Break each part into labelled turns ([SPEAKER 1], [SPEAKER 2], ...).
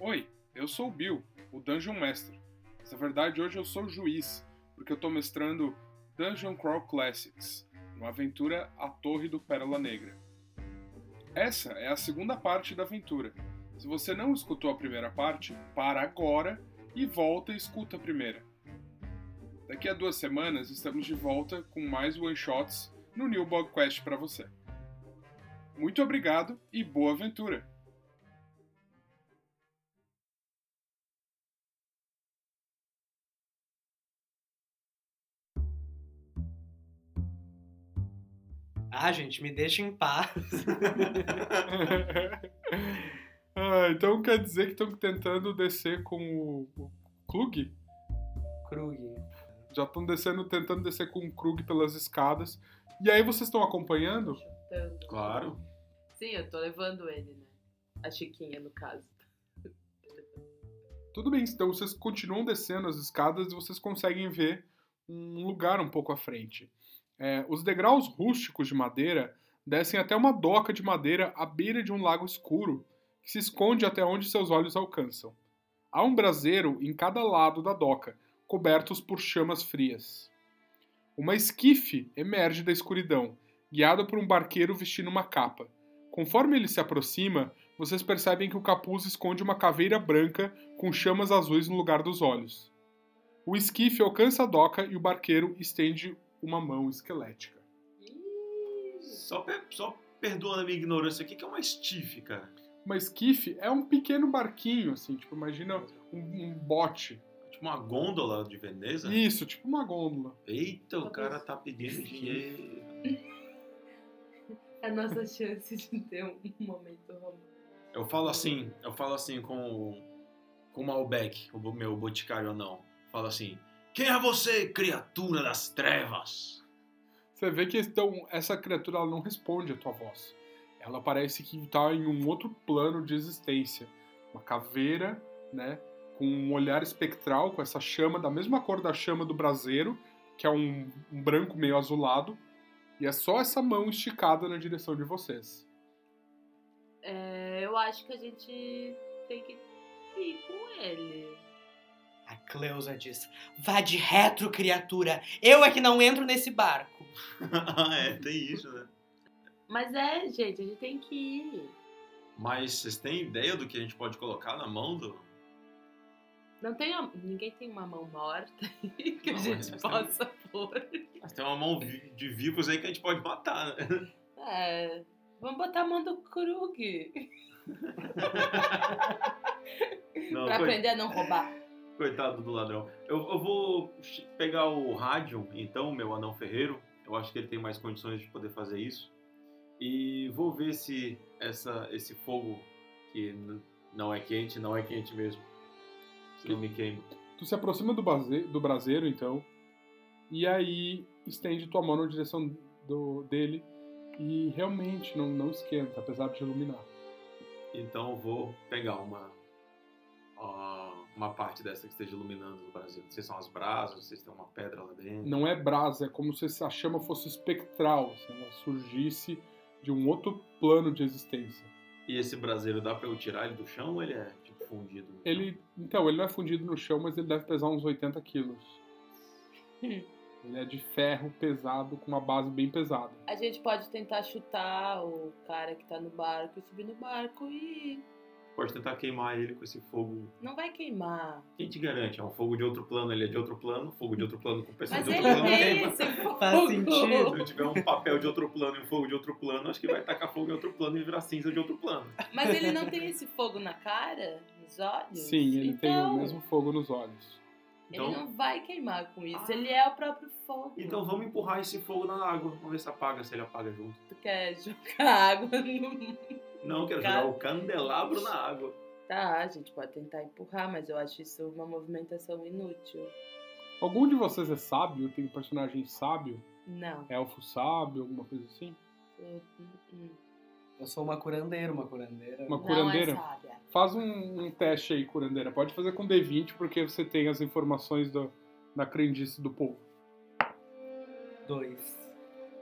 [SPEAKER 1] Oi, eu sou o Bill, o Dungeon Master. Na verdade, hoje eu sou juiz, porque eu tô mestrando Dungeon Crawl Classics, uma aventura à Torre do Pérola Negra. Essa é a segunda parte da aventura. Se você não escutou a primeira parte, para agora e volta e escuta a primeira. Daqui a duas semanas estamos de volta com mais one shots no New Bog Quest para você. Muito obrigado e boa aventura!
[SPEAKER 2] Ah, gente, me deixa em paz.
[SPEAKER 1] ah, então quer dizer que estão tentando descer com o, o Klug?
[SPEAKER 2] Krug.
[SPEAKER 1] Já estão descendo, tentando descer com o Krug pelas escadas. E aí vocês estão acompanhando?
[SPEAKER 3] Chutando.
[SPEAKER 4] Claro.
[SPEAKER 3] Sim, eu tô levando ele, né? A Chiquinha, no caso.
[SPEAKER 1] Tudo bem, então vocês continuam descendo as escadas e vocês conseguem ver um lugar um pouco à frente. É, os degraus rústicos de madeira descem até uma doca de madeira à beira de um lago escuro, que se esconde até onde seus olhos alcançam. Há um braseiro em cada lado da doca, cobertos por chamas frias. Uma esquife emerge da escuridão, guiada por um barqueiro vestindo uma capa. Conforme ele se aproxima, vocês percebem que o capuz esconde uma caveira branca com chamas azuis no lugar dos olhos. O esquife alcança a doca e o barqueiro estende uma mão esquelética.
[SPEAKER 4] Só, per- só perdoa a minha ignorância. O que que é uma estife, cara?
[SPEAKER 1] Uma esquife é um pequeno barquinho, assim, tipo, imagina um, um bote.
[SPEAKER 4] É Tipo uma gôndola de Veneza?
[SPEAKER 1] Isso, tipo uma gôndola.
[SPEAKER 4] Eita, o
[SPEAKER 3] Talvez.
[SPEAKER 4] cara tá pedindo dinheiro.
[SPEAKER 3] É a nossa chance de ter um momento romântico.
[SPEAKER 4] Eu falo assim, eu falo assim com o com o Malbec, o bo- meu boticário anão. Falo assim: "Quem é você, criatura das trevas?"
[SPEAKER 1] Você vê que então, essa criatura ela não responde a tua voz. Ela parece que está em um outro plano de existência. Uma caveira, né? Com um olhar espectral, com essa chama da mesma cor da chama do braseiro, que é um, um branco meio azulado. E é só essa mão esticada na direção de vocês.
[SPEAKER 3] É, eu acho que a gente tem que ir com ele.
[SPEAKER 2] A Cleusa diz: Vá de retro, criatura. Eu é que não entro nesse barco.
[SPEAKER 4] é, tem isso, né?
[SPEAKER 3] Mas é, gente, a gente tem que ir.
[SPEAKER 4] Mas vocês têm ideia do que a gente pode colocar na mão do
[SPEAKER 3] Não tem a- Ninguém tem uma mão morta aí que a
[SPEAKER 4] Não,
[SPEAKER 3] gente
[SPEAKER 4] mas tem-
[SPEAKER 3] possa pôr.
[SPEAKER 4] Mas tem uma mão vi- de vivos aí que a gente pode matar, né?
[SPEAKER 3] É. Vamos botar a mão do Krug
[SPEAKER 4] Não,
[SPEAKER 3] pra
[SPEAKER 4] coi-
[SPEAKER 3] aprender a não roubar.
[SPEAKER 4] Coitado do ladrão. Eu, eu vou ch- pegar o rádio, então, meu anão ferreiro. Eu acho que ele tem mais condições de poder fazer isso. E vou ver se essa, esse fogo, que n- não é quente, não é quente mesmo. Se não me queima.
[SPEAKER 1] Tu se aproxima do, base, do braseiro, então, e aí estende tua mão na direção do, dele e realmente não, não esquenta, apesar de iluminar.
[SPEAKER 4] Então eu vou pegar uma, ó, uma parte dessa que esteja iluminando no Brasil. Não sei se são as brasas, se tem uma pedra lá dentro.
[SPEAKER 1] Não é brasa, é como se essa chama fosse espectral, se ela surgisse de um outro plano de existência.
[SPEAKER 4] E esse braseiro dá pra eu tirar ele do chão ou ele é tipo fundido? no chão?
[SPEAKER 1] Ele, então, ele não é fundido no chão, mas ele deve pesar uns 80 quilos. Ele é de ferro pesado, com uma base bem pesada.
[SPEAKER 3] A gente pode tentar chutar o cara que tá no barco e subir no barco e
[SPEAKER 4] Pode tentar queimar ele com esse fogo
[SPEAKER 3] não vai queimar.
[SPEAKER 4] Quem te garante? É um fogo de outro plano, ele é de outro plano, fogo de outro plano com pessoa
[SPEAKER 3] Mas
[SPEAKER 4] de
[SPEAKER 3] ele
[SPEAKER 4] outro plano.
[SPEAKER 3] tem
[SPEAKER 4] queima.
[SPEAKER 3] esse fogo.
[SPEAKER 2] Faz sentido.
[SPEAKER 4] Se eu tiver um papel de outro plano e um fogo de outro plano, acho que vai tacar fogo em outro plano e virar cinza de outro plano.
[SPEAKER 3] Mas ele não tem esse fogo na cara, nos olhos?
[SPEAKER 1] Sim, ele tem
[SPEAKER 3] Então,
[SPEAKER 1] o mesmo fogo nos olhos.
[SPEAKER 3] Ele
[SPEAKER 4] Então,
[SPEAKER 3] não vai queimar com isso,
[SPEAKER 4] Ah.
[SPEAKER 3] ele é o próprio fogo.
[SPEAKER 4] então vamos empurrar esse fogo na água, vamos ver se apaga, se ele apaga junto.
[SPEAKER 3] Tu quer jogar água no.
[SPEAKER 4] Não, eu quero
[SPEAKER 3] Cara.
[SPEAKER 4] jogar o candelabro na água.
[SPEAKER 3] Tá, a gente pode tentar empurrar, mas eu acho isso uma movimentação inútil.
[SPEAKER 1] Algum de vocês é sábio? Tem um personagem sábio? É
[SPEAKER 3] Não.
[SPEAKER 1] Elfo sábio, alguma coisa assim?
[SPEAKER 3] eu- hum, hum.
[SPEAKER 2] Eu sou uma curandeira, uma curandeira.
[SPEAKER 1] Uma
[SPEAKER 3] Não
[SPEAKER 1] curandeira?
[SPEAKER 3] é sábia.
[SPEAKER 1] Faz um, um teste aí, curandeira. Pode fazer com D20, porque você tem as informações do, da crendice do povo.
[SPEAKER 2] Dois.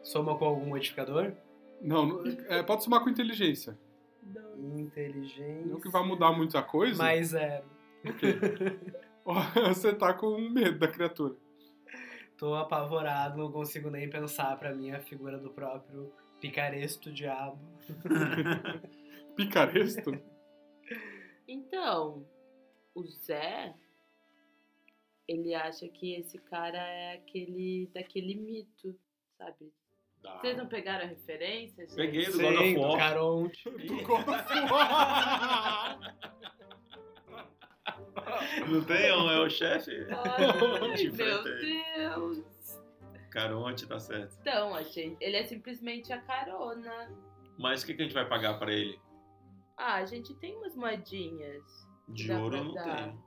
[SPEAKER 2] Soma com algum modificador?
[SPEAKER 1] Não, não- é, pode somar com inteligência.
[SPEAKER 3] Dois.
[SPEAKER 2] Inteligência. é,
[SPEAKER 1] Não que vai mudar muita
[SPEAKER 4] é.
[SPEAKER 1] coisa.
[SPEAKER 2] Mais zero.
[SPEAKER 1] Você tá com medo da criatura.
[SPEAKER 2] Tô apavorado, não consigo nem pensar pra mim a figura do próprio picaresto diabo.
[SPEAKER 1] Picaresto?
[SPEAKER 3] Então, o Zé, ele acha que esse cara é aquele daquele mito, sabe?
[SPEAKER 4] Dá.
[SPEAKER 3] Vocês não pegaram a referência, gente?
[SPEAKER 4] Tá. Peguei. do God
[SPEAKER 2] Sei,
[SPEAKER 4] of
[SPEAKER 2] do
[SPEAKER 4] War.
[SPEAKER 2] Caronte.
[SPEAKER 1] Do God of War.
[SPEAKER 4] Não tem? É o- é o chefe?
[SPEAKER 3] Ai,
[SPEAKER 4] Te
[SPEAKER 3] meu
[SPEAKER 4] enfrentei.
[SPEAKER 3] Deus.
[SPEAKER 4] Caronte, tá certo.
[SPEAKER 3] Então, a gente, ele é simplesmente a carona.
[SPEAKER 4] Mas o que, que a gente vai pagar pra ele?
[SPEAKER 3] Ah, a gente tem umas moedinhas.
[SPEAKER 4] De
[SPEAKER 3] Dá
[SPEAKER 4] ouro
[SPEAKER 3] pra
[SPEAKER 4] não
[SPEAKER 3] dar.
[SPEAKER 4] tem.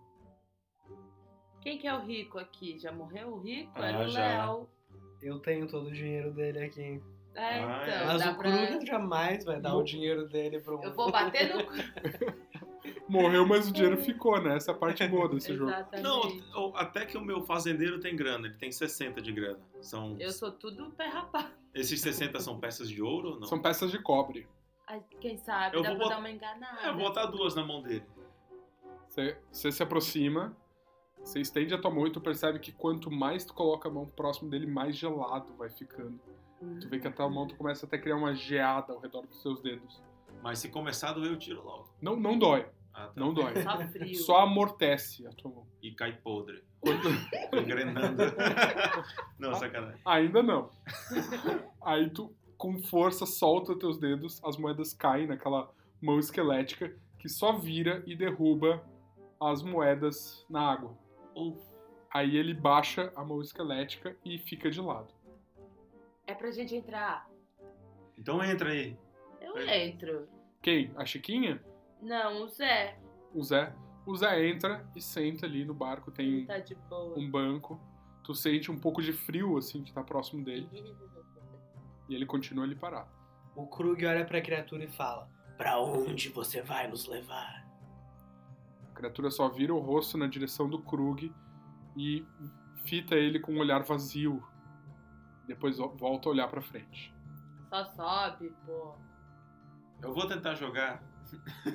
[SPEAKER 3] Quem que é o rico aqui? Já morreu o rico?
[SPEAKER 4] Ah,
[SPEAKER 3] Era o
[SPEAKER 4] já.
[SPEAKER 3] Léo.
[SPEAKER 2] Eu tenho todo o dinheiro dele aqui.
[SPEAKER 3] É,
[SPEAKER 4] Ah, é.
[SPEAKER 3] então,
[SPEAKER 2] Mas
[SPEAKER 3] dá
[SPEAKER 2] o
[SPEAKER 3] pra...
[SPEAKER 2] Kruger tá jamais vai dar
[SPEAKER 1] Não.
[SPEAKER 2] o dinheiro dele pra um.
[SPEAKER 3] Eu vou bater no...
[SPEAKER 1] Morreu, mas o dinheiro ficou, né? Essa é a parte boa desse jogo.
[SPEAKER 3] Exatamente.
[SPEAKER 4] Não, o- até que o meu fazendeiro tem grana, ele tem 60 de grana. São,
[SPEAKER 3] Eu sou tudo pé rapaz.
[SPEAKER 4] Esses 60 são peças de ouro ou não?
[SPEAKER 1] São peças de cobre.
[SPEAKER 3] Ai, Quem sabe,
[SPEAKER 4] Eu
[SPEAKER 3] dá
[SPEAKER 4] vou
[SPEAKER 3] pra
[SPEAKER 4] bot-
[SPEAKER 3] dar uma enganada.
[SPEAKER 4] É, eu vou botar duas na mão dele.
[SPEAKER 1] Você você se aproxima, você estende a tua mão e tu percebe que quanto mais tu coloca a mão próximo dele, mais gelado vai ficando.
[SPEAKER 3] Hum,
[SPEAKER 1] Tu vê que a tua mão tu começa até a criar uma geada ao redor dos seus dedos.
[SPEAKER 4] Mas se começar a doer, eu tiro logo.
[SPEAKER 1] Não, não dói,
[SPEAKER 4] Ah, tá.
[SPEAKER 1] não dói.
[SPEAKER 3] Só frio.
[SPEAKER 1] Só amortece a tua mão.
[SPEAKER 4] E cai podre. Engrenando. não, sacanagem.
[SPEAKER 1] Ainda não. Aí tu, com força, solta teus dedos, as moedas caem naquela mão esquelética que só vira e derruba as moedas na água.
[SPEAKER 4] Ou
[SPEAKER 1] Aí ele baixa a mão esquelética e fica de lado.
[SPEAKER 3] É pra gente entrar.
[SPEAKER 4] Então entra aí.
[SPEAKER 3] Eu
[SPEAKER 4] É.
[SPEAKER 3] entro.
[SPEAKER 1] Quem? A Chiquinha?
[SPEAKER 3] Não, o Zé.
[SPEAKER 1] O Zé? O Zé entra e senta ali no barco,
[SPEAKER 3] Ele
[SPEAKER 1] tem
[SPEAKER 3] tá de boa.
[SPEAKER 1] um banco. Tu sente um pouco de frio, assim, de estar próximo dele. E ele continua ali parado.
[SPEAKER 2] O Krug olha pra criatura e fala: Pra onde você vai nos levar?
[SPEAKER 1] A criatura só vira o rosto na direção do Krug e fita ele com um olhar vazio. Depois vo- volta a olhar pra frente.
[SPEAKER 3] Só sobe, pô.
[SPEAKER 4] Eu vou tentar jogar.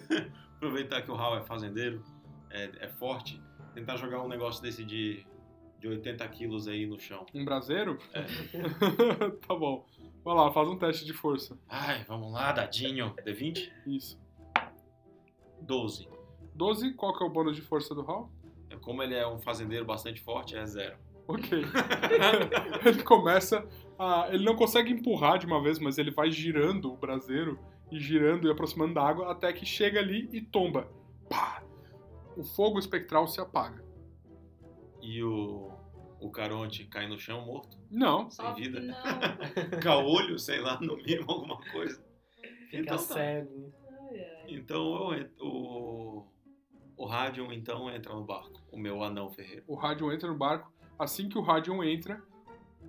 [SPEAKER 4] Aproveitar que o Raul é fazendeiro, é, é forte. Tentar jogar um negócio desse de, de 80 quilos aí no chão.
[SPEAKER 1] Um braseiro? É. tá bom. Vai lá, faz um teste de força.
[SPEAKER 4] Ai, vamos lá, dadinho. D20?
[SPEAKER 1] Isso.
[SPEAKER 4] 12.
[SPEAKER 1] 12, qual que é o bônus de força do Hal?
[SPEAKER 4] É, Como ele é um fazendeiro bastante forte, é zero.
[SPEAKER 1] Ok. ele começa a. Ele não consegue empurrar de uma vez, mas ele vai girando o braseiro e girando e aproximando da água até que chega ali e tomba. Pá! O fogo espectral se apaga.
[SPEAKER 4] E o, o Caronte cai no chão morto,
[SPEAKER 1] Não,
[SPEAKER 4] sem vida.
[SPEAKER 3] Não.
[SPEAKER 4] Caolho, sei lá, no mínimo alguma coisa.
[SPEAKER 2] Fica
[SPEAKER 4] Então tá.
[SPEAKER 2] cego.
[SPEAKER 3] Ai, ai.
[SPEAKER 4] Então eu en- o. O Radion então entra no barco. O meu anão ferreiro.
[SPEAKER 1] o Radion entra no barco. Assim que o Radion entra,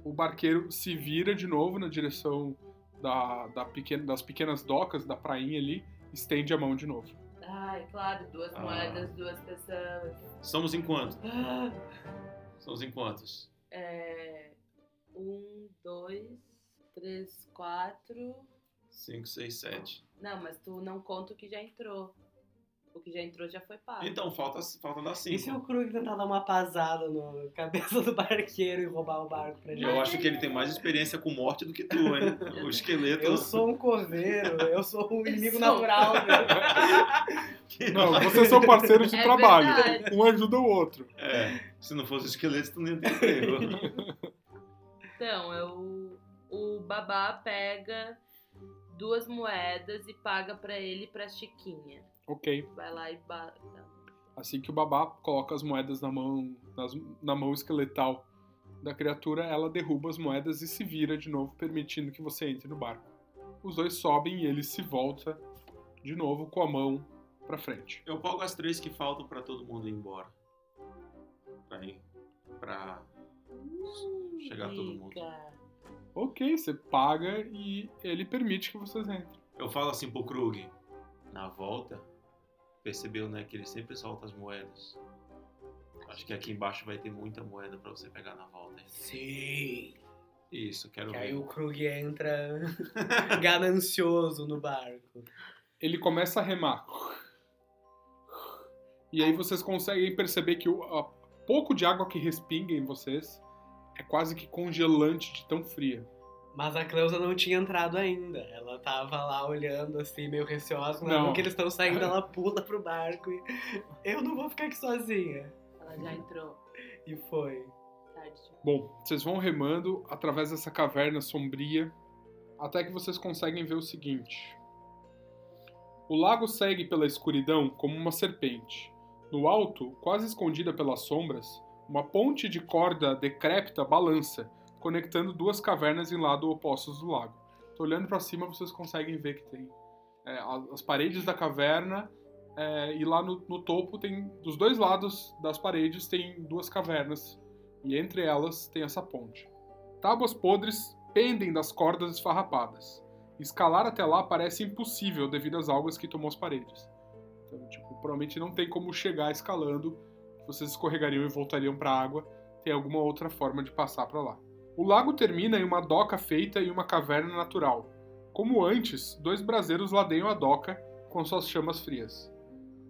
[SPEAKER 1] o barqueiro se vira de novo na direção da, da pequena- das pequenas docas, da prainha ali, estende a mão de novo.
[SPEAKER 3] Ai, claro, duas
[SPEAKER 4] Ah.
[SPEAKER 3] moedas, duas pessoas.
[SPEAKER 4] Somos em quanto?
[SPEAKER 3] Ah.
[SPEAKER 4] Somos em quantos?
[SPEAKER 3] É. Um, dois, três, quatro.
[SPEAKER 4] 5, 6, 7.
[SPEAKER 3] Não, mas tu não conta o que já entrou. O que já entrou já foi pago.
[SPEAKER 4] Então, falta, falta dar
[SPEAKER 2] E se
[SPEAKER 4] 5.
[SPEAKER 2] o Krug tentar dar uma pasada na cabeça do barqueiro e roubar é o barco pra gente?
[SPEAKER 4] Eu acho que ele tem mais experiência com morte do que tu, hein? O esqueleto.
[SPEAKER 2] Eu sou um coveiro, eu sou um inimigo
[SPEAKER 3] sou.
[SPEAKER 2] natural. meu.
[SPEAKER 1] Não, vocês são parceiros de
[SPEAKER 3] É
[SPEAKER 1] trabalho.
[SPEAKER 3] verdade.
[SPEAKER 1] Um ajuda o outro.
[SPEAKER 4] É, se não fosse o esqueleto, tu nem tem emprego.
[SPEAKER 3] Então, eu, o babá pega duas moedas e paga pra ele e pra Chiquinha.
[SPEAKER 1] Ok.
[SPEAKER 3] Vai lá e ba-
[SPEAKER 1] Assim que o babá coloca as moedas na mão, nas- na mão esqueletal da criatura, ela derruba as moedas e se vira de novo, permitindo que você entre no barco. Os dois sobem e ele se volta de novo com a mão pra frente.
[SPEAKER 4] Eu pago as três que faltam pra todo mundo ir embora. Pra ir. Pra. Chegar todo mundo.
[SPEAKER 3] Fica.
[SPEAKER 1] Ok, você paga e ele permite que vocês entrem.
[SPEAKER 4] Eu falo assim pro Krug. Na volta, percebeu, né, que ele sempre solta as moedas. Acho que aqui embaixo vai ter muita moeda pra você pegar na volta. hein?
[SPEAKER 2] Sim.
[SPEAKER 4] Isso, quero
[SPEAKER 2] Que
[SPEAKER 4] ver.
[SPEAKER 2] aí o Krug entra ganancioso no barco.
[SPEAKER 1] ele começa a remar. E aí vocês conseguem perceber que o a pouco de água que respinga em vocês é quase que congelante de tão fria.
[SPEAKER 2] Mas a Cleusa não tinha entrado ainda. Ela tava lá olhando, assim, meio receosa. Na
[SPEAKER 1] Não.
[SPEAKER 2] hora que eles estão saindo, ela pula pro barco e. Eu não vou ficar aqui sozinha.
[SPEAKER 5] Ela já entrou.
[SPEAKER 2] E foi.
[SPEAKER 5] Tarde demais.
[SPEAKER 1] Bom, vocês vão remando através dessa caverna sombria até que vocês conseguem ver o seguinte: o lago segue pela escuridão como uma serpente. No alto, quase escondida pelas sombras, uma ponte de corda decrépita balança, conectando duas cavernas em lados opostos do lago. Então, olhando para cima, vocês conseguem ver que tem é, a- as paredes da caverna é, e lá no, no topo tem, dos dois lados das paredes, tem duas cavernas e entre elas tem essa ponte. Tábuas podres pendem das cordas esfarrapadas. Escalar até lá parece impossível devido às algas que tomam as paredes. Então, tipo, provavelmente não tem como chegar escalando, vocês escorregariam e voltariam para a água. Tem alguma outra forma de passar para lá. O lago termina em uma doca feita em uma caverna natural. Como antes, dois braseiros ladeiam a doca com suas chamas frias.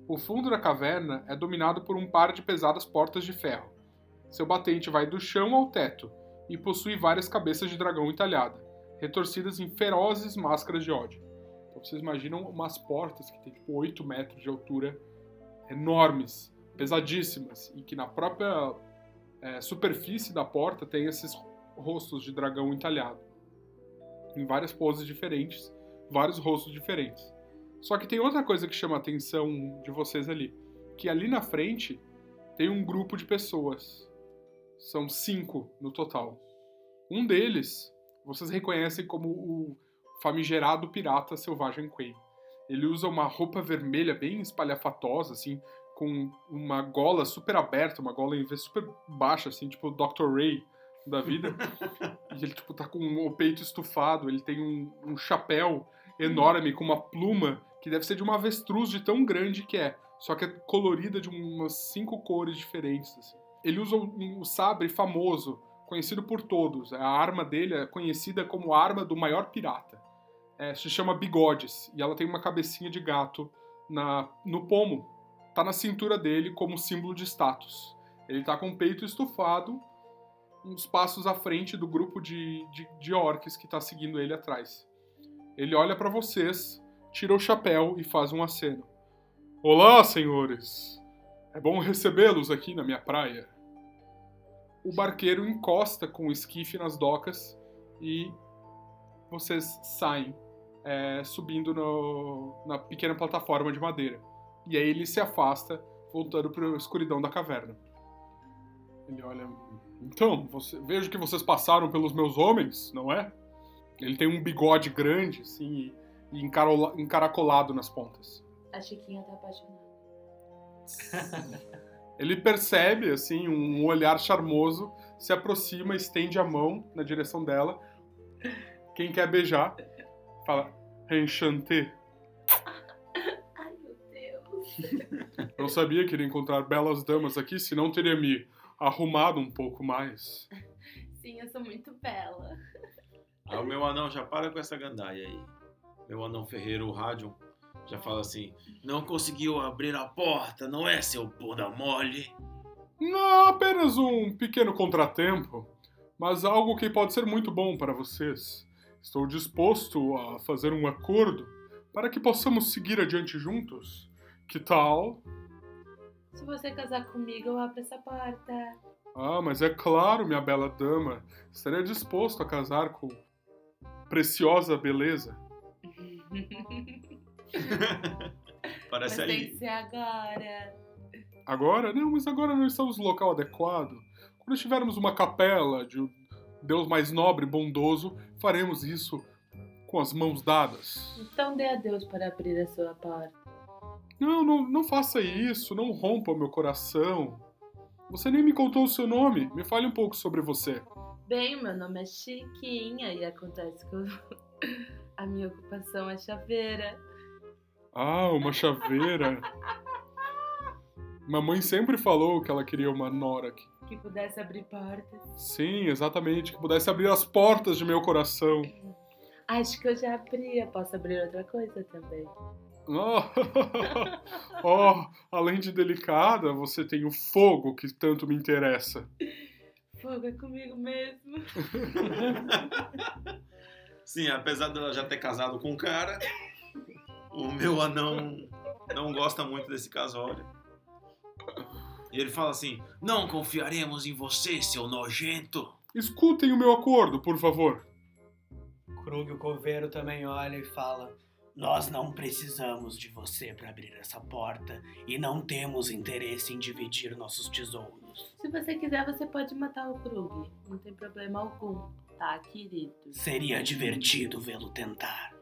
[SPEAKER 1] O fundo da caverna é dominado por um par de pesadas portas de ferro. Seu batente vai do chão ao teto e possui várias cabeças de dragão entalhada, retorcidas em ferozes máscaras de ódio. Então vocês imaginam umas portas que tem tipo 8 metros de altura, enormes, pesadíssimas, e que na própria eh, superfície da porta tem esses rostos de dragão entalhado. Em várias poses diferentes, vários rostos diferentes. Só que tem outra coisa que chama a atenção de vocês ali, que ali na frente tem um grupo de pessoas. São cinco no total. Um deles, vocês reconhecem como o famigerado pirata selvagem Queen. Ele usa uma roupa vermelha bem espalhafatosa, assim, com uma gola super aberta, uma gola em vez super baixa, assim, tipo o Dr. Ray da vida. e ele, tipo, tá com o peito estufado, ele tem um, um chapéu enorme com uma pluma que deve ser de uma avestruz de tão grande que é só que é colorida de umas cinco cores diferentes. assim. Ele usa um, um sabre famoso, conhecido por todos. A arma dele é conhecida como a arma do maior pirata. É, se chama Bigodes e ela tem uma cabecinha de gato na, no pomo. Tá na cintura dele como símbolo de status. Ele tá com o peito estufado, uns passos à frente do grupo de, de, de orques que tá seguindo ele atrás. Ele olha pra vocês, tira o chapéu e faz um aceno. Olá, senhores! É bom recebê-los aqui na minha praia. O barqueiro encosta com o esquife nas docas e vocês saem é, subindo no- na pequena plataforma de madeira. E aí ele se afasta, voltando para a escuridão da caverna. Ele olha. Então, você- vejo que vocês passaram pelos meus homens, não é? Ele tem um bigode grande, assim, e, e encarola- encaracolado nas pontas.
[SPEAKER 5] A Chiquinha tá apaixonada.
[SPEAKER 1] Ele percebe, assim, um olhar charmoso, se aproxima, estende a mão na direção dela. Quem quer beijar, fala, enchanté.
[SPEAKER 5] Ai, meu Deus.
[SPEAKER 1] Eu sabia que iria encontrar belas damas aqui, senão teria me arrumado um pouco mais.
[SPEAKER 5] Sim, eu sou muito bela.
[SPEAKER 4] Aí Ah, o meu anão já para com essa gandaia aí. Meu anão ferreiro, o rádio, já fala assim: Não conseguiu abrir a porta, não é, seu bunda mole?
[SPEAKER 1] Não, apenas um pequeno contratempo, mas algo que pode ser muito bom para vocês. Estou disposto a fazer um acordo para que possamos seguir adiante juntos. Que tal?
[SPEAKER 5] Se você casar comigo, eu abro essa porta.
[SPEAKER 1] Ah, mas é claro, minha bela dama, estaria disposto a casar com preciosa beleza.
[SPEAKER 5] Mas
[SPEAKER 4] Parece
[SPEAKER 5] tem
[SPEAKER 4] aí.
[SPEAKER 5] que ser agora.
[SPEAKER 1] Agora? Não, mas agora não estamos no local adequado. Quando tivermos uma capela de um Deus mais nobre e bondoso, faremos isso com as mãos dadas.
[SPEAKER 5] Então dê adeus para abrir a sua porta.
[SPEAKER 1] Não, não, não faça isso, não rompa o meu coração. Você nem me contou o seu nome, me fale um pouco sobre você.
[SPEAKER 5] Bem, meu nome é Chiquinha e acontece que eu... a minha ocupação é chaveira.
[SPEAKER 1] Ah, uma chaveira. Mamãe sempre falou que ela queria uma nora que
[SPEAKER 5] Que pudesse abrir portas.
[SPEAKER 1] Sim, exatamente. Que pudesse abrir as portas de meu coração.
[SPEAKER 5] Acho que eu já abri, eu posso abrir outra coisa também.
[SPEAKER 1] Oh, oh, além de delicada, você tem o fogo que tanto me interessa.
[SPEAKER 3] Fogo é comigo mesmo.
[SPEAKER 4] Sim, apesar dela já ter casado com um cara, o meu anão não gosta muito desse casório. E ele fala assim: Não confiaremos em você, seu nojento.
[SPEAKER 1] Escutem o meu acordo, por favor.
[SPEAKER 2] Krug, o coveiro, também olha e fala: Nós não precisamos de você para abrir essa porta e não temos interesse em dividir nossos tesouros.
[SPEAKER 3] Se você quiser, você pode matar o Krug. Não tem problema algum, tá, querido?
[SPEAKER 2] Seria divertido vê-lo tentar.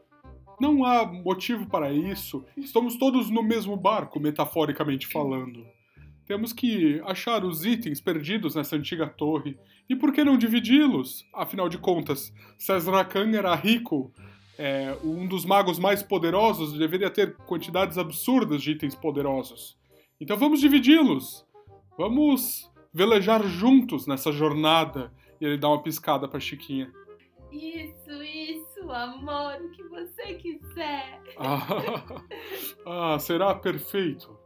[SPEAKER 1] Não há motivo para isso. Estamos todos no mesmo barco, metaforicamente falando. Temos que achar os itens perdidos nessa antiga torre. E por que não dividi-los? Afinal de contas, César Khan era rico, é, um dos magos mais poderosos, deveria ter quantidades absurdas de itens poderosos. Então vamos dividi-los. Vamos velejar juntos nessa jornada. E ele dá uma piscada para Chiquinha.
[SPEAKER 3] Isso, isso, amor, o que você quiser.
[SPEAKER 1] Ah, ah, será perfeito.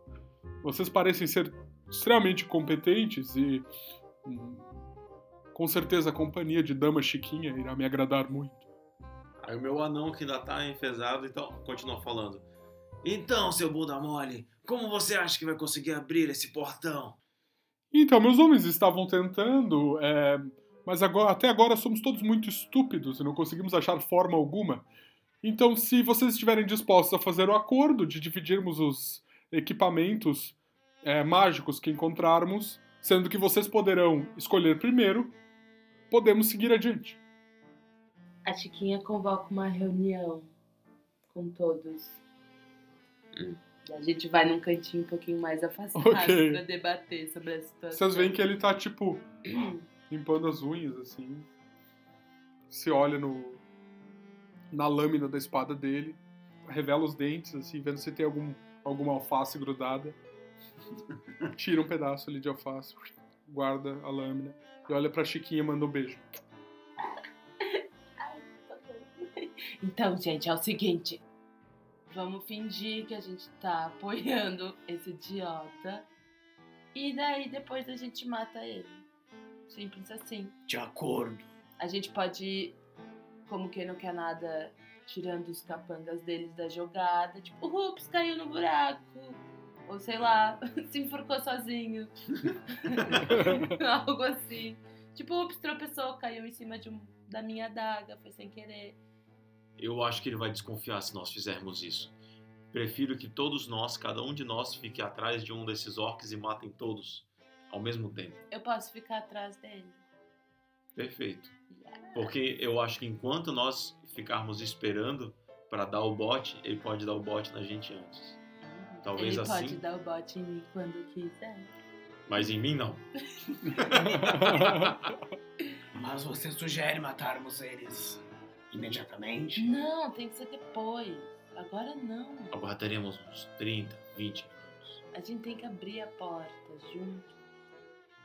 [SPEAKER 1] Vocês parecem ser extremamente competentes e hum, com certeza a companhia de Dama Chiquinha irá me agradar muito.
[SPEAKER 4] Aí o meu anão que ainda tá enfesado, então continua falando. Então, seu bunda mole, como você acha que vai conseguir abrir esse portão?
[SPEAKER 1] Então, meus homens estavam tentando, é, mas agora- até agora somos todos muito estúpidos e não conseguimos achar forma alguma. Então, se vocês estiverem dispostos a fazer o acordo de dividirmos os equipamentos é, mágicos que encontrarmos, sendo que vocês poderão escolher primeiro, podemos seguir adiante.
[SPEAKER 3] A Chiquinha convoca uma reunião com todos. E a gente vai num cantinho um pouquinho mais afastado
[SPEAKER 1] Hum. Ok.
[SPEAKER 3] pra debater sobre a situação.
[SPEAKER 1] Vocês veem que ele tá, tipo, limpando as unhas, assim. Se olha no na lâmina da espada dele, revela os dentes, assim, vendo se tem algum, alguma alface grudada. Tira um pedaço ali de alface, guarda a lâmina e olha pra Chiquinha e manda um beijo.
[SPEAKER 3] Então, gente, é o seguinte. Vamos fingir que a gente tá apoiando esse idiota. E daí depois a gente mata ele. Simples assim.
[SPEAKER 2] De acordo.
[SPEAKER 3] A gente pode ir, como quem não quer nada, tirando os capangas deles da jogada. Tipo, ups, caiu no buraco. Ou sei lá, se enforcou sozinho. Algo assim. Tipo, ups, tropeçou, caiu em cima de um, da minha adaga, foi sem querer.
[SPEAKER 4] Eu acho que ele vai desconfiar se nós fizermos isso. Prefiro que todos nós, cada um de nós, fique atrás de um desses orcs e matem todos ao mesmo tempo.
[SPEAKER 3] Eu posso ficar atrás dele.
[SPEAKER 4] Perfeito. Porque eu acho que enquanto nós ficarmos esperando pra dar o bote, ele pode dar o bote na gente antes. Talvez
[SPEAKER 3] Ele pode
[SPEAKER 4] assim,
[SPEAKER 3] dar o bote em mim quando quiser.
[SPEAKER 4] mas em mim não.
[SPEAKER 2] Mas você sugere matarmos eles imediatamente?
[SPEAKER 3] Não, tem que ser depois. Agora não.
[SPEAKER 4] Aguardaremos uns 30, 20 minutos.
[SPEAKER 3] A gente tem que abrir a porta junto.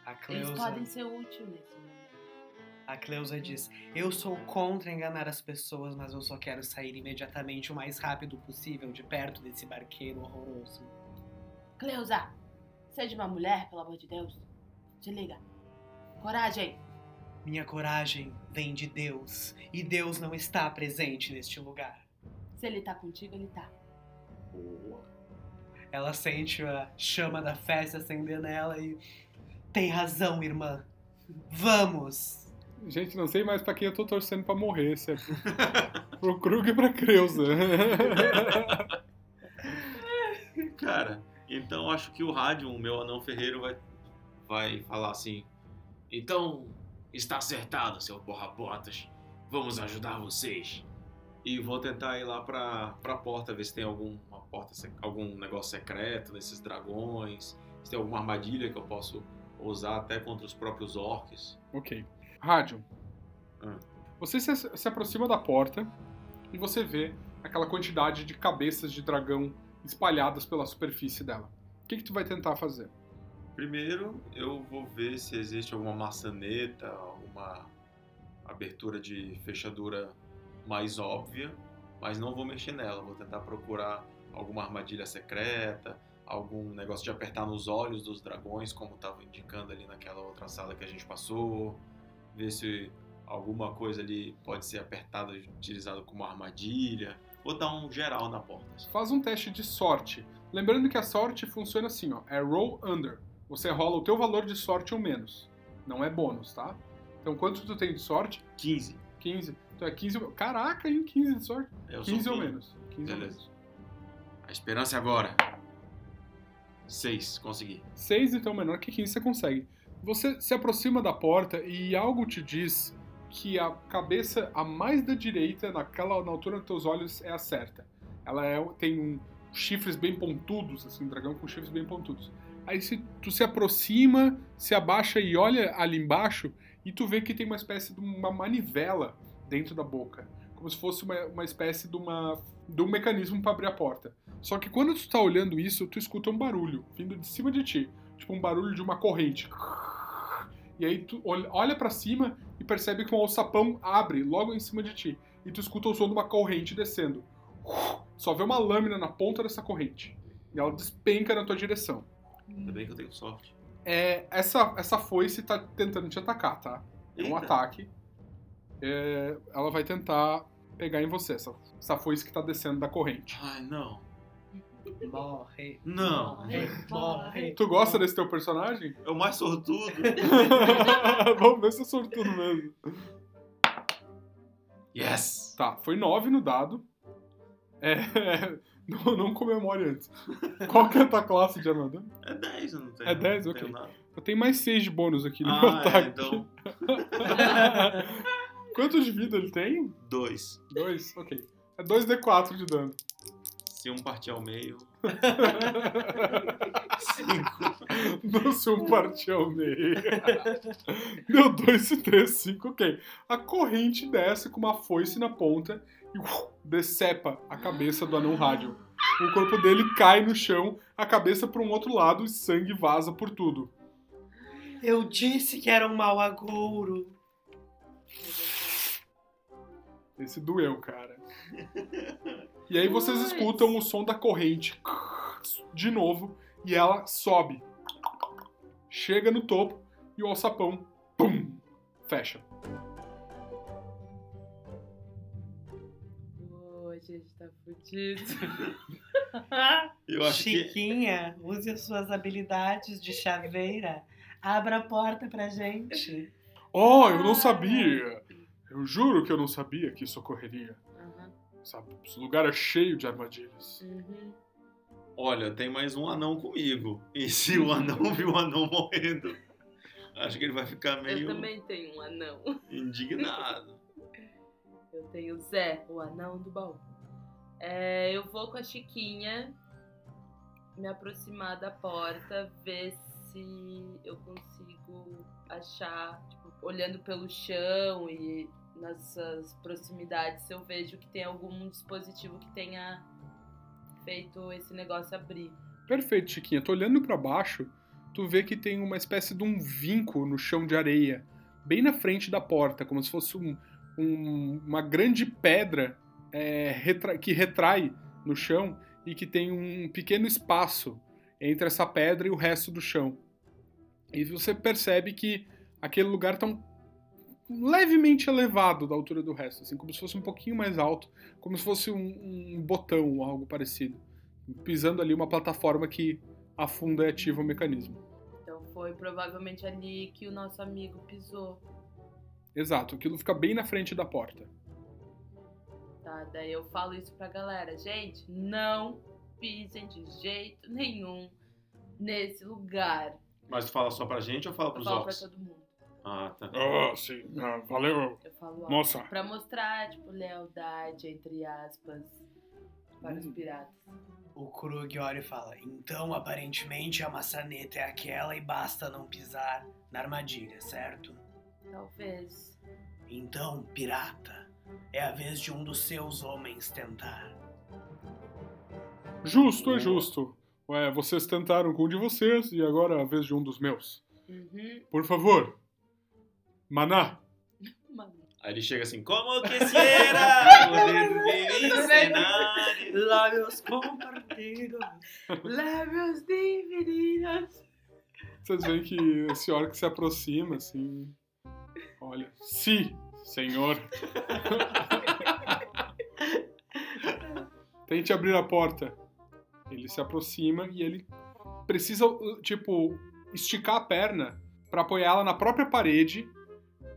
[SPEAKER 2] A
[SPEAKER 3] Eles
[SPEAKER 2] Cleusa,
[SPEAKER 3] podem ser úteis nesse momento.
[SPEAKER 2] a Cleusa diz: Eu sou contra enganar as pessoas, mas eu só quero sair imediatamente o mais rápido possível de perto desse barqueiro horroroso.
[SPEAKER 3] Cleusa, seja uma mulher, pelo amor de Deus. Se liga. Coragem.
[SPEAKER 2] Minha coragem vem de Deus, e Deus não está presente neste lugar.
[SPEAKER 3] Se ele tá contigo, ele tá.
[SPEAKER 2] Ela sente a chama da festa acender nela e. Tem razão, irmã. Vamos!
[SPEAKER 1] Gente, não sei mais pra quem eu tô torcendo pra morrer, se é pro, pro Krug e pra Creuza.
[SPEAKER 4] Cara, então acho que o rádio, o meu anão ferreiro, vai, vai falar assim. Então, está acertado, seu borrabotas. Vamos ajudar vocês. E vou tentar ir lá pra, pra porta, ver se tem alguma porta, se- algum negócio secreto nesses dragões. Se tem alguma armadilha que eu posso usar até contra os próprios orcs.
[SPEAKER 1] Ok. Rádio.
[SPEAKER 4] Ah.
[SPEAKER 1] Você se, se aproxima da porta e você vê aquela quantidade de cabeças de dragão espalhadas pela superfície dela. O que, que tu vai tentar fazer?
[SPEAKER 4] Primeiro, eu vou ver se existe alguma maçaneta, alguma abertura de fechadura mais óbvia, mas não vou mexer nela. Vou tentar procurar alguma armadilha secreta, algum negócio de apertar nos olhos dos dragões, como estava indicando ali naquela outra sala que a gente passou, ver se alguma coisa ali pode ser apertada, utilizada como armadilha, ou dar um geral na porta.
[SPEAKER 1] Faz um teste de sorte. Lembrando que a sorte funciona assim, ó, é roll under. Você rola o teu valor de sorte ou menos. Não é bônus, tá? Então quanto tu tem de sorte?
[SPEAKER 4] 15.
[SPEAKER 1] 15. Então é 15. ou- Caraca, hein? 15 de sorte?
[SPEAKER 4] Eu sou
[SPEAKER 1] 15 ou
[SPEAKER 4] fino.
[SPEAKER 1] menos. 15 ou
[SPEAKER 4] Beleza.
[SPEAKER 1] menos.
[SPEAKER 4] A esperança é agora. 6, consegui.
[SPEAKER 1] 6, então menor que 15 você consegue. Você se aproxima da porta e algo te diz que a cabeça a mais da direita, naquela na altura dos teus olhos, é a certa. Ela é- tem um, chifres bem pontudos, assim, um dragão com chifres bem pontudos. Aí se, tu se aproxima, se abaixa e olha ali embaixo e tu vê que tem uma espécie de uma manivela dentro da boca. Como se fosse uma, uma espécie de, uma, de um mecanismo para abrir a porta. Só que quando tu tá olhando isso, tu escuta um barulho vindo de cima de ti. Tipo um barulho de uma corrente. E aí tu ol- olha pra cima e percebe que um alçapão abre logo em cima de ti. E tu escuta o som de uma corrente descendo. Só vê uma lâmina na ponta dessa corrente. E ela despenca na tua direção.
[SPEAKER 4] Ainda bem que eu tenho sorte.
[SPEAKER 1] É, essa, essa foice tá tentando te atacar, tá? É um
[SPEAKER 4] Eita.
[SPEAKER 1] ataque. É, ela vai tentar pegar em você, essa, essa foice que tá descendo da corrente.
[SPEAKER 4] Ai, não.
[SPEAKER 2] Morre.
[SPEAKER 4] Não.
[SPEAKER 2] Morre. Morre.
[SPEAKER 1] Tu gosta desse teu personagem?
[SPEAKER 4] É o mais sortudo.
[SPEAKER 1] Vamos ver se é sortudo mesmo.
[SPEAKER 4] yes!
[SPEAKER 1] Tá, foi 9 no dado. É, não, não comemore antes. Qual que é a tua classe de armadura?
[SPEAKER 4] É 10, eu não tenho.
[SPEAKER 1] É 10,
[SPEAKER 4] não tenho
[SPEAKER 1] ok.
[SPEAKER 4] nada.
[SPEAKER 1] Eu tenho mais 6 de bônus aqui no meu
[SPEAKER 4] Ah, é,
[SPEAKER 1] ataque.
[SPEAKER 4] então.
[SPEAKER 1] Quanto de vida ele tem?
[SPEAKER 4] 2.
[SPEAKER 1] 2? Ok. É 2d4 de dano.
[SPEAKER 4] Se um partir ao meio. 5.
[SPEAKER 1] Não se um partir ao meio. Deu 2 e 3, 5, ok. A corrente desce com uma foice na ponta e uf, decepa a cabeça do anão rádio. O corpo dele cai no chão, a cabeça para um outro lado e sangue vaza por tudo.
[SPEAKER 2] Eu disse que era um mau agouro.
[SPEAKER 1] Esse doeu, cara. E aí vocês
[SPEAKER 5] Nossa.
[SPEAKER 1] escutam o som da corrente de novo e ela sobe. Chega no topo e o alçapão pum, fecha.
[SPEAKER 5] Ô, gente, tá fudido.
[SPEAKER 4] Eu acho que.
[SPEAKER 2] Chiquinha, use as suas habilidades de chaveira. Abra a porta pra gente.
[SPEAKER 1] Oh, eu não sabia! Eu juro que eu não sabia que isso ocorreria.
[SPEAKER 5] Aham,
[SPEAKER 1] Sabe, esse lugar é cheio de armadilhas.
[SPEAKER 5] uhum.
[SPEAKER 4] Olha, tem mais um anão comigo. E se o anão viu o anão morrendo, acho que ele vai ficar
[SPEAKER 5] Eu
[SPEAKER 4] meio
[SPEAKER 5] também tenho um anão.
[SPEAKER 4] indignado.
[SPEAKER 5] Eu tenho o Zé, o anão do baú. É, eu vou com a Chiquinha me aproximar da porta, ver se eu consigo achar, tipo, olhando pelo chão e nessas proximidades, se eu vejo que tem algum dispositivo que tenha feito esse negócio abrir.
[SPEAKER 1] Perfeito, Chiquinha. Tô olhando pra baixo, tu vê que tem uma espécie de um vinco no chão de areia, bem na frente da porta, como se fosse um- um- uma grande pedra é, retra- que retrai no chão e que tem um pequeno espaço entre essa pedra e o resto do chão. E você percebe que aquele lugar tá um- levemente elevado da altura do resto, assim, como se fosse um pouquinho mais alto, como se fosse um, um botão ou algo parecido pisando ali uma plataforma que afunda e ativa o mecanismo.
[SPEAKER 5] Então foi provavelmente ali que o nosso amigo pisou.
[SPEAKER 1] Exato, aquilo fica bem na frente da porta.
[SPEAKER 5] Tá, daí eu falo isso pra galera. Gente, não pisem de jeito nenhum nesse lugar.
[SPEAKER 4] Mas tu fala só pra gente ou fala
[SPEAKER 5] Eu
[SPEAKER 4] pros
[SPEAKER 5] falo pra
[SPEAKER 4] orcs?
[SPEAKER 5] todo mundo.
[SPEAKER 4] Ah, tá.
[SPEAKER 1] Ah, sim, ah, valeu.
[SPEAKER 5] Eu falo ó,
[SPEAKER 1] Nossa,
[SPEAKER 5] pra mostrar, tipo, lealdade, entre aspas, para os
[SPEAKER 1] Hum.
[SPEAKER 5] piratas.
[SPEAKER 2] O Krug olha e fala: Então, aparentemente, a maçaneta é aquela e basta não pisar na armadilha, certo?
[SPEAKER 5] Talvez.
[SPEAKER 2] Então, pirata, é a vez de um dos seus homens tentar.
[SPEAKER 1] justo é justo. Ué, vocês tentaram com o de vocês e agora é a vez de um dos meus.
[SPEAKER 5] Uhum.
[SPEAKER 1] Por favor, Maná,
[SPEAKER 5] Mano,
[SPEAKER 4] Aí ele chega assim, como que será poder me ensinar?
[SPEAKER 2] Lábios compartidos.
[SPEAKER 5] Lábios divididos.
[SPEAKER 1] Vocês veem que esse orc se aproxima, assim. Olha. Se, senhor. Tente abrir a porta. Ele se aproxima e ele precisa, tipo, esticar a perna pra apoiar ela na própria parede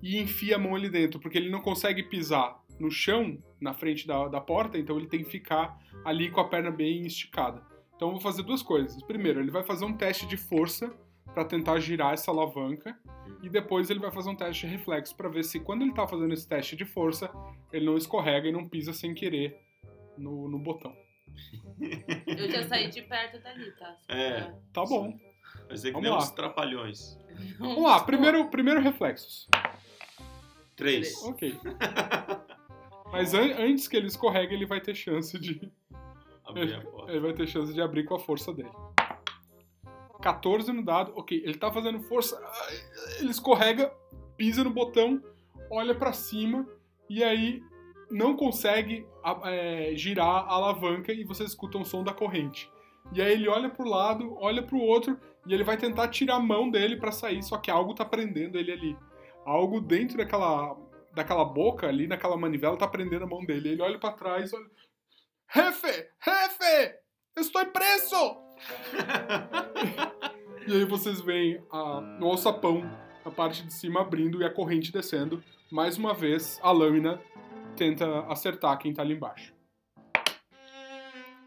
[SPEAKER 1] e enfia a mão ali dentro, porque ele não consegue pisar no chão, na frente da, da porta, então ele tem que ficar ali com a perna bem esticada. Então eu vou fazer duas coisas. Primeiro, ele vai fazer um teste de força para tentar girar essa alavanca e depois ele vai fazer um teste de reflexo para ver se quando ele tá fazendo esse teste de força, ele não escorrega e não pisa sem querer no, no botão.
[SPEAKER 5] Eu já saí de perto dali, tá? Só
[SPEAKER 4] É.
[SPEAKER 5] pra-
[SPEAKER 1] Tá bom.
[SPEAKER 4] Vai ser que
[SPEAKER 1] Vamos
[SPEAKER 4] nem
[SPEAKER 1] lá.
[SPEAKER 4] uns trapalhões.
[SPEAKER 1] Vamos lá, primeiro, primeiro reflexos.
[SPEAKER 4] Três.
[SPEAKER 1] Ok. Mas an- antes que ele escorregue, ele vai ter chance de
[SPEAKER 4] Abrir a porta.
[SPEAKER 1] ele vai ter chance de abrir com a força dele. 14 no dado. OK, ele tá fazendo força. ai, Ele escorrega, pisa no botão, olha pra cima e aí não consegue a- é, girar a alavanca e vocês escutam o som da corrente. E aí ele olha pro lado, olha pro outro e ele vai tentar tirar a mão dele pra sair, só que algo tá prendendo ele ali. Algo dentro daquela daquela boca ali, naquela manivela tá prendendo a mão dele. Ele olha pra trás, olha Jefe, jefe, estou preso! e aí vocês veem a, o alçapão a parte de cima abrindo e a corrente descendo. Mais uma vez, a lâmina tenta acertar quem tá ali embaixo.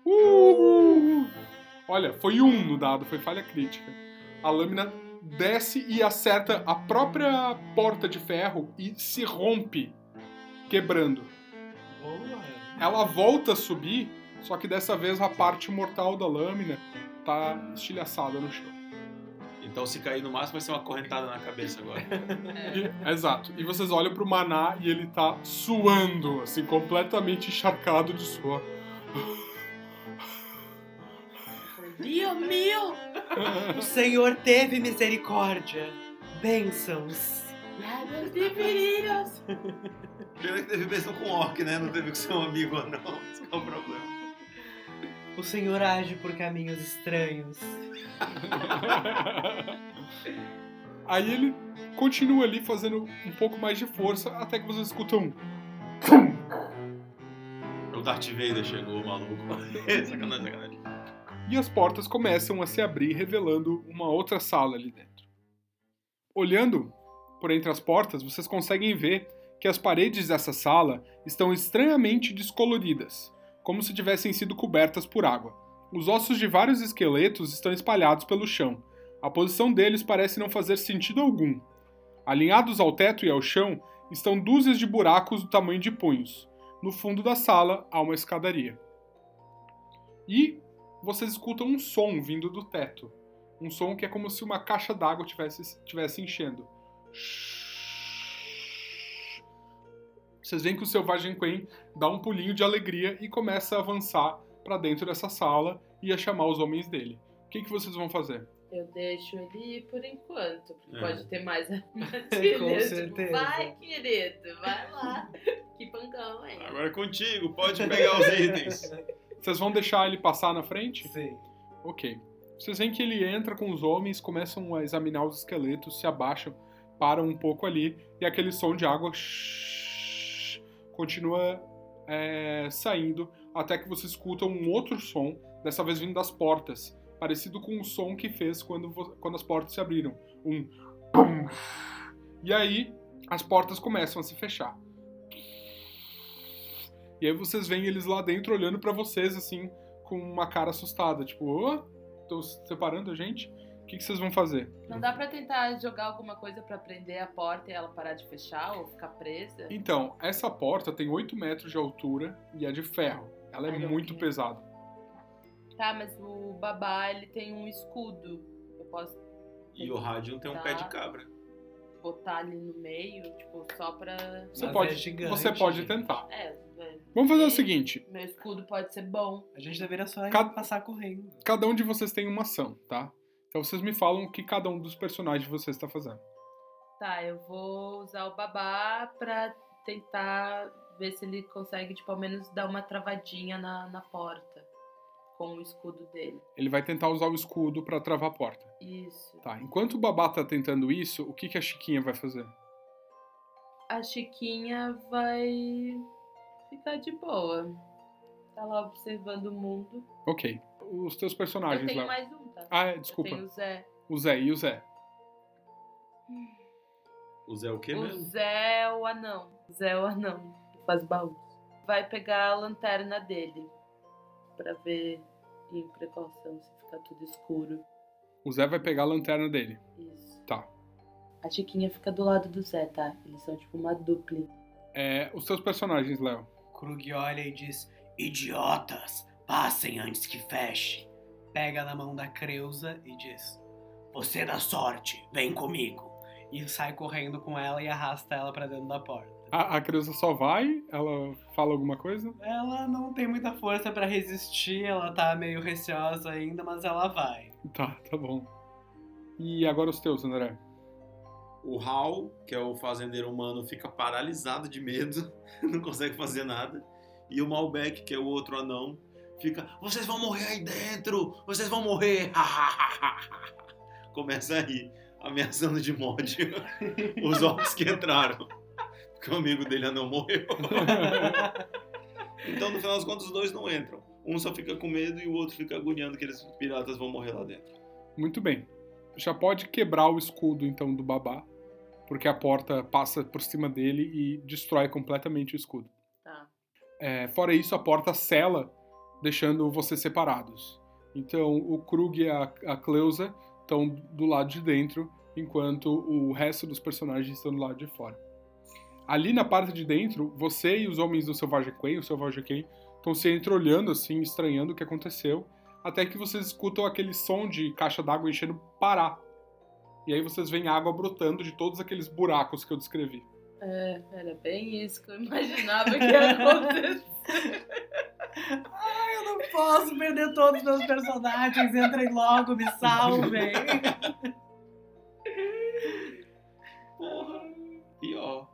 [SPEAKER 1] Uh! Olha, foi um no dado, foi falha crítica. A lâmina desce e acerta a própria porta de ferro e se rompe, quebrando.
[SPEAKER 2] Boa.
[SPEAKER 1] Ela volta a subir, só que dessa vez a parte mortal da lâmina tá estilhaçada no chão.
[SPEAKER 4] Então se cair no máximo vai ser uma correntada na cabeça agora.
[SPEAKER 1] E- exato. E vocês olham pro Maná e ele tá suando, assim, completamente encharcado de suor.
[SPEAKER 5] Meu, meu!
[SPEAKER 2] O Senhor teve misericórdia. Bênçãos.
[SPEAKER 5] Lábios divididos.
[SPEAKER 4] Pena que teve bênção com orc, né? Não teve que ser um amigo ou não. Esse que é o problema.
[SPEAKER 2] O Senhor age por caminhos estranhos.
[SPEAKER 1] Aí ele continua ali fazendo um pouco mais de força até que vocês escutam um.
[SPEAKER 4] O Darth Vader chegou, maluco. sacanagem, sacanagem.
[SPEAKER 1] e as portas começam a se abrir, revelando uma outra sala ali dentro. Olhando por entre as portas, vocês conseguem ver que as paredes dessa sala estão estranhamente descoloridas, como se tivessem sido cobertas por água. Os ossos de vários esqueletos estão espalhados pelo chão. A posição deles parece não fazer sentido algum. Alinhados ao teto e ao chão estão dúzias de buracos do tamanho de punhos. No fundo da sala há uma escadaria. E vocês escutam um som vindo do teto. Um som que é como se uma caixa d'água tivesse, tivesse enchendo. Vocês veem que o selvagem Quen dá um pulinho de alegria e começa a avançar pra dentro dessa sala e a chamar os homens dele. O que, que vocês vão fazer?
[SPEAKER 5] Eu deixo ele ir por enquanto, porque
[SPEAKER 4] É.
[SPEAKER 5] pode ter mais
[SPEAKER 2] Com
[SPEAKER 5] armadilhas.
[SPEAKER 2] certeza.
[SPEAKER 5] Tipo, vai, querido, vai lá. Que pancão, hein?
[SPEAKER 4] Agora é contigo, pode pegar os itens.
[SPEAKER 1] Vocês vão deixar ele passar na frente?
[SPEAKER 2] Sim.
[SPEAKER 1] Ok. Vocês veem que ele entra com os homens, começam a examinar os esqueletos, se abaixam, param um pouco ali, e aquele som de água shhh, continua é, saindo, até que você escuta um outro som, dessa vez vindo das portas, parecido com o som que fez quando, vo- quando as portas se abriram. Um pum. E aí, as portas começam a se fechar. E aí vocês veem eles lá dentro olhando pra vocês, assim, com uma cara assustada, tipo, ô, tô separando a gente? O que, que vocês vão fazer?
[SPEAKER 5] Não dá pra tentar jogar alguma coisa pra prender a porta e ela parar de fechar ou ficar presa?
[SPEAKER 1] Então, essa porta tem 8 metros de altura e é de ferro. Ela é
[SPEAKER 5] Ai, eu
[SPEAKER 1] muito
[SPEAKER 5] quero.
[SPEAKER 1] pesada.
[SPEAKER 5] Tá, mas o babá, ele tem um escudo. Eu posso
[SPEAKER 4] E o rádio tem um pé de cabra.
[SPEAKER 5] botar ali no meio, tipo, só pra...
[SPEAKER 1] Você
[SPEAKER 2] Mas
[SPEAKER 1] pode,
[SPEAKER 2] é gigante,
[SPEAKER 1] você pode
[SPEAKER 2] gente.
[SPEAKER 1] tentar.
[SPEAKER 5] É,
[SPEAKER 1] Vamos fazer o seguinte:
[SPEAKER 5] meu escudo pode ser bom.
[SPEAKER 2] A gente deveria só ir
[SPEAKER 1] Cada-
[SPEAKER 2] passar correndo.
[SPEAKER 1] cada um de vocês tem uma ação, tá? Então vocês me falam o que cada tá um dos personagens de vocês está fazendo.
[SPEAKER 5] Tá, eu vou usar o babá pra tentar ver se ele consegue, tipo, ao menos dar uma travadinha na, na porta com o escudo dele.
[SPEAKER 1] Ele vai tentar usar o escudo pra travar a porta.
[SPEAKER 5] Isso.
[SPEAKER 1] Tá, enquanto o babá tá tentando isso, o que, que a Chiquinha vai fazer?
[SPEAKER 5] A Chiquinha vai ficar de boa. Tá lá observando o mundo.
[SPEAKER 1] Ok. Os teus
[SPEAKER 5] Eu
[SPEAKER 1] personagens,
[SPEAKER 5] tenho
[SPEAKER 1] Léo.
[SPEAKER 5] mais um, tá?
[SPEAKER 1] Ah, é,
[SPEAKER 5] Eu
[SPEAKER 1] desculpa.
[SPEAKER 5] tenho o Zé.
[SPEAKER 1] O Zé e o Zé.
[SPEAKER 4] O Zé é o quê
[SPEAKER 5] O
[SPEAKER 4] mesmo?
[SPEAKER 5] Zé é o anão. O Zé é o anão que faz baús. Vai pegar a lanterna dele pra ver em precaução se ficar tudo escuro.
[SPEAKER 1] O Zé vai pegar a lanterna dele.
[SPEAKER 5] Isso.
[SPEAKER 1] Tá.
[SPEAKER 5] A Chiquinha fica do lado do Zé, tá? Eles são tipo uma dupla.
[SPEAKER 1] É, os teus personagens, Léo.
[SPEAKER 2] Krug olha e diz: Idiotas, passem antes que feche. Pega na mão da Creuza e diz: Você dá sorte, vem comigo. E sai correndo com ela e arrasta ela pra dentro da porta.
[SPEAKER 1] A, a criança só vai, ela fala alguma coisa.
[SPEAKER 2] Ela não tem muita força pra resistir, ela tá meio receosa ainda, mas ela vai.
[SPEAKER 1] Tá, tá bom. E agora os teus, André.
[SPEAKER 4] O Hal, que é o fazendeiro humano, fica paralisado de medo, não consegue fazer nada. E o Malbec, que é o outro anão, fica: Vocês vão morrer aí dentro! Vocês vão morrer! Começa a rir, ameaçando de morte os orcs que entraram. Porque o amigo dele anão morreu. Então, no final das contas, os dois não entram. Um só fica com medo e o outro fica agoniando que eles piratas vão morrer lá dentro.
[SPEAKER 1] Muito bem. Já pode quebrar o escudo, então, do babá, porque a porta passa por cima dele e destrói completamente o escudo.
[SPEAKER 5] Tá.
[SPEAKER 1] É, fora isso, a porta sela, deixando vocês separados. Então, o Krug e a, a Cleusa estão do lado de dentro, enquanto o resto dos personagens estão do lado de fora. Ali na parte de dentro, você e os homens do Selvagem Queen, o Selvagem Queen, estão se entreolhando assim, estranhando o que aconteceu, até que vocês escutam aquele som de caixa d'água enchendo parar. E aí vocês veem água brotando de todos aqueles buracos que eu descrevi.
[SPEAKER 5] É, era bem isso que eu imaginava que ia acontecer.
[SPEAKER 2] Ai, eu não posso perder todos os meus personagens. Entrem logo, me salvem.
[SPEAKER 4] Porra, pior.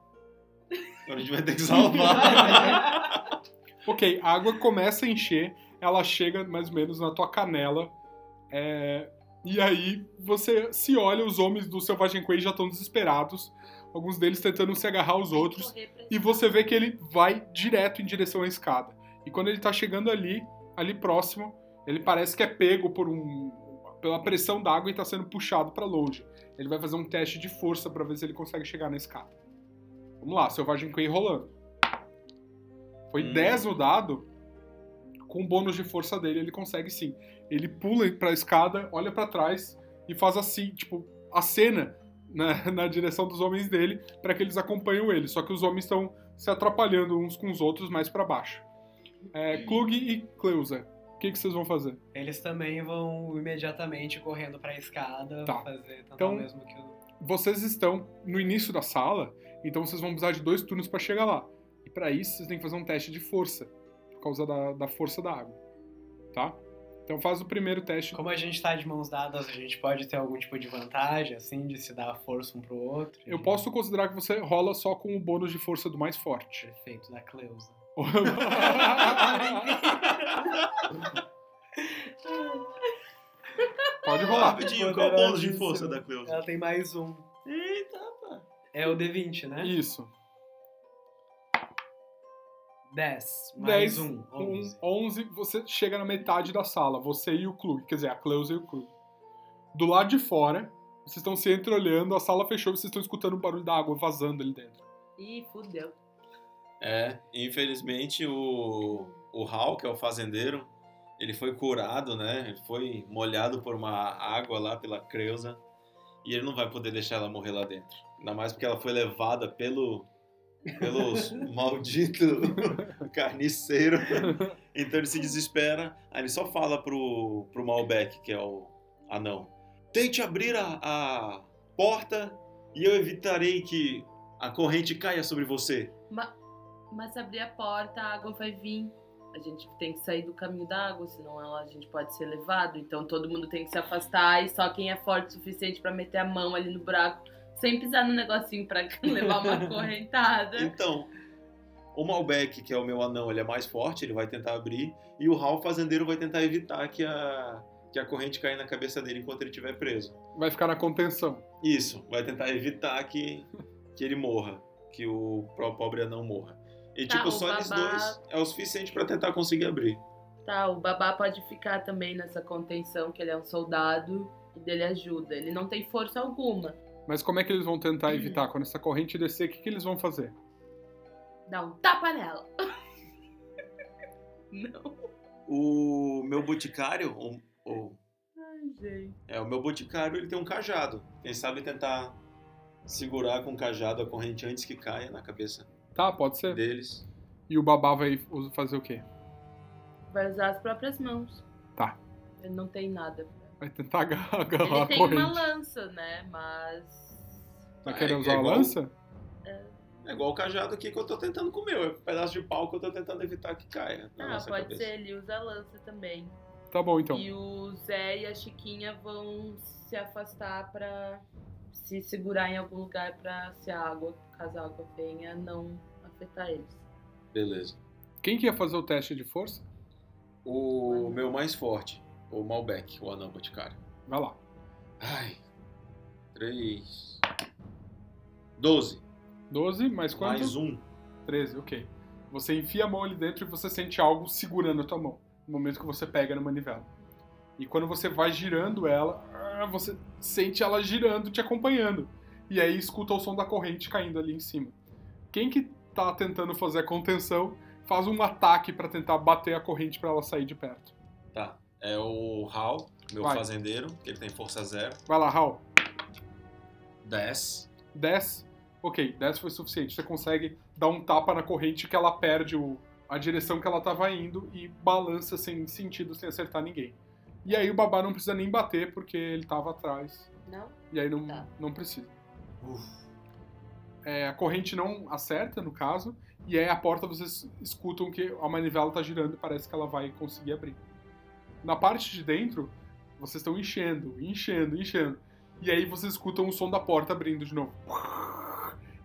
[SPEAKER 4] Agora a gente vai ter que salvar.
[SPEAKER 1] Ok, a água começa a encher, ela chega mais ou menos na tua canela. é, e aí você se olha, os homens do Selvagem Queen já estão desesperados, alguns deles tentando se agarrar aos outros.
[SPEAKER 5] Correr pra-
[SPEAKER 1] E você vê que ele vai direto em direção à escada. E quando ele tá chegando ali, ali próximo, ele parece que é pego por um pela pressão da água e tá sendo puxado pra longe. Ele vai fazer um teste de força pra ver se ele consegue chegar na escada. Vamos lá, Selvagem Queen rolando. Foi
[SPEAKER 4] Hum.
[SPEAKER 1] 10 no dado. Com o bônus de força dele, ele consegue sim. Ele pula pra escada, olha pra trás e faz assim, tipo, a cena na, na direção dos homens dele pra que eles acompanhem ele. Só que os homens estão se atrapalhando uns com os outros mais pra baixo. É, Klug e Cleusa, o que, que vocês vão fazer?
[SPEAKER 2] Eles também vão imediatamente correndo pra escada
[SPEAKER 1] Tá.
[SPEAKER 2] fazer tentar
[SPEAKER 1] Então-
[SPEAKER 2] o mesmo que o.
[SPEAKER 1] vocês estão no início da sala, então vocês vão precisar de dois turnos pra chegar lá. E pra isso, vocês têm que fazer um teste de força, por causa da, da força da água, tá? Então faz o primeiro teste.
[SPEAKER 2] Como a gente tá de mãos dadas, a gente pode ter algum tipo de vantagem, assim, de se dar força um pro outro.
[SPEAKER 1] Eu posso considerar que você rola só com o bônus de força do mais forte.
[SPEAKER 2] Perfeito, da Cleusa.
[SPEAKER 1] Pode rolar.
[SPEAKER 4] Rapidinho, qual é o bônus de força da Cleusa?
[SPEAKER 2] Ela tem mais um.
[SPEAKER 4] Eita, pá.
[SPEAKER 2] É o D20, né?
[SPEAKER 1] Isso.
[SPEAKER 2] 10.
[SPEAKER 1] Dez,
[SPEAKER 2] Mais um.
[SPEAKER 1] Com
[SPEAKER 2] 11.
[SPEAKER 1] 11, você chega na metade da sala, você e o Klug, quer dizer, a Cleusa e o Klug. Do lado de fora, vocês estão se entreolhando, a sala fechou, vocês estão escutando o barulho da água vazando ali dentro.
[SPEAKER 5] Ih, fudeu.
[SPEAKER 4] É, infelizmente o, o Hal, que é o fazendeiro, ele foi curado, né? Ele foi molhado por uma água lá pela Creusa. E ele não vai poder deixar ela morrer lá dentro. Ainda mais porque ela foi levada pelo. pelo maldito carniceiro. Então ele se desespera. Aí ele só fala pro, pro Malbec, que é o anão: Tente abrir a, a porta e eu evitarei que a corrente caia sobre você.
[SPEAKER 5] Ma- mas se abrir a porta, a água vai vir. A gente tem que sair do caminho da água, senão ela, a gente pode ser levado. Então todo mundo tem que se afastar e só quem é forte o suficiente pra meter a mão ali no buraco Sem pisar no negocinho pra levar uma correntada.
[SPEAKER 4] Então, o Malbec, que é o meu anão, ele é mais forte, ele vai tentar abrir, e o Hal fazendeiro vai tentar evitar que a, que a corrente caia na cabeça dele enquanto ele estiver preso.
[SPEAKER 1] Vai ficar na contenção.
[SPEAKER 4] Isso, vai tentar evitar que, que ele morra, que o pro- pobre anão morra. E
[SPEAKER 5] Tá,
[SPEAKER 4] tipo,
[SPEAKER 5] o
[SPEAKER 4] só eles
[SPEAKER 5] babá-
[SPEAKER 4] dois é o suficiente pra tentar conseguir abrir.
[SPEAKER 5] Tá, o babá pode ficar também nessa contenção, que ele é um soldado e dele ajuda. Ele não tem força alguma.
[SPEAKER 1] Mas como é que eles vão
[SPEAKER 4] Hum.
[SPEAKER 1] tentar evitar? Quando essa corrente descer, o que, que eles vão fazer?
[SPEAKER 5] Dá um tapa nela. não.
[SPEAKER 4] O meu boticário, o- o-
[SPEAKER 5] Ai, gente.
[SPEAKER 4] é, o meu boticário, ele tem um cajado. Quem sabe tentar segurar com o cajado a corrente antes que caia na cabeça
[SPEAKER 1] Tá, pode ser.
[SPEAKER 4] deles.
[SPEAKER 1] E o babá vai us- fazer o quê?
[SPEAKER 5] Vai usar as próprias mãos.
[SPEAKER 1] Tá.
[SPEAKER 5] Ele não tem nada.
[SPEAKER 1] Vai tentar agar-
[SPEAKER 5] Ele
[SPEAKER 1] agarrar a
[SPEAKER 5] tem uma
[SPEAKER 1] corrente.
[SPEAKER 5] lança, né? Mas.
[SPEAKER 1] Vai querer
[SPEAKER 4] É- é
[SPEAKER 1] usar a
[SPEAKER 4] igual-
[SPEAKER 1] lança?
[SPEAKER 4] É igual o cajado aqui que eu tô tentando comer, é um pedaço de pau que eu tô tentando evitar que caia na
[SPEAKER 5] Ah,
[SPEAKER 4] nossa
[SPEAKER 5] pode
[SPEAKER 4] cabeça.
[SPEAKER 5] ser, ele usa a lança também.
[SPEAKER 1] Tá bom, então.
[SPEAKER 5] E o Zé e a Chiquinha vão se afastar pra se segurar em algum lugar pra se a água, caso a água venha, não afetar eles.
[SPEAKER 4] Beleza.
[SPEAKER 1] Quem que ia fazer o teste de força?
[SPEAKER 4] O meu mais forte, o Malbec, o anão boticário.
[SPEAKER 1] Vai lá.
[SPEAKER 4] Ai. 3. 12.
[SPEAKER 1] 12 mais quanto?
[SPEAKER 4] Mais um.
[SPEAKER 1] 13, ok. Você enfia a mão ali dentro e você sente algo segurando a tua mão. No momento que você pega na manivela. E quando você vai girando ela, ah, você sente ela girando, te acompanhando. E aí escuta o som da corrente caindo ali em cima. Quem que tá tentando fazer a contenção, faz um ataque pra tentar bater a corrente pra ela sair de perto.
[SPEAKER 4] Tá. É o Hal, meu
[SPEAKER 1] Vai.
[SPEAKER 4] fazendeiro, que ele tem força zero.
[SPEAKER 1] Vai lá, Raul.
[SPEAKER 4] 10.
[SPEAKER 1] 10. Ok, 10 foi suficiente. Você consegue dar um tapa na corrente que ela perde o- a direção que ela estava indo e balança sem sentido, sem acertar ninguém. E aí o babá não precisa nem bater porque ele estava atrás.
[SPEAKER 5] Não?
[SPEAKER 1] E aí não,
[SPEAKER 5] Tá.
[SPEAKER 1] não precisa.
[SPEAKER 4] Uf.
[SPEAKER 1] É, a corrente não acerta, no caso, e aí a porta vocês escutam que a manivela tá girando e parece que ela vai conseguir abrir. Na parte de dentro, vocês estão enchendo, enchendo, enchendo. E aí vocês escutam o som da porta abrindo de novo.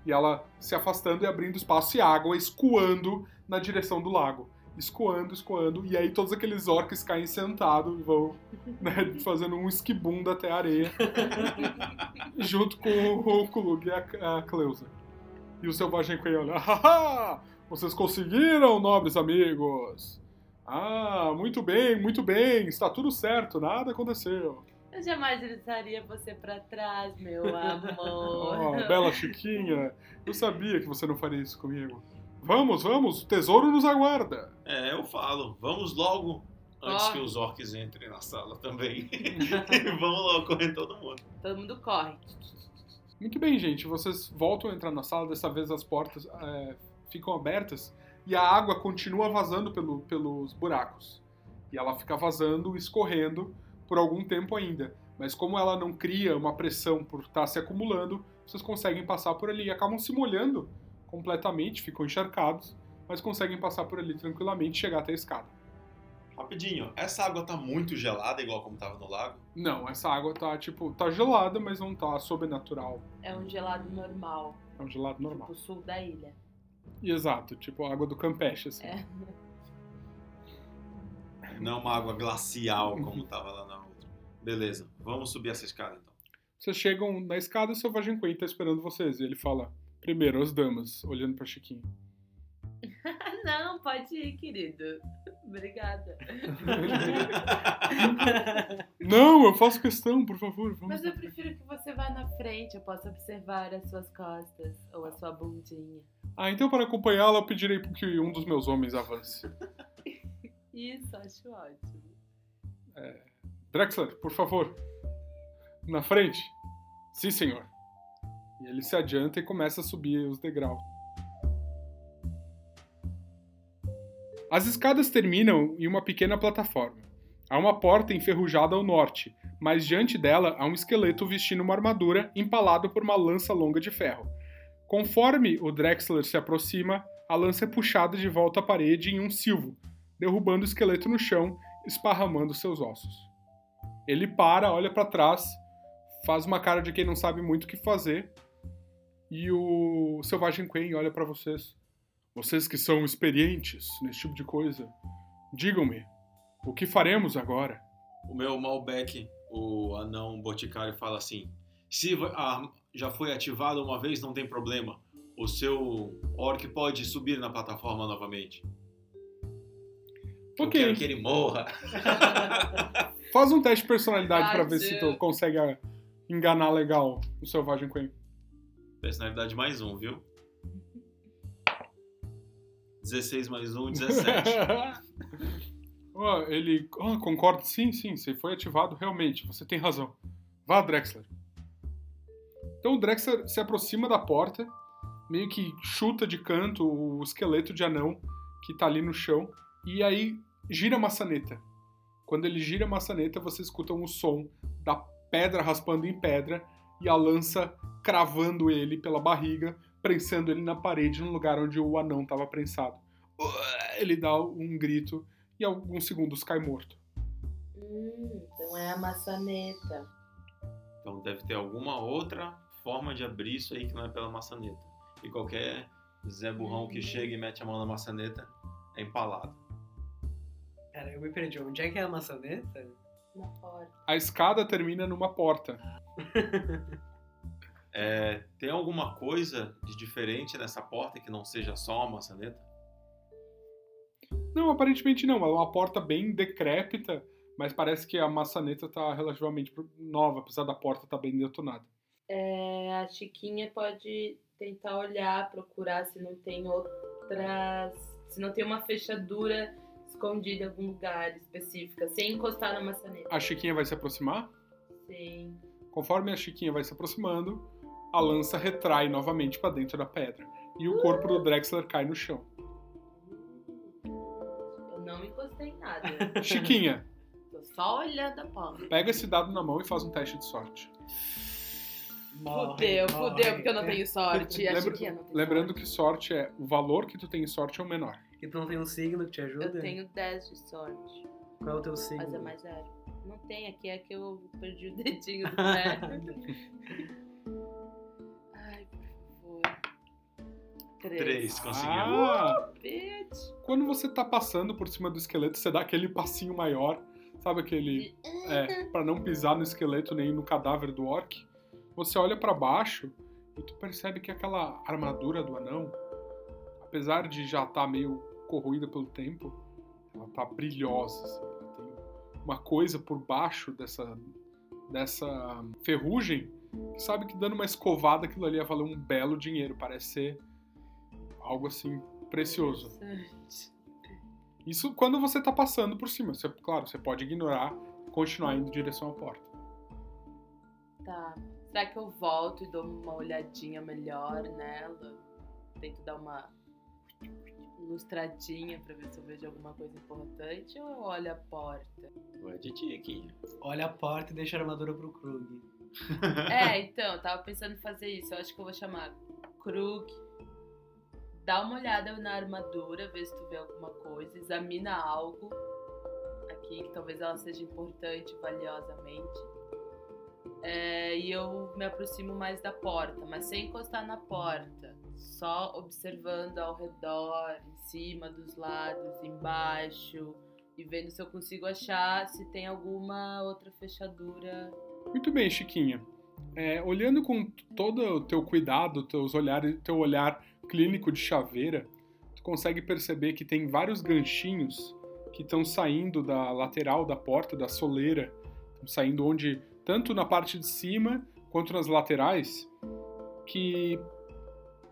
[SPEAKER 1] E ela se afastando e abrindo espaço e água escoando na direção do lago. Escoando, escoando, e aí todos aqueles orques caem sentados e vão né, fazendo um esquibundo até a areia junto com o Kulug e a, a Cleusa. E o selvagem coelho olha, haha! Vocês conseguiram, nobres amigos! Ah, muito bem, muito bem, está tudo certo, nada aconteceu.
[SPEAKER 5] Eu jamais deixaria você pra trás, meu amor.
[SPEAKER 1] Oh, bela Chiquinha, eu sabia que você não faria isso comigo. Vamos, vamos, o tesouro nos aguarda.
[SPEAKER 4] É, eu falo. Vamos logo. Antes
[SPEAKER 5] Ó.
[SPEAKER 4] que os orcs entrem na sala também. Vamos logo correr todo mundo.
[SPEAKER 5] Todo mundo corre.
[SPEAKER 1] Muito bem, gente, vocês voltam a entrar na sala, dessa vez as portas é, ficam abertas e a água continua vazando pelo- pelos buracos. E ela fica vazando, escorrendo por algum tempo ainda. Mas como ela não cria uma pressão por estar se acumulando, vocês conseguem passar por ali e acabam se molhando completamente, ficam encharcados, mas conseguem passar por ali tranquilamente e chegar até a escada.
[SPEAKER 4] Rapidinho, essa água tá muito gelada, igual como tava no lago.
[SPEAKER 1] Não, essa água tá tipo, tá gelada, mas não tá sobrenatural.
[SPEAKER 5] É um gelado normal,
[SPEAKER 1] É um gelado normal.
[SPEAKER 5] tipo sul da ilha.
[SPEAKER 1] Exato, tipo a água do Campeche, assim.
[SPEAKER 5] É.
[SPEAKER 4] Não é uma água glacial como tava lá na outra. Beleza, vamos subir essa escada então.
[SPEAKER 1] Vocês chegam na escada, o Selvagem Queen tá esperando vocês. E ele fala, primeiro, as damas, olhando pra Chiquinho.
[SPEAKER 5] Ah, não, pode ir, querido. Obrigada.
[SPEAKER 1] Não, eu faço questão, por favor, vamos.
[SPEAKER 5] Mas eu prefiro que você vá na frente, eu posso observar as suas costas ou a sua bundinha.
[SPEAKER 1] Ah, então para acompanhá-la, eu pedirei que um dos meus homens avance.
[SPEAKER 5] Isso, acho ótimo.
[SPEAKER 1] É. Drexler, por favor. Na frente. Sim, senhor. E ele se adianta e começa a subir os degraus. As escadas terminam em uma pequena plataforma. Há uma porta enferrujada ao norte, mas diante dela há um esqueleto vestindo uma armadura empalado por uma lança longa de ferro. Conforme o Drexler se aproxima, a lança é puxada de volta à parede em um silvo, derrubando o esqueleto no chão, esparramando seus ossos. Ele para, olha pra trás, faz uma cara de quem não sabe muito o que fazer E o Selvagem Queen olha pra vocês. Vocês que são experientes nesse tipo de coisa, digam-me, o que faremos agora?
[SPEAKER 4] O meu Malbec, o anão boticário, fala assim: se va- a- já foi ativado uma vez, não tem problema. O seu orc pode subir na plataforma novamente. Eu
[SPEAKER 1] Ok.
[SPEAKER 4] quero que ele morra.
[SPEAKER 1] Faz um teste de personalidade
[SPEAKER 5] Ai,
[SPEAKER 1] pra ver se
[SPEAKER 5] Deus.
[SPEAKER 1] tu consegue ah, enganar legal o Selvagem Queen.
[SPEAKER 4] Personalidade mais um, viu? 16 mais um, 17.
[SPEAKER 1] Ó, ele. Ah, concordo. Sim, sim, você foi ativado realmente. Você tem razão. Vá, Drexler. Então o Drexler se aproxima da porta, meio que chuta de canto o esqueleto de anão que tá ali no chão, e aí gira a maçaneta. Quando ele gira a maçaneta, vocês escutam o som da pedra raspando em pedra e a lança cravando ele pela barriga, prensando ele na parede no lugar onde o anão estava prensado. Ué, Ele dá um grito e alguns segundos cai morto.
[SPEAKER 5] Hum, então é a maçaneta.
[SPEAKER 4] Então deve ter alguma outra forma de abrir isso aí que não é pela maçaneta. E qualquer Zé Burrão que chega e mete a mão na maçaneta é empalado.
[SPEAKER 2] Cara, eu me perdi. Onde é que é a maçaneta?
[SPEAKER 5] Na porta.
[SPEAKER 1] A escada termina numa porta.
[SPEAKER 4] É, tem alguma coisa de diferente nessa porta que não seja só uma maçaneta?
[SPEAKER 1] Não, aparentemente não. Ela é uma porta bem decrépita, mas parece que a maçaneta tá relativamente pro- nova, apesar da porta estar bem detonada.
[SPEAKER 5] É, a Chiquinha pode tentar olhar, procurar se não tem outras. Se não tem uma fechadura escondida em algum lugar específica, sem encostar na maçaneta.
[SPEAKER 1] A Chiquinha vai se aproximar.
[SPEAKER 5] Sim.
[SPEAKER 1] Conforme a Chiquinha vai se aproximando, a lança retrai novamente para dentro da pedra. E o corpo do Drexler cai no chão.
[SPEAKER 5] Eu não encostei em nada.
[SPEAKER 1] Chiquinha,
[SPEAKER 5] Tô só olhando a porta.
[SPEAKER 1] pega esse dado na mão e faz um teste de sorte.
[SPEAKER 2] Morre,
[SPEAKER 5] fudeu,
[SPEAKER 2] morre.
[SPEAKER 5] fudeu, É porque eu não tenho sorte. A
[SPEAKER 1] Lembra-
[SPEAKER 5] Chiquinha não tem
[SPEAKER 1] Lembrando que sorte é o valor que tu tem em sorte é o menor.
[SPEAKER 2] E tu não tem um signo que te ajuda?
[SPEAKER 5] sorte. Eu tenho 10 de sorte.
[SPEAKER 2] Qual é o teu signo?
[SPEAKER 5] Mas é mais zero. Não tem aqui, é que eu perdi o dedinho do pé. Ai, por favor. Três.
[SPEAKER 4] Três, conseguiu.
[SPEAKER 1] Ah!
[SPEAKER 5] Bitch.
[SPEAKER 1] Quando você tá passando por cima do esqueleto, você dá aquele passinho maior, sabe aquele é, para não pisar no esqueleto nem no cadáver do orc. Você olha pra baixo e tu percebe que aquela armadura do anão, apesar de já estar meio corroída pelo tempo, ela tá brilhosa. assim. Ela tem uma coisa por baixo dessa dessa ferrugem que sabe que dando uma escovada aquilo ali ia valer um belo dinheiro, parece ser algo assim precioso.
[SPEAKER 5] Interessante.
[SPEAKER 1] Isso quando você tá passando por cima. Você, claro, você pode ignorar e continuar indo em direção à porta.
[SPEAKER 5] Tá. Será que eu volto e dou uma olhadinha melhor nela? Tento dar uma lustradinha pra ver se eu vejo alguma coisa importante ou eu olho a porta?
[SPEAKER 4] Vai de Tiquinha.
[SPEAKER 2] Olha a porta e deixa a armadura pro Krug.
[SPEAKER 5] É, então, eu tava pensando em fazer isso. Eu acho que eu vou chamar Krug. Dá uma olhada na armadura, vê se tu vê alguma coisa, examina algo aqui, que talvez ela seja importante valiosamente. É, e eu me aproximo mais da porta, mas sem encostar na porta, só observando ao redor, em cima, dos lados, embaixo, e vendo se eu consigo achar se tem alguma outra fechadura
[SPEAKER 1] Muito bem, Chiquinha. É, olhando com todo o teu cuidado, teus olhares, teu olhar clínico de chaveira, tu consegue perceber que tem vários ganchinhos que estão saindo da lateral da porta, da soleira, estão saindo onde tanto na parte de cima quanto nas laterais, que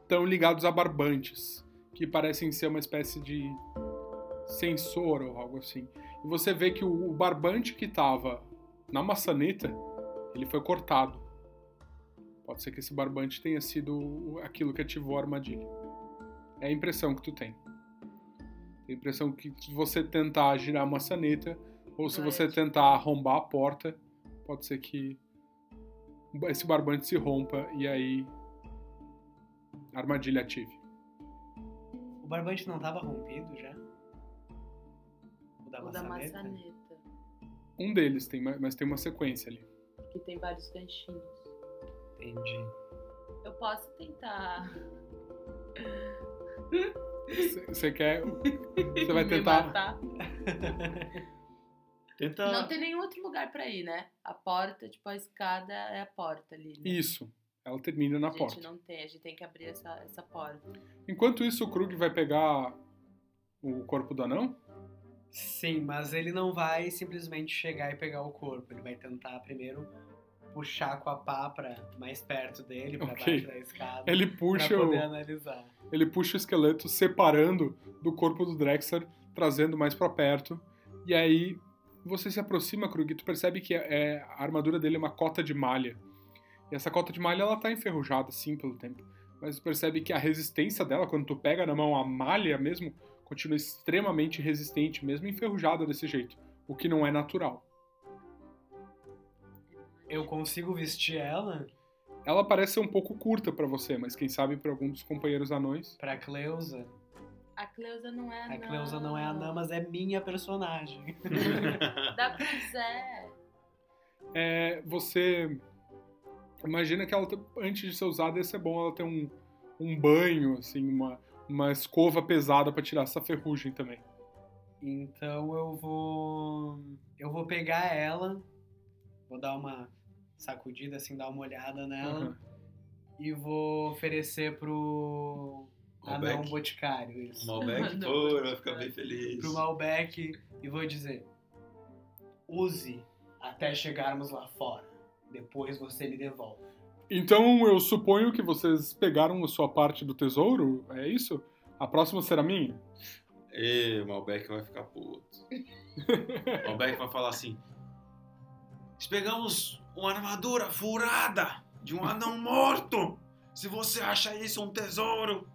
[SPEAKER 1] estão ligados a barbantes, que parecem ser uma espécie de sensor ou algo assim. E você vê que o o barbante que estava na maçaneta ele foi cortado. Pode ser que esse barbante tenha sido o- aquilo que ativou a armadilha. É a impressão que tu tem. Tem a impressão que se você tentar girar a maçaneta, ou se
[SPEAKER 5] Vai
[SPEAKER 1] você
[SPEAKER 5] ativar.
[SPEAKER 1] tentar arrombar a porta, pode ser que esse barbante se rompa e aí a armadilha ative.
[SPEAKER 2] O barbante não tava rompido já? O da
[SPEAKER 5] ou da
[SPEAKER 2] maçaneta?
[SPEAKER 5] maçaneta.
[SPEAKER 1] Um deles tem, ma- mas tem uma sequência ali.
[SPEAKER 5] que tem vários ganchinhos.
[SPEAKER 2] Entendi.
[SPEAKER 5] Eu posso tentar.
[SPEAKER 1] Você quer. Você vai
[SPEAKER 5] me
[SPEAKER 1] tentar.
[SPEAKER 5] matar.
[SPEAKER 1] Tá.
[SPEAKER 4] Tenta.
[SPEAKER 5] Tá. Não tem nenhum outro lugar pra ir, né? A porta, tipo, a escada é a porta ali. Né?
[SPEAKER 1] Isso. Ela termina na
[SPEAKER 5] a gente
[SPEAKER 1] porta.
[SPEAKER 5] não tem, a gente tem que abrir essa, essa porta.
[SPEAKER 1] Enquanto isso, o Krug vai pegar o corpo do anão.
[SPEAKER 2] Sim, mas ele não vai simplesmente chegar e pegar o corpo. Ele vai tentar primeiro puxar com a pá pra mais perto dele, pra
[SPEAKER 1] Ok.
[SPEAKER 2] baixo da escada.
[SPEAKER 1] Ele puxa,
[SPEAKER 2] pra
[SPEAKER 1] o,
[SPEAKER 2] poder analisar.
[SPEAKER 1] ele puxa o esqueleto, separando do corpo do Drexler, trazendo mais pra perto. E aí você se aproxima, Krug, e tu percebe que é, a armadura dele é uma cota de malha. E essa cota de malha, ela tá enferrujada, sim, pelo tempo. Mas tu percebe que a resistência dela, quando tu pega na mão a malha mesmo, continua extremamente resistente, mesmo enferrujada desse jeito. O que não é natural.
[SPEAKER 2] Eu consigo vestir ela
[SPEAKER 1] Ela parece ser um pouco curta pra você, mas quem sabe pra algum dos companheiros anões.
[SPEAKER 2] pra Cleusa.
[SPEAKER 5] A Cleusa não é
[SPEAKER 2] A Cleusa não é anã, mas é minha personagem.
[SPEAKER 5] Dá pro Zé.
[SPEAKER 1] É, você imagina que ela, tá- antes de ser usada, ia ser bom ela ter um, um banho, assim, uma, uma escova pesada pra tirar essa ferrugem também.
[SPEAKER 2] Então eu vou. Eu vou pegar ela, vou dar uma sacudida, assim, dar uma olhada nela,
[SPEAKER 1] Uhum.
[SPEAKER 2] e vou oferecer pro. Anão
[SPEAKER 4] Malbec.
[SPEAKER 2] Boticário, isso.
[SPEAKER 4] Malbec,
[SPEAKER 5] Ah, Não,
[SPEAKER 4] pô,
[SPEAKER 5] não.
[SPEAKER 4] vai ficar bem feliz.
[SPEAKER 2] pro Malbec e vou dizer: use até chegarmos lá fora. Depois você me devolve.
[SPEAKER 1] Então eu suponho que vocês pegaram a sua parte do tesouro, é isso? A próxima será minha?
[SPEAKER 4] Ê, o Malbec vai ficar puto. O Malbec vai falar assim: Nós pegamos uma armadura furada de um anão morto. Se você acha isso um tesouro,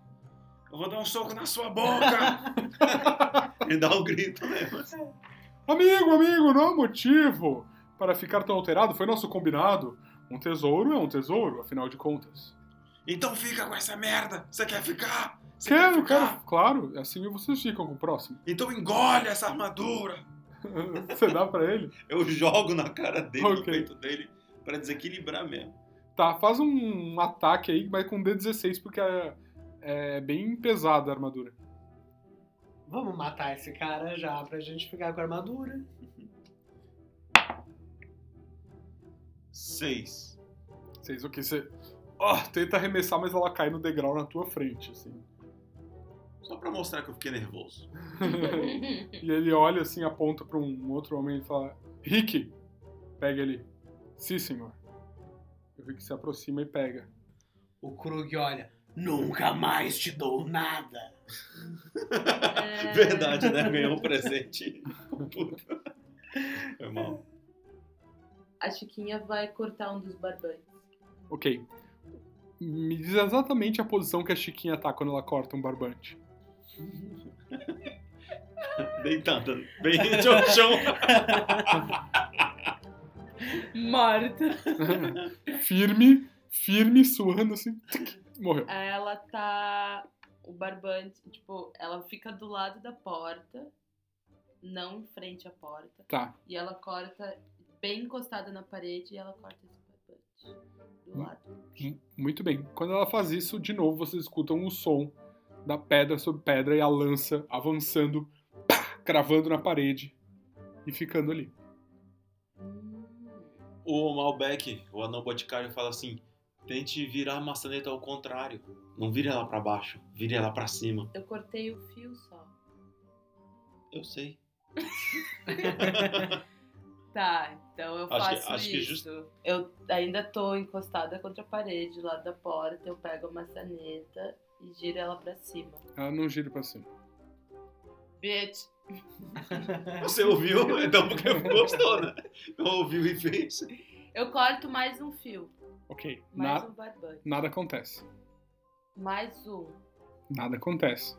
[SPEAKER 4] eu vou dar um soco na sua boca. e dá um grito mesmo. assim.
[SPEAKER 1] Amigo, amigo, não há motivo para ficar tão alterado, foi nosso combinado. Um tesouro é um tesouro, afinal de contas.
[SPEAKER 4] Então fica com essa merda. Você quer ficar? Você quer
[SPEAKER 1] Quero,
[SPEAKER 4] ficar?
[SPEAKER 1] quero, claro, assim vocês ficam com o próximo.
[SPEAKER 4] Então engole essa armadura.
[SPEAKER 1] Você dá pra ele?
[SPEAKER 4] Eu jogo na cara dele, no
[SPEAKER 1] Ok.
[SPEAKER 4] peito dele, pra desequilibrar mesmo.
[SPEAKER 1] Tá, faz um ataque aí, mas com D16, porque é, é bem pesada a armadura.
[SPEAKER 2] Vamos matar esse cara já pra gente ficar com a armadura.
[SPEAKER 4] Seis.
[SPEAKER 1] 6, ok, você ó, tenta arremessar, mas ela cai no degrau na tua frente, assim.
[SPEAKER 4] Só pra mostrar que eu fiquei nervoso.
[SPEAKER 1] E ele olha assim, aponta pra um outro homem e fala: Rick, pega ele. Sim, senhor. E O Rick se aproxima e pega.
[SPEAKER 2] O Krug olha.
[SPEAKER 6] Nunca mais te dou nada.
[SPEAKER 5] É,
[SPEAKER 4] Verdade, né? Ganhou um presente. Puta. Foi mal.
[SPEAKER 5] A Chiquinha vai cortar um dos barbantes.
[SPEAKER 1] Ok. Me diz exatamente a posição que a Chiquinha tá quando ela corta um barbante.
[SPEAKER 4] Deitada. Bem de ao chão.
[SPEAKER 5] Morta.
[SPEAKER 1] firme, firme, suando assim. tic, Morreu.
[SPEAKER 5] Aí ela tá. O barbante, tipo, ela fica do lado da porta, não em frente à porta.
[SPEAKER 1] Tá.
[SPEAKER 5] E ela corta bem encostada na parede e ela corta esse barbante. Do
[SPEAKER 1] Hum.
[SPEAKER 5] lado.
[SPEAKER 1] Muito bem. Quando ela faz isso, de novo vocês escutam o som da pedra sobre pedra e a lança avançando, pá, cravando na parede e ficando ali.
[SPEAKER 5] Hum.
[SPEAKER 4] O Malbec, o anão boticário, fala assim: tente virar a maçaneta ao contrário. Não vire ela pra baixo, vire ela pra cima.
[SPEAKER 5] Eu cortei o fio só.
[SPEAKER 4] Eu sei.
[SPEAKER 5] Tá, então eu
[SPEAKER 4] Acho que-
[SPEAKER 5] faço
[SPEAKER 4] acho que
[SPEAKER 5] isso. Eu ainda tô encostada contra a parede, do lado da porta, eu pego a maçaneta e giro ela pra cima.
[SPEAKER 1] Ela não gira pra cima.
[SPEAKER 5] Bitch!
[SPEAKER 4] Você ouviu? Então porque gostou, né? Então ouviu e fez.
[SPEAKER 5] Eu corto mais um fio,
[SPEAKER 1] Ok.
[SPEAKER 5] mais
[SPEAKER 1] Na-
[SPEAKER 5] um barbante,
[SPEAKER 1] Nada acontece.
[SPEAKER 5] mais um.
[SPEAKER 1] Nada acontece.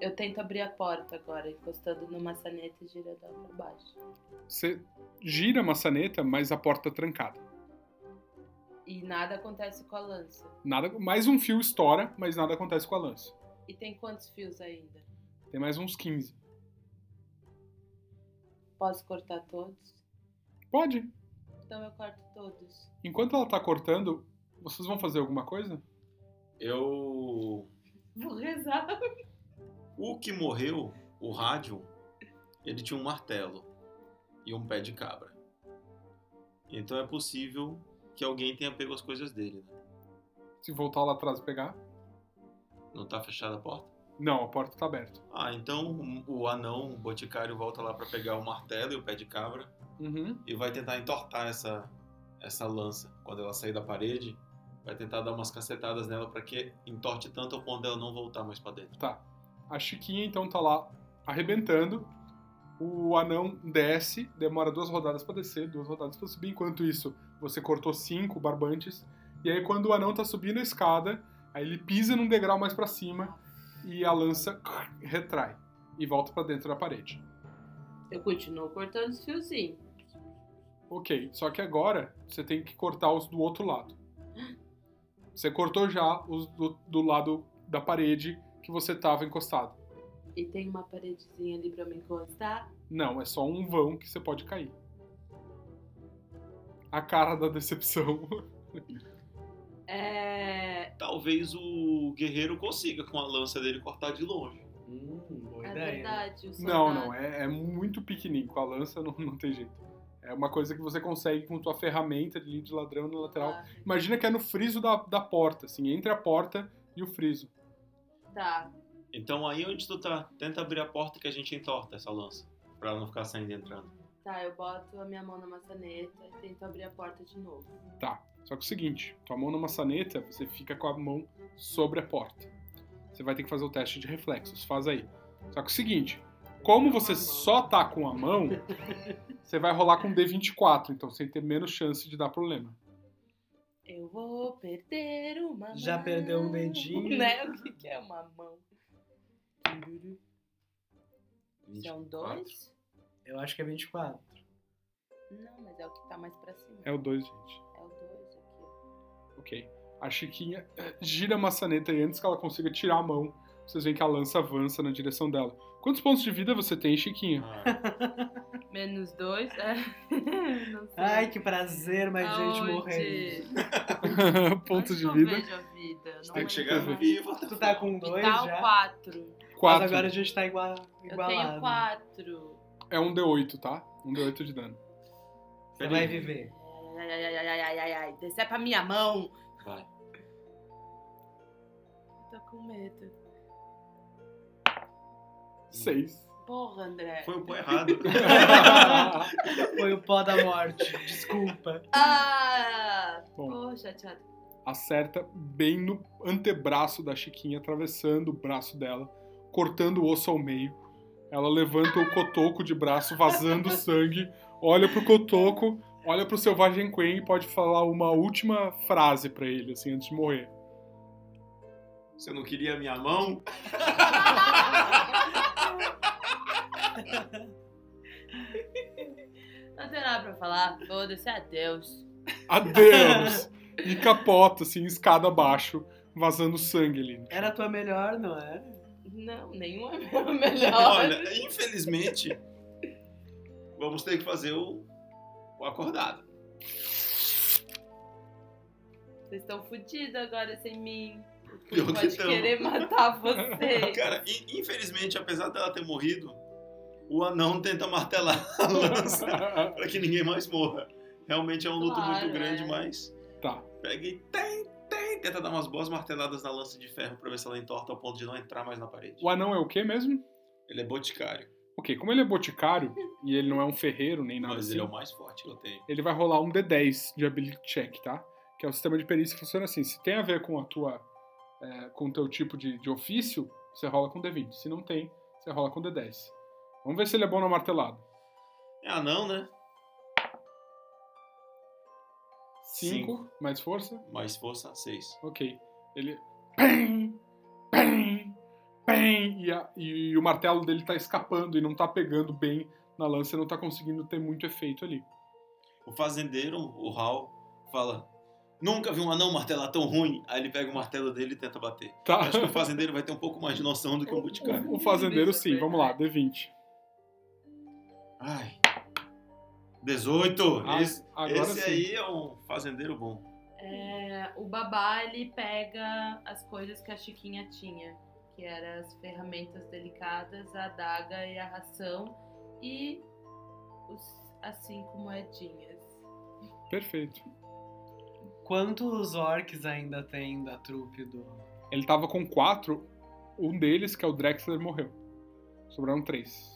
[SPEAKER 5] Eu tento abrir a porta agora, encostando na maçaneta e girando ela pra baixo.
[SPEAKER 1] Você gira a maçaneta, mas a porta tá trancada.
[SPEAKER 5] E nada acontece com a lança.
[SPEAKER 1] Nada, mais um fio estoura, mas nada acontece com a lança.
[SPEAKER 5] E tem quantos fios ainda?
[SPEAKER 1] Tem mais uns 15.
[SPEAKER 5] Posso cortar todos?
[SPEAKER 1] Pode.
[SPEAKER 5] Então eu corto todos.
[SPEAKER 1] Enquanto ela tá cortando, vocês vão fazer alguma coisa?
[SPEAKER 4] Eu.
[SPEAKER 5] Vou rezar.
[SPEAKER 4] O que morreu, o rádio, ele tinha um martelo e um pé de cabra. Então é possível que alguém tenha pego as coisas dele, né?
[SPEAKER 1] Se voltar lá atrás e pegar.
[SPEAKER 4] Não tá fechada a porta?
[SPEAKER 1] Não, a porta tá aberta.
[SPEAKER 4] Ah, então o anão, o boticário, volta lá pra pegar o martelo e o pé de cabra
[SPEAKER 1] Uhum.
[SPEAKER 4] e vai tentar entortar essa, essa lança. Quando ela sair da parede, vai tentar dar umas cacetadas nela pra que entorte tanto ao ponto dela não voltar mais pra dentro.
[SPEAKER 1] Tá. A Chiquinha então tá lá arrebentando. O anão desce, demora duas rodadas pra descer, duas rodadas pra subir. Enquanto isso, você cortou cinco barbantes. E aí, quando o anão tá subindo a escada, aí ele pisa num degrau mais pra cima e a lança retrai e volta pra dentro da parede.
[SPEAKER 5] Eu continuo cortando os fiozinhos.
[SPEAKER 1] Ok, só que agora você tem que cortar os do outro lado. Você cortou já os do, do lado da parede que você tava encostado.
[SPEAKER 5] E tem uma paredezinha ali pra eu me encostar.
[SPEAKER 1] Não, é só um vão que você pode cair. A cara da decepção.
[SPEAKER 5] É.
[SPEAKER 4] Talvez o guerreiro consiga com a lança dele cortar de longe.
[SPEAKER 2] Hum, boa
[SPEAKER 5] É
[SPEAKER 2] ideia.
[SPEAKER 5] verdade. O
[SPEAKER 1] Não,
[SPEAKER 3] Ah.
[SPEAKER 5] soldado.
[SPEAKER 1] não, é, é muito pequenininho. Com a lança não, não tem jeito. É uma coisa que você consegue com tua ferramenta de lead ladrão na lateral.
[SPEAKER 5] Ah,
[SPEAKER 1] Imagina que é no friso da, da porta, assim, entre a porta e o friso.
[SPEAKER 5] Tá.
[SPEAKER 4] Então aí onde tu tá, tenta abrir a porta que a gente entorta essa lança. Pra ela não ficar saindo e entrando.
[SPEAKER 5] Tá, eu boto a minha mão na maçaneta e tento abrir a porta de novo.
[SPEAKER 1] Tá. Só que é o seguinte, tua mão na maçaneta, você fica com a mão sobre a porta. Você vai ter que fazer o teste de reflexos. Faz aí. Só que é o seguinte, como você só tá com a mão, você vai rolar com D24, então você tem menos chance de dar problema.
[SPEAKER 5] Eu vou perder uma mão.
[SPEAKER 2] Já perdeu um dedinho.
[SPEAKER 5] Né? O que, que é uma mão? São dois?
[SPEAKER 2] Eu acho que é 24.
[SPEAKER 5] Não, mas é o que tá mais pra cima.
[SPEAKER 1] É o 2, gente.
[SPEAKER 5] É o dois aqui. ó.
[SPEAKER 1] Ok. A Chiquinha eh, gira a maçaneta e antes que ela consiga tirar a mão, vocês veem que a lança avança na direção dela. Quantos pontos de vida você tem, Chiquinha?
[SPEAKER 4] Ah,
[SPEAKER 5] Menos dois? É. Não sei.
[SPEAKER 2] Ai, que prazer, mais gente morrendo.
[SPEAKER 1] pontos
[SPEAKER 5] Onde
[SPEAKER 1] de
[SPEAKER 5] eu
[SPEAKER 1] vida.
[SPEAKER 5] vejo a vida? Não é
[SPEAKER 4] tem que
[SPEAKER 5] lembro
[SPEAKER 4] chegar
[SPEAKER 5] mais.
[SPEAKER 4] viva.
[SPEAKER 2] Tu tá com dois
[SPEAKER 5] Vital
[SPEAKER 2] já?
[SPEAKER 5] 4.
[SPEAKER 2] Mas
[SPEAKER 1] Quatro.
[SPEAKER 2] agora a gente tá igua-
[SPEAKER 5] Eu
[SPEAKER 2] igualado.
[SPEAKER 5] tenho 4.
[SPEAKER 1] É um D8, tá? Um D8 de dano.
[SPEAKER 2] Você vai viver.
[SPEAKER 5] Ai, ai, ai, ai, ai, ai, ai. Decepa minha mão.
[SPEAKER 4] Vai.
[SPEAKER 5] Tô com medo.
[SPEAKER 2] Hum.
[SPEAKER 1] Seis.
[SPEAKER 5] Porra, André.
[SPEAKER 4] Foi o pó errado.
[SPEAKER 2] Foi o pó da morte. Desculpa.
[SPEAKER 5] Ah!
[SPEAKER 1] Bom,
[SPEAKER 5] Pô, chateado.
[SPEAKER 1] acerta bem no antebraço da Chiquinha, atravessando o braço dela, cortando o osso ao meio. Ela levanta o cotoco de braço, vazando sangue, olha pro cotoco, olha pro selvagem Quen e pode falar uma última frase pra ele, assim, antes de morrer.
[SPEAKER 4] Você não queria a minha mão?
[SPEAKER 5] Não tem nada pra falar. Foda-se, adeus.
[SPEAKER 1] Adeus! E capota, assim, escada abaixo, vazando sangue ali.
[SPEAKER 2] Era a tua melhor, não é?
[SPEAKER 5] Não, nenhum é meu melhor.
[SPEAKER 4] Olha, infelizmente, vamos ter que fazer o, o acordado.
[SPEAKER 5] Vocês estão fodidos agora sem mim.
[SPEAKER 4] Pior que
[SPEAKER 5] Pode
[SPEAKER 4] tamo.
[SPEAKER 5] querer matar vocês.
[SPEAKER 4] então, Cara, in- infelizmente, apesar dela ter morrido, o anão tenta martelar a lança pra que ninguém mais morra. Realmente é um luto
[SPEAKER 5] Claro,
[SPEAKER 4] muito grande,
[SPEAKER 5] é.
[SPEAKER 4] mas
[SPEAKER 1] Tá.
[SPEAKER 4] Pega e tem, tem, tenta dar umas boas marteladas na lança de ferro pra ver se ela entorta ao ponto de não entrar mais na parede.
[SPEAKER 1] O anão é o quê mesmo?
[SPEAKER 4] Ele é boticário,
[SPEAKER 1] Ok, como ele é boticário e ele não é um ferreiro nem nada
[SPEAKER 4] mas
[SPEAKER 1] assim,
[SPEAKER 4] ele é o mais forte que eu tenho.
[SPEAKER 1] ele vai rolar um D10 de ability check, tá? Que é o sistema de perícia que funciona assim. Se tem a ver com a tua, é, com o teu tipo de, de ofício, você rola com D20. Se não tem, você rola com D10. Vamos ver se ele é bom na martelada.
[SPEAKER 4] É anão, né?
[SPEAKER 1] 5, mais força.
[SPEAKER 4] Mais força, seis.
[SPEAKER 1] Ok. Ele. Pem! Pem! Pem! E, a- e o martelo dele tá escapando e não tá pegando bem na lança e não tá conseguindo ter muito efeito ali.
[SPEAKER 4] O fazendeiro, o Hal, fala: Nunca vi um anão martelar tão ruim. Aí ele pega o martelo dele e tenta bater.
[SPEAKER 1] Tá?
[SPEAKER 4] Acho que o fazendeiro vai ter um pouco mais de noção do que um boticário.
[SPEAKER 1] O fazendeiro
[SPEAKER 4] né?
[SPEAKER 1] sim, vamos lá, D20.
[SPEAKER 4] Ai. 18!
[SPEAKER 1] Ah,
[SPEAKER 4] esse
[SPEAKER 1] agora
[SPEAKER 4] esse
[SPEAKER 1] sim.
[SPEAKER 4] aí é um fazendeiro bom.
[SPEAKER 5] É, o babá, ele pega as coisas que a Chiquinha tinha, que eram as ferramentas delicadas, a adaga e a ração e os- as cinco moedinhas.
[SPEAKER 1] Perfeito.
[SPEAKER 2] Quantos orcs ainda tem da trupe do.
[SPEAKER 1] Ele tava com quatro, um deles, que é o Drexler, morreu. Sobraram três.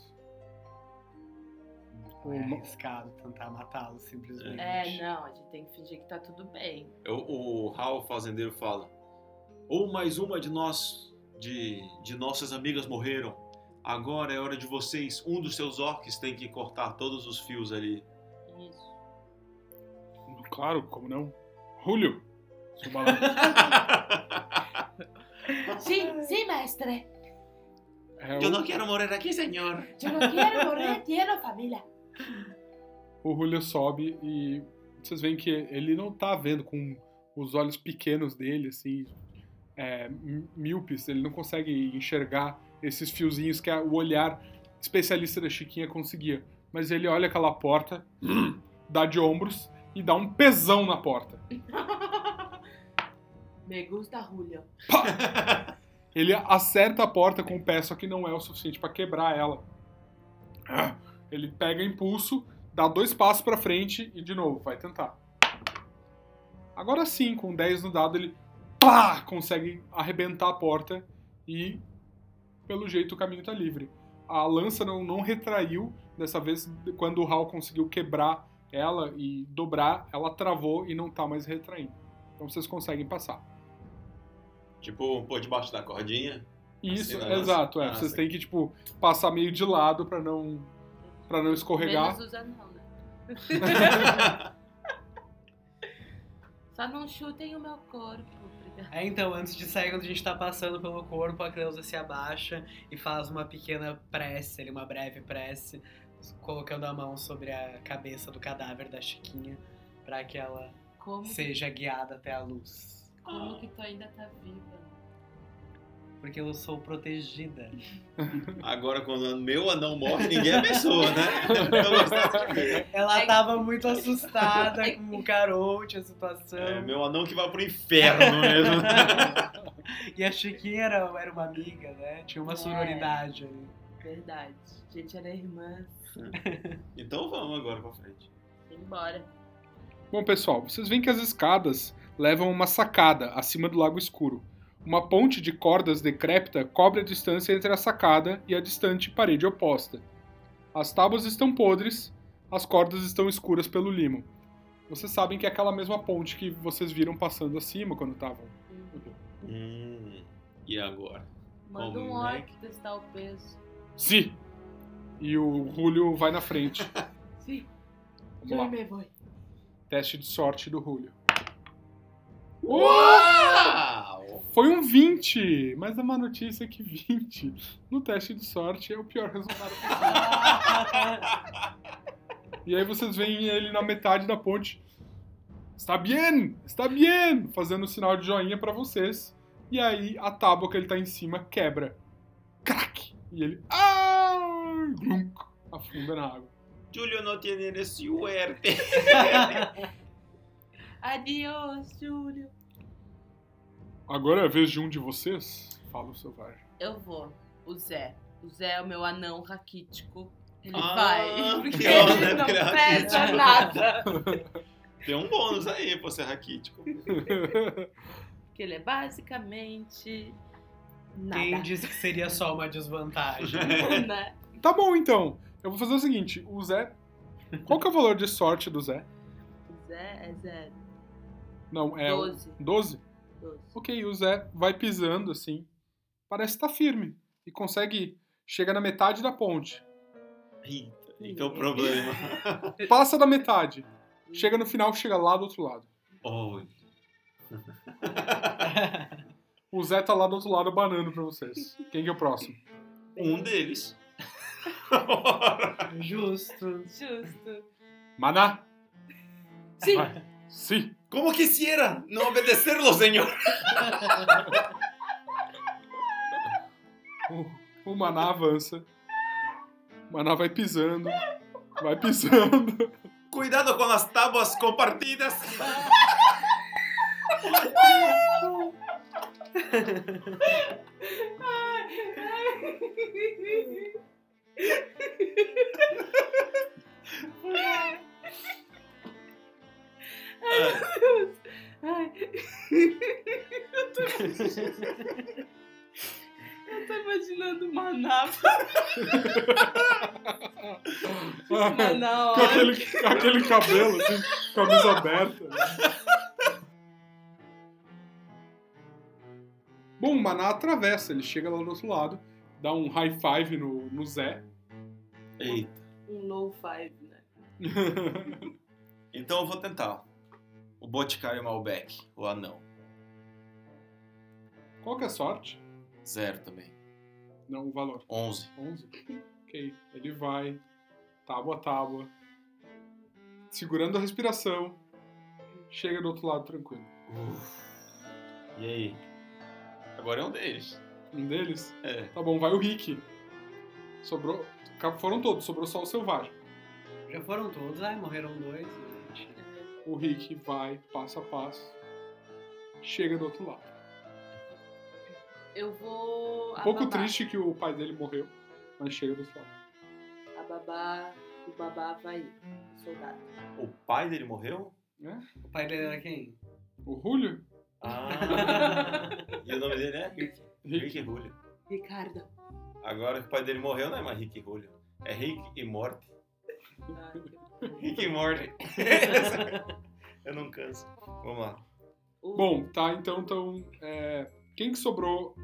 [SPEAKER 1] O
[SPEAKER 2] É
[SPEAKER 1] Ma-
[SPEAKER 2] arriscado tentar matá-lo simplesmente.
[SPEAKER 5] É, não, a gente tem que fingir que tá tudo bem.
[SPEAKER 4] O, o Hal, fazendeiro, fala: Ou mais uma de nós, de, de nossas amigas morreram. Agora é hora de vocês. Um dos seus orcs tem que cortar todos os fios ali.
[SPEAKER 5] Isso.
[SPEAKER 1] Claro, como não? Julio! Seu balanço.
[SPEAKER 3] Sim, sim, mestre.
[SPEAKER 1] É,
[SPEAKER 6] Eu não quero morar aqui, senhor.
[SPEAKER 3] Eu não quero morrer, quero família.
[SPEAKER 1] o, o Julio sobe e vocês veem que ele não tá vendo com os olhos pequenos dele, assim, é, mi- míopes. Ele não consegue enxergar esses fiozinhos que a- o olhar especialista da Chiquinha conseguia. Mas ele olha aquela porta,
[SPEAKER 6] Hum.
[SPEAKER 1] dá de ombros e dá um pesão na porta.
[SPEAKER 5] Me gusta, Julio.
[SPEAKER 1] Ele acerta a porta com o pé, só que não é o suficiente pra quebrar ela. Ah, Ele pega impulso, dá dois passos pra frente e de novo vai tentar. Agora sim, com 10 no dado, ele pá, consegue arrebentar a porta e pelo jeito o caminho tá livre. A lança não, não retraiu, dessa vez quando o Hal conseguiu quebrar ela e dobrar, ela travou e não tá mais retraindo. Então vocês conseguem passar.
[SPEAKER 4] Tipo, pô, debaixo da cordinha.
[SPEAKER 1] Isso,
[SPEAKER 4] Assim, né?
[SPEAKER 1] exato. É.
[SPEAKER 4] Ah,
[SPEAKER 1] Vocês
[SPEAKER 4] sim.
[SPEAKER 1] têm que, tipo, passar meio de lado pra não, pra não escorregar.
[SPEAKER 5] Menos os anão, né? Só não chutem o meu corpo, obrigada.
[SPEAKER 2] É, então, antes de sair, quando a gente tá passando pelo corpo, a Cleusa se abaixa e faz uma pequena prece, ali, uma breve prece, colocando a mão sobre a cabeça do cadáver da Chiquinha, pra que ela
[SPEAKER 5] Como,
[SPEAKER 2] seja guiada até a luz.
[SPEAKER 5] como que tu ainda tá viva?
[SPEAKER 2] Porque eu sou protegida.
[SPEAKER 4] Agora, quando o meu anão morre, ninguém abençoa, né? Eu gostava de ver.
[SPEAKER 2] Ela
[SPEAKER 5] É-
[SPEAKER 2] tava muito assustada com o Carote, a situação.
[SPEAKER 4] É meu anão que vai pro inferno mesmo.
[SPEAKER 2] E a Chiquinha era, era uma amiga, né? Tinha uma
[SPEAKER 5] É.
[SPEAKER 2] sororidade ali.
[SPEAKER 5] Verdade. Gente, era irmã.
[SPEAKER 4] Então vamos agora pra frente.
[SPEAKER 5] Embora.
[SPEAKER 1] Bom, pessoal, vocês veem que as escadas levam a uma sacada acima do Lago Escuro. Uma ponte de cordas decrépita cobre a distância entre a sacada e a distante parede oposta. As tábuas estão podres, as cordas estão escuras pelo limo. Vocês sabem que é aquela mesma ponte que vocês viram passando acima quando estavam.
[SPEAKER 4] Hum, e agora?
[SPEAKER 5] Manda um
[SPEAKER 4] Como é
[SPEAKER 5] orc testar o peso.
[SPEAKER 1] Sim! E o Julio vai na frente.
[SPEAKER 5] Sim,
[SPEAKER 1] Vamos lá.
[SPEAKER 5] me vou.
[SPEAKER 1] Teste de sorte do Julio.
[SPEAKER 4] Uau!
[SPEAKER 1] Foi um 20, mas a má notícia é que 20 no teste de sorte é o pior resultado possível. e aí vocês veem ele na metade da ponte. Está bien, está bien, fazendo um sinal de joinha pra vocês. E aí a tábua que ele tá em cima quebra. Crack! E ele ah, glunk, afunda na água.
[SPEAKER 4] Júlio não tiene suerte.
[SPEAKER 5] Adiós, Júlio.
[SPEAKER 1] Agora é a vez de um de vocês, fala o selvagem.
[SPEAKER 5] Eu vou. O Zé. O Zé é o meu anão raquítico. Ele
[SPEAKER 4] Ah,
[SPEAKER 5] vai. Porque
[SPEAKER 4] pior, né?
[SPEAKER 5] ele não
[SPEAKER 4] Porque ele é
[SPEAKER 5] pesa
[SPEAKER 4] raquítico.
[SPEAKER 5] nada.
[SPEAKER 4] Tem um bônus aí pra ser raquítico.
[SPEAKER 5] Porque ele é basicamente
[SPEAKER 2] Quem
[SPEAKER 5] nada.
[SPEAKER 2] disse que seria só uma desvantagem?
[SPEAKER 5] né?
[SPEAKER 1] Tá bom então, eu vou fazer o seguinte: o Zé. Qual que é o valor de sorte do Zé?
[SPEAKER 5] O Zé é zero.
[SPEAKER 1] Não, é. o-
[SPEAKER 5] Doze.
[SPEAKER 1] 12?
[SPEAKER 5] Doze.
[SPEAKER 1] Ok, o Zé vai pisando assim. Parece estar firme. E consegue ir. Chega na metade da ponte.
[SPEAKER 4] Eita, então o problema.
[SPEAKER 1] Passa da metade. Chega no final, chega lá do outro lado.
[SPEAKER 4] Oh,
[SPEAKER 1] O Zé tá lá do outro lado banando pra vocês. Quem que é o próximo?
[SPEAKER 4] um deles.
[SPEAKER 2] Justo.
[SPEAKER 5] Justo.
[SPEAKER 1] Maná!
[SPEAKER 5] Sim.
[SPEAKER 1] Vai. Sim!
[SPEAKER 4] Como quisiera no obedecerlo, senhor.
[SPEAKER 1] O, o Maná avança. O Maná vai pisando. Vai pisando.
[SPEAKER 4] Cuidado com as tábuas compartidas.
[SPEAKER 5] Ai. Eu tô imaginando uma nave
[SPEAKER 1] Ah, com,
[SPEAKER 5] na hora.
[SPEAKER 1] aquele, com aquele cabelo, assim, camisa aberta. né? Bom, o Maná atravessa, ele chega lá do outro lado, dá um high five no, no Zé.
[SPEAKER 4] Eita.
[SPEAKER 5] Um low five, né?
[SPEAKER 4] Então eu vou tentar. O Boticário Malbec, o anão.
[SPEAKER 1] Qual que é a sorte?
[SPEAKER 4] Zero também.
[SPEAKER 1] Não, o valor.
[SPEAKER 4] 11.
[SPEAKER 1] 11. Ok. Ele vai, tábua a tábua, segurando a respiração, chega do outro lado tranquilo.
[SPEAKER 4] E aí? Agora é um deles.
[SPEAKER 1] Um deles?
[SPEAKER 4] É.
[SPEAKER 1] Tá bom, vai o Rick. Sobrou. ca- Foram todos, sobrou só o selvagem.
[SPEAKER 2] Já foram todos, ai, morreram dois. gente.
[SPEAKER 1] O Rick vai, passo a passo, chega do outro lado.
[SPEAKER 5] Eu vou.
[SPEAKER 1] Um pouco
[SPEAKER 5] ababar.
[SPEAKER 1] triste que o pai dele morreu, mas chega do outro lado.
[SPEAKER 5] A babá. O babá vai. o Soldado.
[SPEAKER 4] O pai dele morreu?
[SPEAKER 2] O pai dele era quem?
[SPEAKER 1] O Julio?
[SPEAKER 4] Ah. e o nome dele é?
[SPEAKER 1] Rick.
[SPEAKER 4] Rick Rulho.
[SPEAKER 5] Ricardo.
[SPEAKER 4] Agora que o pai dele morreu, não é mais Rick Rulho. É Rick e Morty.
[SPEAKER 5] Ai, que-
[SPEAKER 4] Rick e Morty. eu não canso. Vamos lá.
[SPEAKER 5] O
[SPEAKER 1] Bom, tá, então, então é, quem que sobrou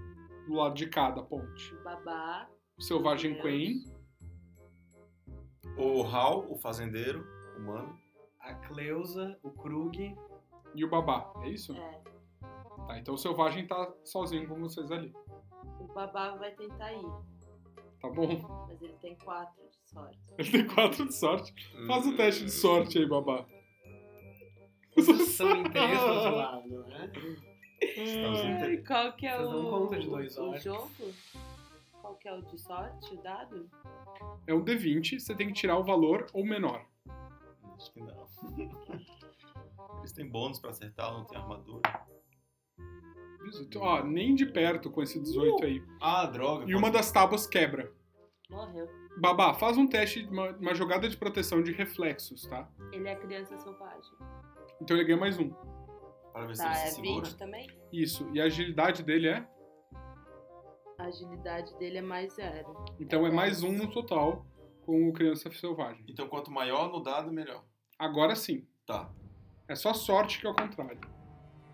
[SPEAKER 1] do lado de cada ponte?
[SPEAKER 5] o babá.
[SPEAKER 1] O selvagem
[SPEAKER 5] Deus.
[SPEAKER 1] Queen,
[SPEAKER 4] O Hal, o fazendeiro humano.
[SPEAKER 2] A Cleusa, o Krug.
[SPEAKER 1] e o babá, é isso?
[SPEAKER 5] É.
[SPEAKER 1] Tá, então o selvagem tá sozinho com vocês ali,
[SPEAKER 5] O babá vai tentar ir.
[SPEAKER 1] tá bom?
[SPEAKER 5] Mas ele tem quatro de sorte.
[SPEAKER 1] Ele tem quatro de sorte. Faz
[SPEAKER 4] Hum,
[SPEAKER 1] o teste de sorte aí, babá.
[SPEAKER 2] Vocês são em três do outro lado, né?
[SPEAKER 4] Estamos em
[SPEAKER 5] Ai,
[SPEAKER 4] tre-
[SPEAKER 5] qual que é
[SPEAKER 2] Vocês
[SPEAKER 5] o.
[SPEAKER 2] dão conta de dois
[SPEAKER 5] o
[SPEAKER 2] orcs.
[SPEAKER 5] jogo? Qual que é o de sorte, o dado?
[SPEAKER 1] É um D20, você tem que tirar o valor ou menor.
[SPEAKER 4] Acho que não. Eles têm bônus pra acertar, não tem armadura.
[SPEAKER 1] Isso, tu- Ó, nem de perto com esse 18 aí.
[SPEAKER 4] Ah, droga.
[SPEAKER 1] E uma das tábuas quebra.
[SPEAKER 5] Morreu.
[SPEAKER 1] Babá, faz um teste, de uma, uma jogada de proteção de reflexos, tá?
[SPEAKER 5] Ele é criança selvagem.
[SPEAKER 1] Então ele ganha mais um.
[SPEAKER 4] Para ver se
[SPEAKER 5] Tá,
[SPEAKER 4] ele
[SPEAKER 5] é
[SPEAKER 4] se segura.
[SPEAKER 5] 20 também?
[SPEAKER 1] Isso. E a agilidade dele é?
[SPEAKER 5] A agilidade dele é mais zero.
[SPEAKER 1] Então é mais um no total com o criança selvagem.
[SPEAKER 4] Então quanto maior no dado, melhor.
[SPEAKER 1] Agora sim.
[SPEAKER 4] Tá.
[SPEAKER 1] É só sorte que é o contrário.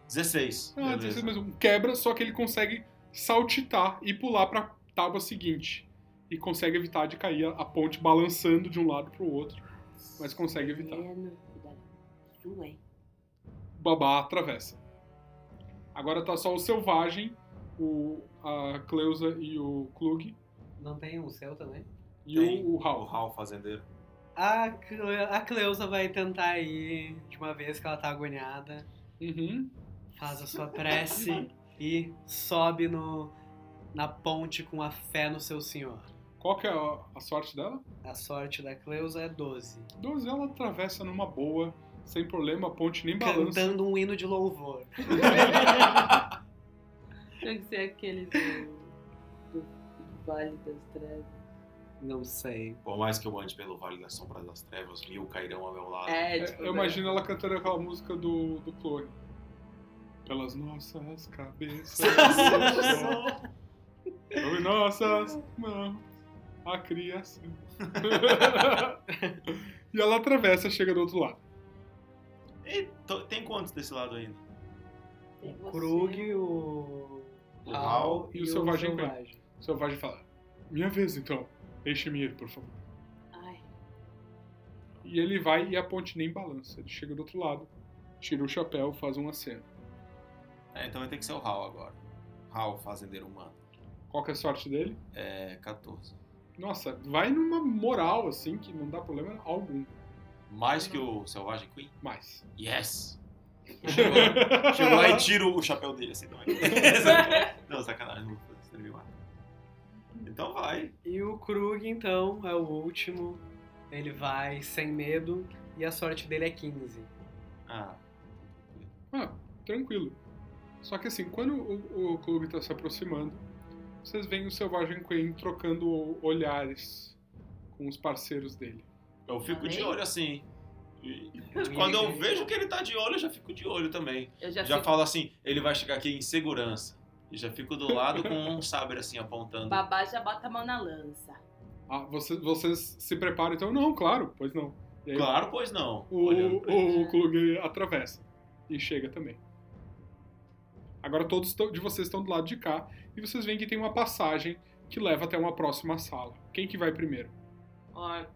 [SPEAKER 4] 16.
[SPEAKER 1] Ah,
[SPEAKER 4] Beleza.
[SPEAKER 1] 16 mais um. Quebra, só que ele consegue saltitar e pular pra tábua seguinte. E consegue evitar de cair a, a ponte balançando de um lado pro outro. Mas consegue evitar.
[SPEAKER 5] Menino, cuidado. é. Tu, hein?
[SPEAKER 1] babá atravessa. Agora tá só o selvagem, o, a Cleusa e o Klug
[SPEAKER 2] Não tem um seu também?
[SPEAKER 1] e
[SPEAKER 4] Tem.
[SPEAKER 1] o, o
[SPEAKER 4] Ah, O
[SPEAKER 1] Hal.
[SPEAKER 4] Hal, fazendeiro.
[SPEAKER 2] A, Cle- a Cleusa vai tentar ir de uma vez que ela tá agoniada.
[SPEAKER 1] Uhum.
[SPEAKER 2] Faz a sua prece e sobe no, na ponte com a fé no seu senhor.
[SPEAKER 1] Qual que é a, a sorte dela?
[SPEAKER 2] A sorte da Cleusa é 12.
[SPEAKER 1] 12, ela atravessa numa boa, sem problema, a ponte nem balança.
[SPEAKER 2] Cantando um hino de louvor.
[SPEAKER 5] Tem que ser aquele do, do Vale das Trevas.
[SPEAKER 2] Não sei.
[SPEAKER 4] Por mais que eu ande pelo Vale da Sombra das Trevas, mil cairão ao meu lado.
[SPEAKER 5] É,
[SPEAKER 1] É,
[SPEAKER 5] tipo,
[SPEAKER 1] eu imagino ela cantando aquela música do, do clone. Pelas nossas cabeças. Sobre nossas mãos, a criação. e ela atravessa, chega do outro lado.
[SPEAKER 4] E to- tem quantos desse lado ainda?
[SPEAKER 5] tem
[SPEAKER 2] O
[SPEAKER 5] É você.
[SPEAKER 2] Krug, o.
[SPEAKER 4] O Hal
[SPEAKER 1] e o Selvagem O selvagem fala: Minha vez então, deixe-me ir, por favor.
[SPEAKER 5] Ai,
[SPEAKER 1] E ele vai e a ponte nem balança. Ele chega do outro lado, tira o chapéu, faz um aceno.
[SPEAKER 4] É, então vai ter que ser o Hal agora. Hal, fazendeiro humano.
[SPEAKER 1] Qual que é a sorte dele?
[SPEAKER 4] É 14.
[SPEAKER 1] Nossa, vai numa moral assim que não dá problema algum
[SPEAKER 4] Mais que o Selvagem Queen?
[SPEAKER 1] mais.
[SPEAKER 4] Yes! Chegou, lá- chegou lá e tiro o chapéu dele assim também. não, sacanagem, não vou fazer isso, Então vai.
[SPEAKER 2] E o Krug, então, é o último. Ele vai sem medo e a sorte dele é 15.
[SPEAKER 4] Ah,
[SPEAKER 1] Ah, tranquilo. Só que assim, quando o, o clube tá se aproximando, vocês veem o Selvagem Queen trocando olhares com os parceiros dele.
[SPEAKER 4] Eu fico
[SPEAKER 5] Também?
[SPEAKER 4] de olho assim. E-
[SPEAKER 2] Então,
[SPEAKER 4] quando eu vejo que ele tá de olho, eu já fico de olho também.
[SPEAKER 5] Eu já,
[SPEAKER 4] Já
[SPEAKER 5] fico
[SPEAKER 4] falo assim, ele vai chegar aqui em segurança. E já fico do lado com um sabre assim apontando.
[SPEAKER 5] babá já bota a mão na lança.
[SPEAKER 1] Ah, vocês, vocês se preparam então? Não, claro, pois não. E aí,
[SPEAKER 4] Claro, pois não.
[SPEAKER 1] o,
[SPEAKER 4] Olhando pra ele.
[SPEAKER 1] o, o clube atravessa e chega também. Agora todos tão- de vocês estão do lado de cá e vocês veem que tem uma passagem que leva até uma próxima sala. Quem que vai primeiro?
[SPEAKER 5] Orc.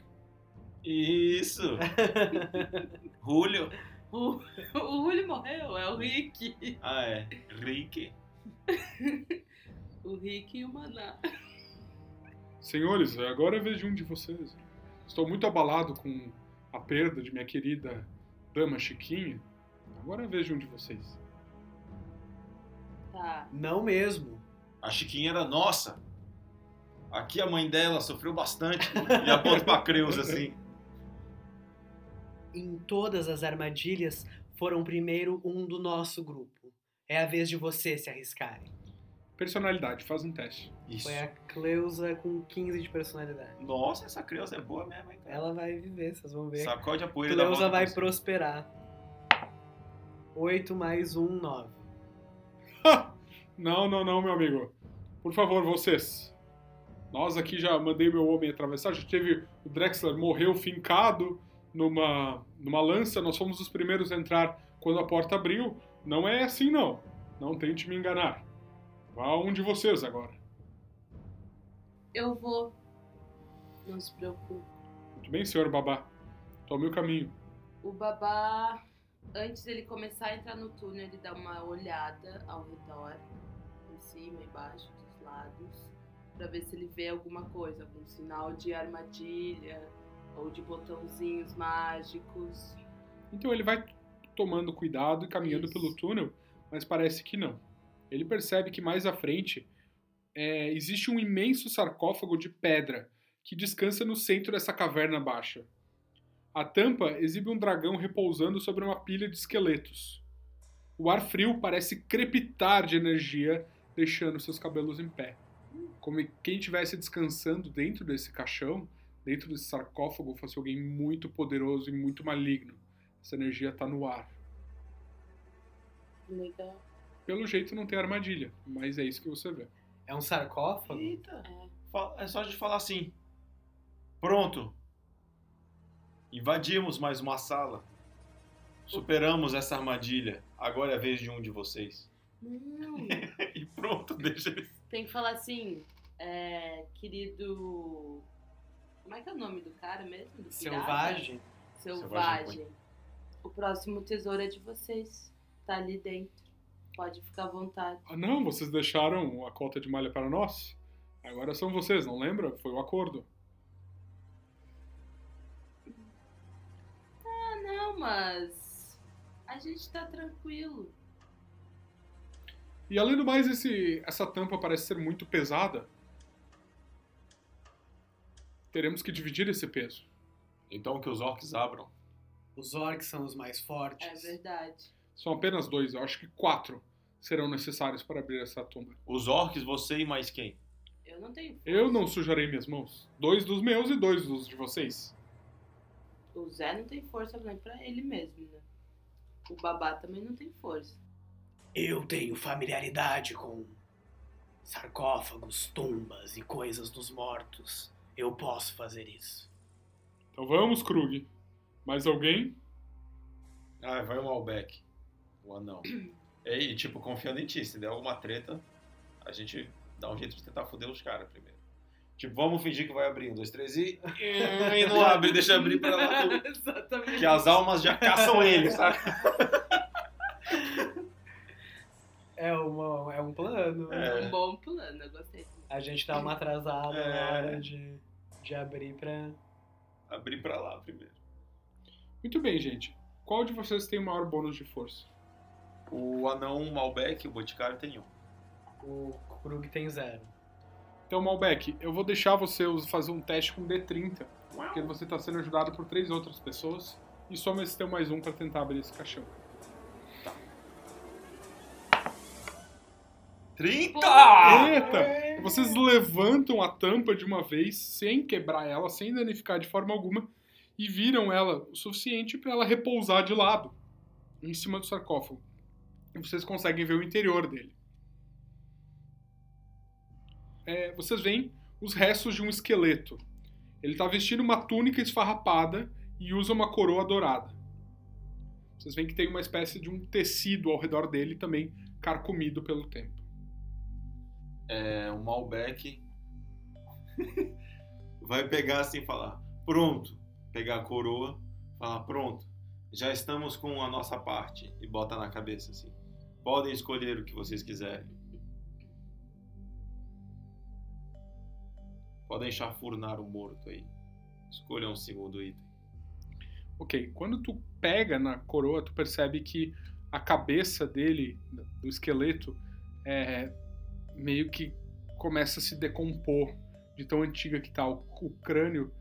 [SPEAKER 4] Isso! Julio.
[SPEAKER 5] O, o Uli morreu, é o Rick.
[SPEAKER 4] Ah, é. Rick.
[SPEAKER 5] O Rick e o Maná.
[SPEAKER 1] Senhores, agora é vez de um de vocês. Estou muito abalado com a perda de minha querida dama Chiquinha. Agora é vez de um de vocês.
[SPEAKER 5] Tá.
[SPEAKER 2] Não mesmo.
[SPEAKER 4] A Chiquinha era nossa. Aqui a mãe dela sofreu bastante. E aponta pra Creus assim.
[SPEAKER 2] Em todas as armadilhas, foram primeiro um do nosso grupo. É a vez de vocês se arriscarem.
[SPEAKER 1] Personalidade, faz um teste.
[SPEAKER 4] Isso.
[SPEAKER 2] Foi a Cleusa com 15 de personalidade.
[SPEAKER 4] Nossa, essa Creus é boa mesmo, hein, cara?
[SPEAKER 2] Ela vai viver, vocês vão ver.
[SPEAKER 4] Sacode a poeira da
[SPEAKER 2] Cleusa
[SPEAKER 4] volta
[SPEAKER 2] vai
[SPEAKER 4] pra você.
[SPEAKER 2] prosperar. 8 mais 1, 9.
[SPEAKER 1] Não, não, não, meu amigo. Por favor, vocês. Nós aqui já mandei meu homem atravessar. Já teve. O Drexler morreu fincado numa, numa lança. Nós fomos os primeiros a entrar quando a porta abriu. Não é assim, não. Não tente me enganar. Vá um de vocês agora.
[SPEAKER 5] Eu vou. Não se preocupe.
[SPEAKER 1] Muito bem, senhor babá. Tome o caminho.
[SPEAKER 5] O babá, antes dele começar a entrar no túnel, ele dá uma olhada ao redor, em cima, embaixo, dos lados, pra ver se ele vê alguma coisa, algum sinal de armadilha ou de botãozinhos mágicos.
[SPEAKER 1] Então ele vai tomando cuidado e caminhando
[SPEAKER 5] Isso.
[SPEAKER 1] pelo túnel, mas parece que não. Ele percebe que mais à frente é, existe um imenso sarcófago de pedra que descansa no centro dessa caverna baixa. A tampa exibe um dragão repousando sobre uma pilha de esqueletos. O ar frio parece crepitar de energia, deixando seus cabelos em pé. Como quem estivesse descansando dentro desse caixão, dentro desse sarcófago, fosse alguém muito poderoso e muito maligno. Essa energia tá no ar.
[SPEAKER 5] Legal.
[SPEAKER 1] Pelo jeito não tem armadilha, mas é isso que você vê.
[SPEAKER 2] É um sarcófago?
[SPEAKER 4] Eita. Fa- É só de falar assim. Pronto. Invadimos mais uma sala. Superamos essa armadilha. Agora é a vez de um de vocês.
[SPEAKER 5] Não.
[SPEAKER 4] E pronto, deixa ele.
[SPEAKER 5] Tem que falar assim, é, querido. Como é que é o nome do cara mesmo? Do pirata?
[SPEAKER 2] Selvagem?
[SPEAKER 5] Selvagem. O próximo tesouro é de vocês. Tá ali dentro. Pode ficar à vontade.
[SPEAKER 1] Ah, não, vocês deixaram a cota de malha para nós? Agora são vocês, não lembra? Foi o acordo.
[SPEAKER 5] Ah, não, mas. A gente tá tranquilo.
[SPEAKER 1] E além do mais, esse, essa tampa parece ser muito pesada. Teremos que dividir esse peso.
[SPEAKER 4] Então que os orcs abram.
[SPEAKER 2] Os orcs são os mais
[SPEAKER 5] É
[SPEAKER 2] fortes.
[SPEAKER 5] verdade.
[SPEAKER 1] São apenas dois, eu acho que quatro serão necessários para abrir essa tumba.
[SPEAKER 4] Os orcs, você e mais quem?
[SPEAKER 5] Eu não tenho. força.
[SPEAKER 1] Eu não sujarei minhas mãos. Dois dos meus e dois dos de vocês.
[SPEAKER 5] O Zé não tem força nem pra ele mesmo, né? O babá também não tem força.
[SPEAKER 6] Eu tenho familiaridade com sarcófagos, tumbas e coisas dos mortos. Eu posso fazer isso.
[SPEAKER 1] Então vamos, Krug. Mais alguém?
[SPEAKER 4] Ah, vai o Malbec. O anão. E tipo, confiando em ti. Se der alguma treta, a gente dá um jeito de tentar foder os caras primeiro. Tipo, vamos fingir que vai abrir. Um, dois, três e. E não abre, deixa abrir pra lá.
[SPEAKER 5] Exatamente.
[SPEAKER 4] Que as almas já caçam ele, sabe?
[SPEAKER 2] É, uma, é um plano.
[SPEAKER 4] É.
[SPEAKER 5] Um bom plano, eu gostei.
[SPEAKER 2] A gente dá uma atrasada
[SPEAKER 4] É.
[SPEAKER 2] na hora de, de abrir pra.
[SPEAKER 4] Abrir pra lá primeiro.
[SPEAKER 1] Muito bem, gente. Qual de vocês tem o maior bônus de força?
[SPEAKER 4] O anão Malbec, o Boticário tem um.
[SPEAKER 2] O Krug tem zero.
[SPEAKER 1] Então, Malbec, eu vou deixar você us- fazer um teste com D30, porque você está sendo ajudado por três outras pessoas um e soma esse teu mais um para tentar abrir esse caixão.
[SPEAKER 4] 30!
[SPEAKER 1] Eita! Vocês levantam a tampa de uma vez, sem quebrar ela, sem danificar de forma alguma, e viram ela o suficiente para ela repousar de lado, em cima do sarcófago. E vocês conseguem ver o interior dele. É, vocês veem os restos de um esqueleto. Ele está vestindo uma túnica esfarrapada e usa uma coroa dourada. Vocês veem que tem uma espécie de um tecido ao redor dele também carcomido pelo tempo.
[SPEAKER 4] É, o Malbec vai pegar assim e falar: pronto. Pegar a coroa, falar: pronto. Já estamos com a nossa parte. E bota na cabeça assim: podem escolher o que vocês quiserem. Podem chafurnar o morto aí. Escolham o segundo item.
[SPEAKER 1] Ok, quando tu pega na coroa, tu percebe que a cabeça dele, do esqueleto, é, meio que começa a se decompor de tão antiga que tá. O, o crânio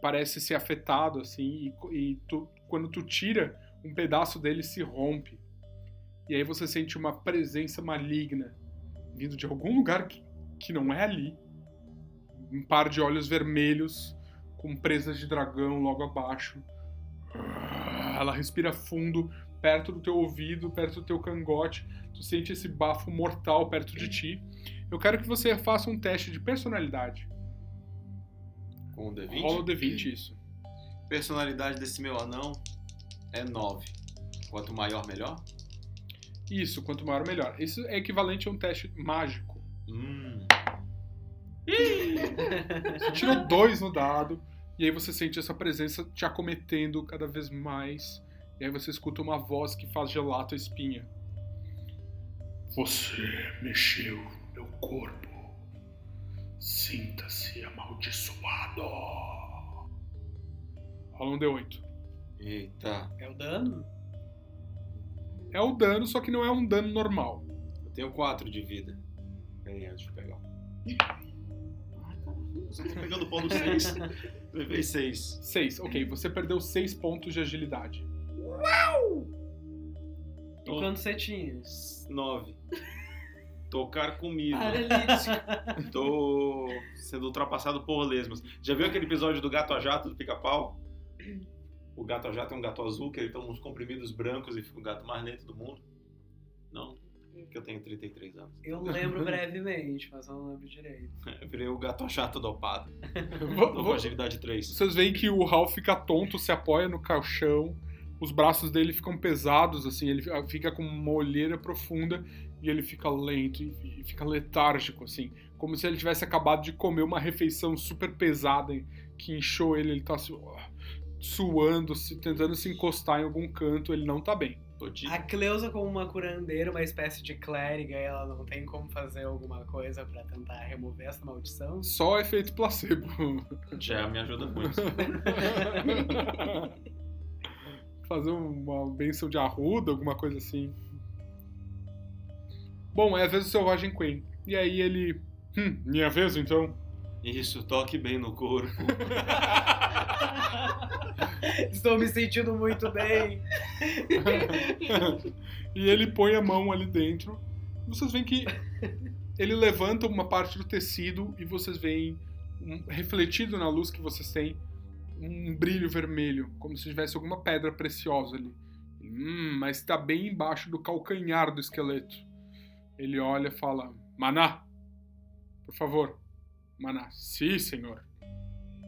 [SPEAKER 1] parece ser afetado, assim, e, e tu- quando tu tira, um pedaço dele se rompe. E aí você sente uma presença maligna vindo de algum lugar que, que não é ali. Um par de olhos vermelhos com presas de dragão logo abaixo. Ela respira fundo, perto do teu ouvido, perto do teu cangote. Tu sente esse bafo mortal perto de ti. Eu quero que você faça um teste de personalidade.
[SPEAKER 4] Com o D20.
[SPEAKER 1] Rola o D20 isso.
[SPEAKER 4] Personalidade desse meu anão é 9. Quanto maior, melhor?
[SPEAKER 1] Isso, quanto maior, melhor. Isso é equivalente a um teste mágico.
[SPEAKER 4] Hum.
[SPEAKER 1] Você tirou dois no dado, e aí você sente essa presença te acometendo cada vez mais. E aí você escuta uma voz que faz gelato a espinha. Você mexeu no meu corpo. Sinta-se amaldiçoado. Rola um D8.
[SPEAKER 4] Eita.
[SPEAKER 2] É o dano?
[SPEAKER 1] É o dano, só que não é um dano normal.
[SPEAKER 4] Eu tenho 4 de vida. Peraí, deixa eu pegar. um. Eu só tô tá pegando o pau do 6. Levei 6.
[SPEAKER 1] Seis. Ok, você perdeu seis pontos de agilidade.
[SPEAKER 2] E quanto você tinha?
[SPEAKER 4] 9. Tocar comida.
[SPEAKER 5] Paralítico.
[SPEAKER 4] Tô sendo ultrapassado por lesmas. Já viu aquele episódio do gato a jato do pica-pau? O gato a jato é um gato azul que ele toma uns comprimidos brancos e fica o gato mais lento do mundo. Não, porque eu tenho 33 anos.
[SPEAKER 2] Eu lembro brevemente, mas eu não lembro direito.
[SPEAKER 4] Eu virei o gato a jato dopado.
[SPEAKER 1] Vo-
[SPEAKER 4] Tô com
[SPEAKER 1] vo-
[SPEAKER 4] agilidade 3.
[SPEAKER 1] Vocês veem que o Ralph fica tonto, se apoia no colchão, os braços dele ficam pesados, assim, ele fica- fica com uma olheira profunda e ele fica lento e e fica letárgico, assim, como se ele tivesse acabado de comer uma refeição super pesada hein, que inchou ele, ele tá su- suando, se, tentando se encostar em algum canto, ele não tá bem.
[SPEAKER 4] Tô de...
[SPEAKER 2] A Cleusa, como uma curandeira, uma espécie de clériga, ela não tem como fazer alguma coisa pra tentar remover essa maldição?
[SPEAKER 1] Só efeito placebo.
[SPEAKER 4] Já me ajuda muito.
[SPEAKER 1] Fazer uma benção de arruda, alguma coisa assim. Bom, é a vez do Selvagem Queen. E aí ele. Hum, minha vez então?
[SPEAKER 4] Isso, toque bem no couro.
[SPEAKER 2] Estou me sentindo muito bem.
[SPEAKER 1] e ele põe a mão ali dentro. Vocês veem que ele levanta uma parte do tecido e vocês veem um- refletido na luz que vocês têm um brilho vermelho, como se tivesse alguma pedra preciosa ali. Hum, mas está bem embaixo do calcanhar do esqueleto. Ele olha e fala: Maná, por favor. Maná, sim, senhor.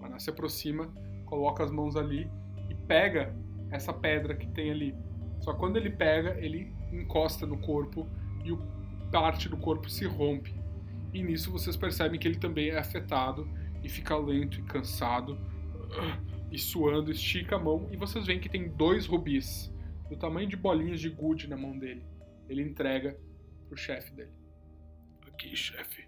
[SPEAKER 1] Maná se aproxima, coloca as mãos ali e pega essa pedra que tem ali. Só que quando ele pega, ele encosta no corpo e o- parte do corpo se rompe. E nisso vocês percebem que ele também é afetado e fica lento e cansado e suando, estica a mão e vocês veem que tem dois rubis do tamanho de bolinhas de gude na mão dele. Ele entrega pro chefe dele. Aqui, chefe.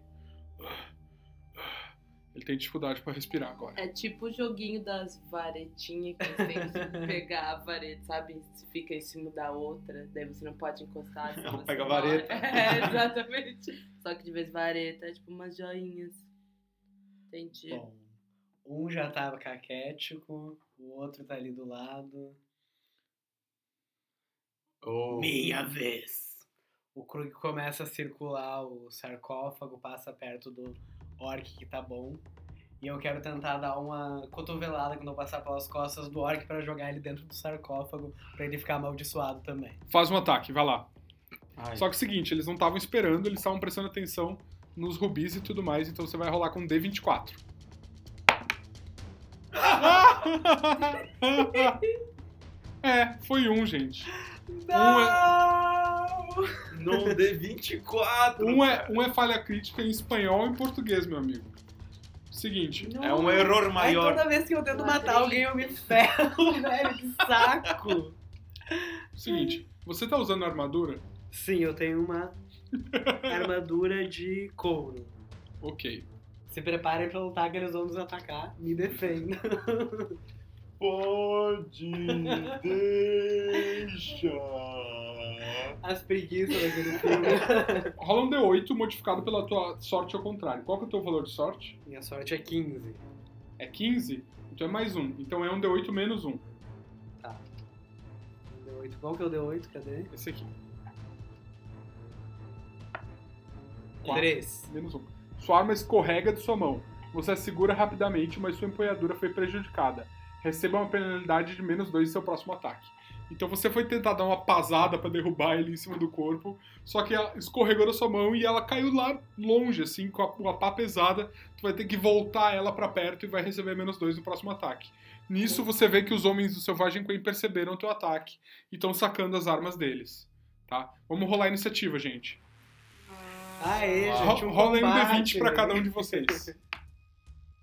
[SPEAKER 1] Ele tem dificuldade para respirar agora.
[SPEAKER 5] É tipo o joguinho das varetinhas que você tem que pegar a vareta, sabe? Se fica em cima da outra, daí você não pode encostar. senão
[SPEAKER 4] Não,
[SPEAKER 5] você
[SPEAKER 4] pega a
[SPEAKER 5] morre.
[SPEAKER 4] vareta.
[SPEAKER 5] É, exatamente. Só que de vez vareta é tipo umas joinhas. Entendi.
[SPEAKER 2] Bom, um já tá caquético, o outro tá ali do lado.
[SPEAKER 4] Oh,
[SPEAKER 2] Oh.
[SPEAKER 6] Minha vez.
[SPEAKER 2] O Krug começa a circular o sarcófago, passa perto do orc que tá bom. E eu quero tentar dar uma cotovelada quando eu passar pelas costas do orc pra jogar ele dentro do sarcófago, pra ele ficar amaldiçoado também.
[SPEAKER 1] Faz um ataque, vai lá.
[SPEAKER 4] Ai,
[SPEAKER 1] Só que é o seguinte, eles não estavam esperando, eles estavam prestando atenção nos rubis e tudo mais, então você vai rolar com D24. é, foi um, gente. Um é,
[SPEAKER 4] Não dê 24!
[SPEAKER 1] um, é, um é falha crítica em espanhol e em português, meu amigo. Seguinte,
[SPEAKER 4] É um erro
[SPEAKER 2] Aí
[SPEAKER 4] maior.
[SPEAKER 2] toda vez que eu tento
[SPEAKER 5] Lá
[SPEAKER 2] matar
[SPEAKER 5] tem.
[SPEAKER 2] alguém, eu me ferro, velho. Que saco.
[SPEAKER 1] seguinte, você tá usando armadura?
[SPEAKER 2] Sim, eu tenho uma armadura de couro.
[SPEAKER 1] Ok.
[SPEAKER 2] Se preparem pra lutar que eles vão nos atacar. Me defenda.
[SPEAKER 4] Pode deixar.
[SPEAKER 2] As preguiças daquele filme.
[SPEAKER 1] Rola um D8 modificado pela tua sorte ao contrário. Qual que é o teu valor de sorte?
[SPEAKER 2] Minha sorte é 15.
[SPEAKER 1] É 15? Então é mais um. Então é um D8 menos um.
[SPEAKER 2] Deu 8. Qual que eu dei 8? Cadê?
[SPEAKER 1] Esse aqui. Quatro.
[SPEAKER 2] 3.
[SPEAKER 1] Menos um. Sua arma escorrega de sua mão. Você a segura rapidamente, mas sua empunhadura foi prejudicada. Receba uma penalidade de menos dois em seu próximo ataque. Então você foi tentar dar uma pasada pra derrubar ele em cima do corpo, só que ela escorregou da sua mão e ela caiu lá longe, assim, com a, uma pá pesada. Tu vai ter que voltar ela pra perto e vai receber menos dois no próximo ataque. Nisso você vê que os homens do Selvagem Queen perceberam o teu ataque e estão sacando as armas deles. Tá? Vamos rolar a iniciativa, gente.
[SPEAKER 2] Aê,
[SPEAKER 1] Ro-
[SPEAKER 2] gente. Um
[SPEAKER 1] Rola aí um
[SPEAKER 2] combate.
[SPEAKER 1] D20 pra cada um de vocês.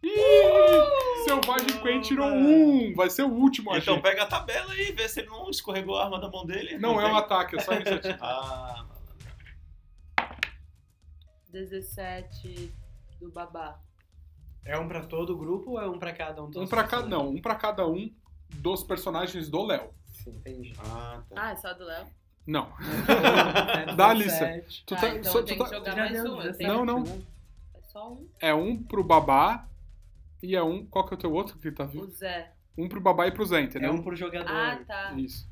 [SPEAKER 1] Ih, Selvagem Quen tirou um. Vai ser o último, acho.
[SPEAKER 4] Então pega a tabela aí, vê se ele não escorregou a arma da mão dele.
[SPEAKER 1] Não é um
[SPEAKER 4] uma.
[SPEAKER 1] ataque, é só iniciativa.
[SPEAKER 4] Ah,
[SPEAKER 5] 17 do babá.
[SPEAKER 2] É um pra todo o grupo ou é um pra cada um?
[SPEAKER 1] Um pra cada, não, um pra cada um dos personagens do Léo.
[SPEAKER 2] Sim, entendi.
[SPEAKER 4] ah, tá.
[SPEAKER 5] Ah, é só do Léo?
[SPEAKER 1] Não. Dá
[SPEAKER 2] Dá
[SPEAKER 1] licença. Tu
[SPEAKER 5] Ah,
[SPEAKER 1] tá-
[SPEAKER 5] então
[SPEAKER 1] só-
[SPEAKER 5] eu
[SPEAKER 1] tu
[SPEAKER 5] tenho que
[SPEAKER 1] tá-
[SPEAKER 5] jogar mais um. Eu tenho...
[SPEAKER 1] Não, não.
[SPEAKER 2] né?
[SPEAKER 5] É só um.
[SPEAKER 1] É um pro babá e é um. Qual que é o teu outro que tá
[SPEAKER 5] O
[SPEAKER 1] vivo?
[SPEAKER 5] Zé.
[SPEAKER 1] Um pro babá e pro Zé,
[SPEAKER 2] É
[SPEAKER 1] entendeu?
[SPEAKER 2] um por jogador.
[SPEAKER 5] Ah, tá.
[SPEAKER 1] Isso.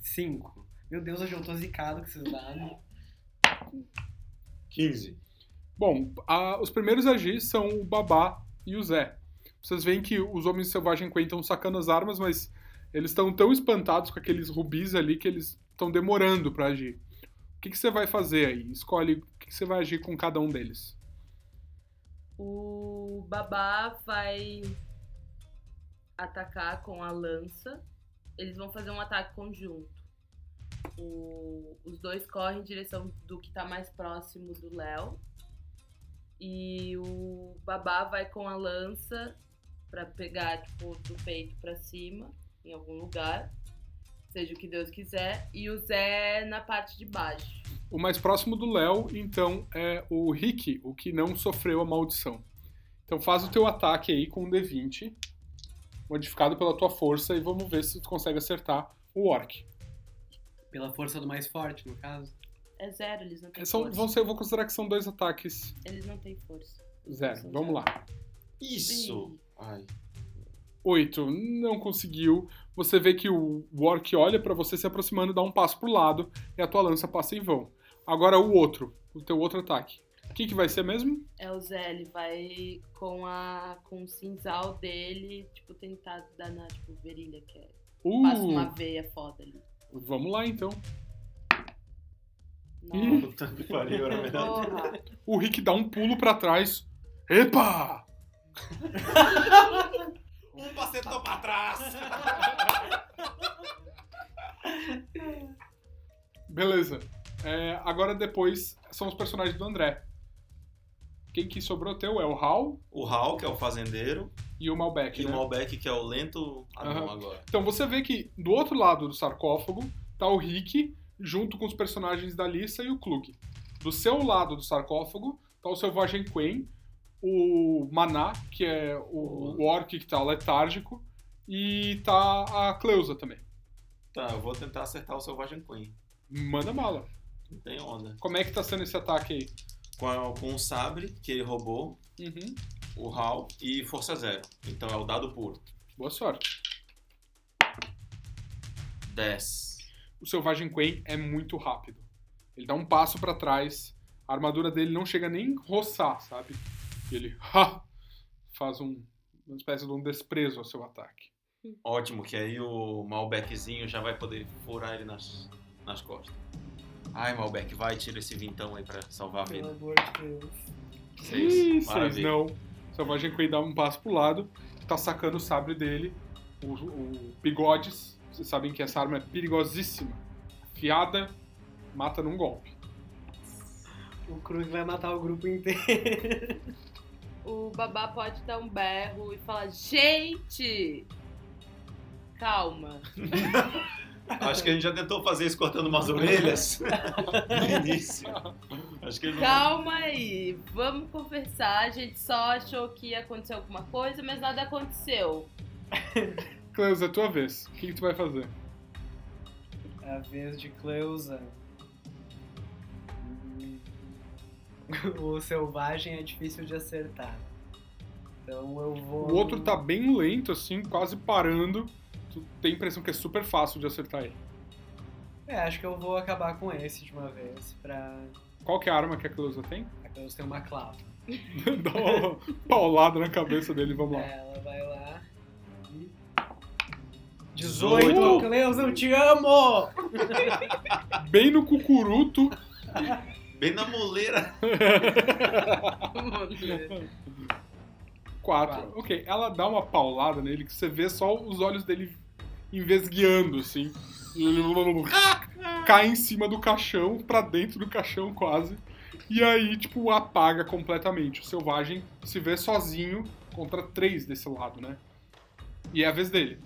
[SPEAKER 2] 5. Meu Deus, hoje eu tô zicado com esses dados.
[SPEAKER 4] 15.
[SPEAKER 1] Bom, a- os primeiros a agir são o Babá e o Zé. Vocês veem que os homens selvagens Quen estão sacando as armas, mas eles estão tão espantados com aqueles rubis ali que eles estão demorando pra agir. O que, que você vai fazer aí? Escolhe o que, que você vai agir com cada um deles.
[SPEAKER 5] O babá vai atacar com a lança. Eles vão fazer um ataque conjunto. O- os dois correm em direção do que tá mais próximo do Léo. E o babá vai com a lança pra pegar, tipo, do peito pra cima, em algum lugar. Seja o que Deus quiser. E o Zé na parte de baixo.
[SPEAKER 1] O mais próximo do Léo, então, é o Rick, o que não sofreu a maldição. Então faz o teu ataque aí com um D20, modificado pela tua força, e vamos ver se tu consegue acertar o Orc.
[SPEAKER 2] Pela força do mais forte, no caso.
[SPEAKER 5] É zero, eles não têm
[SPEAKER 1] São,
[SPEAKER 5] força.
[SPEAKER 1] vão ser, eu vou considerar que são dois ataques
[SPEAKER 5] Eles não têm força.
[SPEAKER 1] Zero, vamos lá.
[SPEAKER 4] Isso! Ai.
[SPEAKER 1] Oito, não conseguiu. Você vê que o Orc olha pra você se aproximando, dá um passo pro lado e a tua lança passa em vão. Agora o outro, o teu outro ataque. O que, que vai ser mesmo?
[SPEAKER 5] É o Zé, ele vai com a com o cinzal dele, tipo, tentar dar na tipo, virilha, que é. Passa uma
[SPEAKER 1] Uh,
[SPEAKER 5] veia foda ali.
[SPEAKER 1] vamos lá então.
[SPEAKER 5] Nossa,
[SPEAKER 4] Puta que pariu, era melhor.
[SPEAKER 5] porra!
[SPEAKER 1] O Rick dá um pulo pra trás. Epa!
[SPEAKER 4] Um pacetou pra trás!
[SPEAKER 1] Beleza. É, agora depois são os personagens do André. Quem que sobrou teu é o Hal
[SPEAKER 4] O Hal, que é o fazendeiro,
[SPEAKER 1] e o Malbec,
[SPEAKER 4] e o
[SPEAKER 1] né?
[SPEAKER 4] Malbec, que é o lento. Ah, não,
[SPEAKER 1] Aham.
[SPEAKER 4] agora.
[SPEAKER 1] Então você vê que do outro lado do sarcófago tá o Rick junto com os personagens da Lissa e o Klug. Do seu lado do sarcófago tá o selvagem Quen, o Maná, que é o, o orc que tá letárgico, e tá a Cleusa também.
[SPEAKER 4] Tá, eu vou tentar acertar o Selvagem Queen.
[SPEAKER 1] Manda bala.
[SPEAKER 4] Não tem onda.
[SPEAKER 1] Como é que tá sendo esse ataque aí?
[SPEAKER 4] Com, a- com o sabre que ele roubou,
[SPEAKER 1] Uhum.
[SPEAKER 4] o Hal, e força zero. Então é o dado puro.
[SPEAKER 1] Boa sorte.
[SPEAKER 4] 10.
[SPEAKER 1] o Selvagem Queen é muito rápido. Ele dá um passo pra trás, a armadura dele não chega nem roçar, sabe? E ele ha, faz um- uma espécie de um desprezo ao seu ataque.
[SPEAKER 4] Ótimo, que aí o Malbeczinho já vai poder furar ele nas, nas costas. Ai, Malbec, vai, tira esse vintão aí pra salvar a
[SPEAKER 7] Pelo
[SPEAKER 4] vida.
[SPEAKER 7] amor de Deus.
[SPEAKER 4] Seis,
[SPEAKER 1] Ih, seis
[SPEAKER 4] maravilha.
[SPEAKER 1] não. O Selvagem Queen dá um passo pro lado, tá sacando o sabre dele, o, o bigodes. Vocês sabem que essa arma é perigosíssima. Fiada, mata num golpe.
[SPEAKER 7] O Krug vai matar o grupo inteiro.
[SPEAKER 5] O babá pode dar um berro e falar: gente, calma.
[SPEAKER 4] Acho que a gente já tentou fazer isso cortando umas orelhas no início. Acho que ele não...
[SPEAKER 5] Calma aí, vamos conversar. A gente só achou que ia acontecer alguma coisa, mas nada aconteceu.
[SPEAKER 1] Cleusa, é tua vez. O que, que tu vai fazer?
[SPEAKER 7] É a vez de Cleusa. Hum. O selvagem é difícil de acertar. Então eu vou.
[SPEAKER 1] O outro tá bem lento, assim, quase parando. Tu tem a impressão que é super fácil de acertar ele.
[SPEAKER 7] É, acho que eu vou acabar com esse de uma vez pra.
[SPEAKER 1] Qual que é a arma que a Cleusa tem?
[SPEAKER 7] A Cleusa tem uma clava.
[SPEAKER 1] Dá uma paulada na cabeça dele, vamos lá.
[SPEAKER 7] Ela vai lá. e-
[SPEAKER 4] 18.
[SPEAKER 7] 18! Cleusa, eu te amo!
[SPEAKER 1] Bem no cucuruto,
[SPEAKER 4] Bem na moleira.
[SPEAKER 1] quatro.
[SPEAKER 7] Quatro.
[SPEAKER 1] Ok, ela dá uma paulada nele que você vê só os olhos dele envesgueando, assim. Cai em cima do caixão, pra dentro do caixão quase. E aí, tipo, apaga completamente. O selvagem se vê sozinho contra três desse lado, né? E é a vez dele.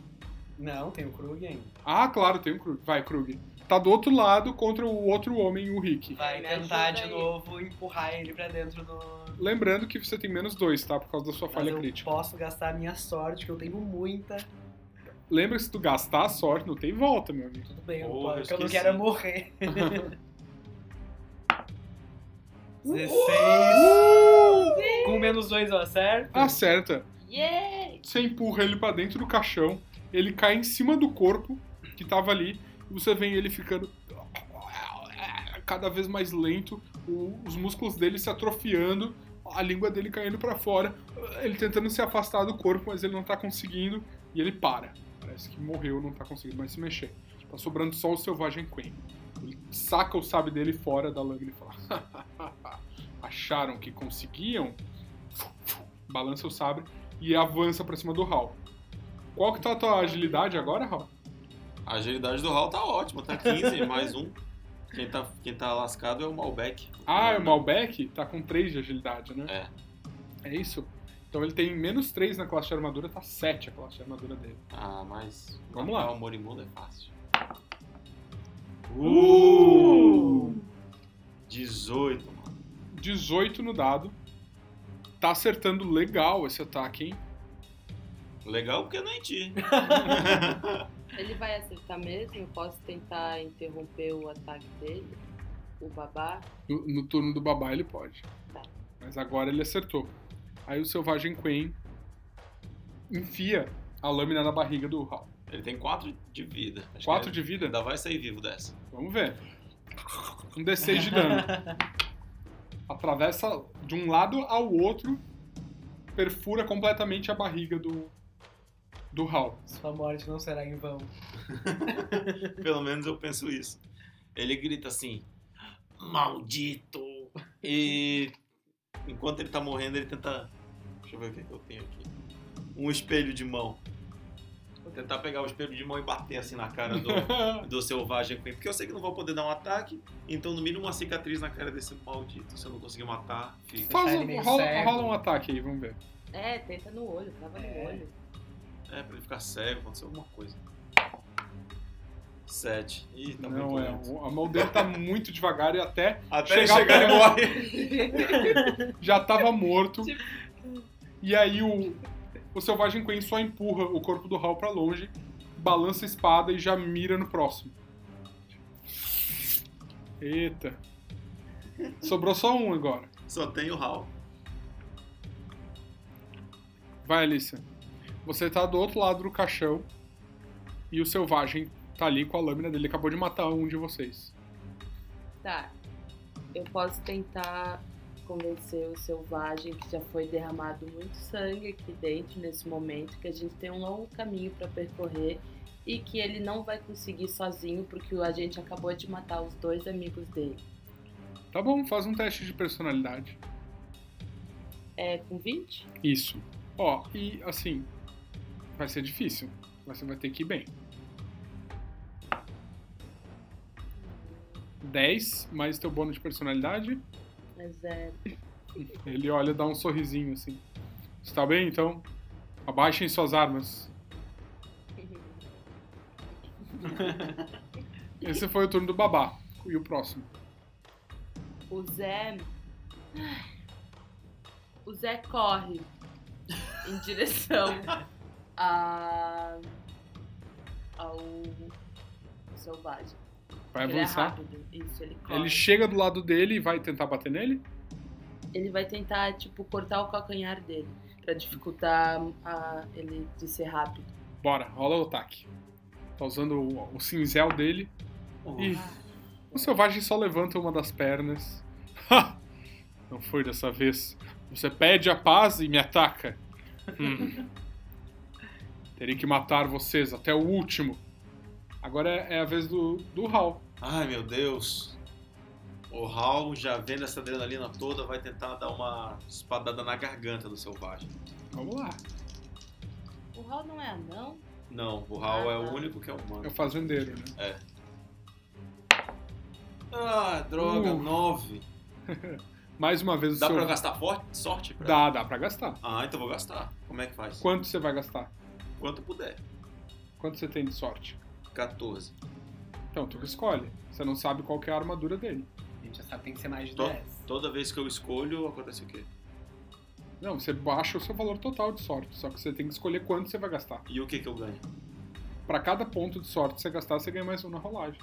[SPEAKER 7] Não, tem o Krug ainda.
[SPEAKER 1] Ah, claro, tem o Krug. Vai, Krug. Tá do outro lado contra o outro homem, o Rick.
[SPEAKER 7] Vai
[SPEAKER 5] Me
[SPEAKER 7] tentar
[SPEAKER 5] ajuda
[SPEAKER 7] de
[SPEAKER 5] aí.
[SPEAKER 7] novo empurrar ele pra dentro do,
[SPEAKER 1] Lembrando que você tem menos dois, tá? Por causa da sua
[SPEAKER 7] Mas
[SPEAKER 1] falha
[SPEAKER 7] eu
[SPEAKER 1] crítica.
[SPEAKER 7] posso gastar a minha sorte, que eu tenho muita.
[SPEAKER 1] Lembra que se tu gastar a sorte, não tem volta, meu amigo.
[SPEAKER 7] Tudo bem, eu,
[SPEAKER 4] Porra,
[SPEAKER 7] posso, que eu não
[SPEAKER 4] esqueci.
[SPEAKER 7] quero é morrer. 16. Com menos 2 eu acerto.
[SPEAKER 1] Ah, Acerta.
[SPEAKER 5] Yeah!
[SPEAKER 1] Você empurra ele pra dentro do caixão, ele cai em cima do corpo que tava ali, e você vê ele ficando cada vez mais lento, o- os músculos dele se atrofiando, a língua dele caindo pra fora, ele tentando se afastar do corpo, mas ele não tá conseguindo, e ele para. Parece que morreu, não tá conseguindo mais se mexer. Tá sobrando só o Selvagem Queen. Ele saca o sabre dele fora da lâmina e fala: Acharam que conseguiam? Balança o sabre e avança pra cima do Hal. Qual que tá a tua agilidade agora, Hal?
[SPEAKER 4] A agilidade do Hal tá ótima, tá 15, mais um. Quem tá, quem tá lascado é o Malbec.
[SPEAKER 1] Ah, o Malbec tá com 3 de agilidade, né? É. É isso? Então ele tem menos 3 na classe de armadura, tá 7 a classe de armadura dele.
[SPEAKER 4] Ah, mas.
[SPEAKER 1] Vamos lá.
[SPEAKER 4] O morimundo é fácil.
[SPEAKER 1] Uh!
[SPEAKER 4] 18, mano.
[SPEAKER 1] 18 no dado. Tá acertando legal esse ataque, hein?
[SPEAKER 4] Legal porque eu não é entendi.
[SPEAKER 5] Ele vai acertar mesmo? Eu posso tentar interromper o ataque dele? O babá?
[SPEAKER 1] No, no turno do babá ele pode.
[SPEAKER 5] Tá.
[SPEAKER 1] Mas agora ele acertou. Aí o Selvagem Queen enfia a lâmina na barriga do Hal.
[SPEAKER 4] Ele tem 4 de vida. Acho
[SPEAKER 1] 4
[SPEAKER 4] que é
[SPEAKER 1] de vida?
[SPEAKER 4] Ainda vai sair vivo dessa.
[SPEAKER 1] Vamos ver. Um D6 de dano. Atravessa de um lado ao outro, perfura completamente a barriga do, do Hal.
[SPEAKER 7] Sua morte não será em vão.
[SPEAKER 4] Pelo menos eu penso isso. Ele grita assim,
[SPEAKER 6] Maldito!
[SPEAKER 4] E enquanto ele tá morrendo, ele tenta. Deixa eu ver o que, que eu tenho aqui. Um espelho de mão. Vou tentar pegar o espelho de mão e bater assim na cara do, do selvagem Queen. Porque eu sei que não vou poder dar um ataque. Então, no mínimo, uma cicatriz na cara desse maldito. Se eu não conseguir matar, fica.
[SPEAKER 1] Faz
[SPEAKER 7] Deixar ele
[SPEAKER 1] um,
[SPEAKER 7] meio
[SPEAKER 1] rola,
[SPEAKER 7] cego.
[SPEAKER 1] rola um ataque aí, vamos ver.
[SPEAKER 5] É, tenta no olho, tava
[SPEAKER 7] É.
[SPEAKER 5] no olho.
[SPEAKER 4] É, pra ele ficar cego, aconteceu alguma coisa. Sete. Ih, tá
[SPEAKER 1] não,
[SPEAKER 4] muito
[SPEAKER 1] é.
[SPEAKER 4] lento.
[SPEAKER 1] o- A mão dele tá muito devagar e até
[SPEAKER 4] Até ele
[SPEAKER 1] Chegar
[SPEAKER 4] chegar, ele
[SPEAKER 1] perto.
[SPEAKER 4] morre.
[SPEAKER 1] já tava morto. E aí o, o Selvagem Queen só empurra o corpo do Hal pra longe, balança a espada e já mira no próximo. Eita. Sobrou só um agora.
[SPEAKER 4] Só tem o Hal.
[SPEAKER 1] Vai, Alicia. Você tá do outro lado do caixão e o Selvagem está ali com a lâmina dele, acabou de matar um de vocês.
[SPEAKER 5] Tá. Eu posso tentar convencer o selvagem que já foi derramado muito sangue aqui dentro nesse momento, que a gente tem um longo caminho para percorrer e que ele não vai conseguir sozinho porque a gente acabou de matar os dois amigos dele.
[SPEAKER 1] Tá bom, faz um teste de personalidade.
[SPEAKER 5] É com 20?
[SPEAKER 1] Isso. Ó, e assim, vai ser difícil. mas Você vai ter que ir bem. 10 mais teu bônus de personalidade.
[SPEAKER 5] É zero.
[SPEAKER 1] Ele olha, dá um sorrisinho assim. Está bem então? Abaixem suas armas. Esse foi o turno do babá. E o próximo?
[SPEAKER 5] O Zé. O Zé corre em direção a... ao selvagem.
[SPEAKER 1] Vai
[SPEAKER 5] ele é
[SPEAKER 1] avançar.
[SPEAKER 5] rápido. Isso, ele corre.
[SPEAKER 1] Ele chega do lado dele e vai tentar bater nele?
[SPEAKER 5] Ele vai tentar, tipo, cortar o calcanhar dele. Pra dificultar a- ele de ser rápido.
[SPEAKER 1] Bora, rola o ataque. Tá usando o, o cinzel dele. E o selvagem só levanta uma das pernas. Ha! Não foi dessa vez. Você pede a paz e me ataca. Hum. Terei que matar vocês até o último. Agora é, é a vez do, do Hal.
[SPEAKER 4] Ai, meu Deus. O Raul, já vendo essa adrenalina toda, vai tentar dar uma espadada na garganta do selvagem.
[SPEAKER 1] Vamos lá.
[SPEAKER 5] O Raul não é anão?
[SPEAKER 4] Não, o Raul
[SPEAKER 5] Ah,
[SPEAKER 4] é o
[SPEAKER 5] tá.
[SPEAKER 4] único que é humano.
[SPEAKER 1] É o fazendeiro, né?
[SPEAKER 4] Ah, droga,
[SPEAKER 1] Uh.
[SPEAKER 4] nove.
[SPEAKER 1] Mais uma vez o
[SPEAKER 4] Dá
[SPEAKER 1] seu...
[SPEAKER 4] pra gastar forte, sorte? Pra...
[SPEAKER 1] Dá, dá pra gastar.
[SPEAKER 4] Ah, então vou gastar. Como é que faz?
[SPEAKER 1] Quanto você vai gastar?
[SPEAKER 4] Quanto puder.
[SPEAKER 1] Quanto você tem de sorte?
[SPEAKER 4] 14.
[SPEAKER 1] Então, tu que escolhe. Você não sabe qual que é a armadura dele.
[SPEAKER 2] A gente já sabe que tem que ser mais de
[SPEAKER 4] Tô.
[SPEAKER 2] 10.
[SPEAKER 4] Toda vez que eu escolho, acontece o quê?
[SPEAKER 1] Não, você baixa o seu valor total de sorte, só que você tem que escolher quanto você vai gastar.
[SPEAKER 4] E o que que eu ganho?
[SPEAKER 1] Pra cada ponto de sorte que você gastar, você ganha mais um na rolagem.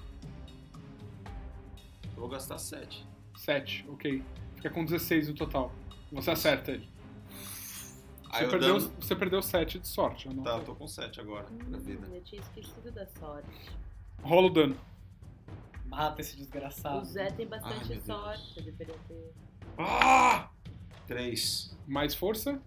[SPEAKER 4] Eu vou gastar 7.
[SPEAKER 1] 7, ok. Fica com 16 no total. Você acerta ele.
[SPEAKER 4] Aí
[SPEAKER 1] Você
[SPEAKER 4] eu
[SPEAKER 1] perdeu,
[SPEAKER 4] dando...
[SPEAKER 1] você perdeu 7 de sorte. né? Não.
[SPEAKER 4] Tá, eu tô com 7 agora, na vida.
[SPEAKER 5] Hum, eu tinha esquecido da sorte.
[SPEAKER 1] Rola o dano.
[SPEAKER 2] Mata esse
[SPEAKER 5] O
[SPEAKER 2] desgraçado.
[SPEAKER 5] Zé tem
[SPEAKER 4] Ah. Ai,
[SPEAKER 5] bastante
[SPEAKER 4] meu Deus.
[SPEAKER 5] sorte. Eu deveria ter.
[SPEAKER 4] Ah! 3.
[SPEAKER 1] Mais força?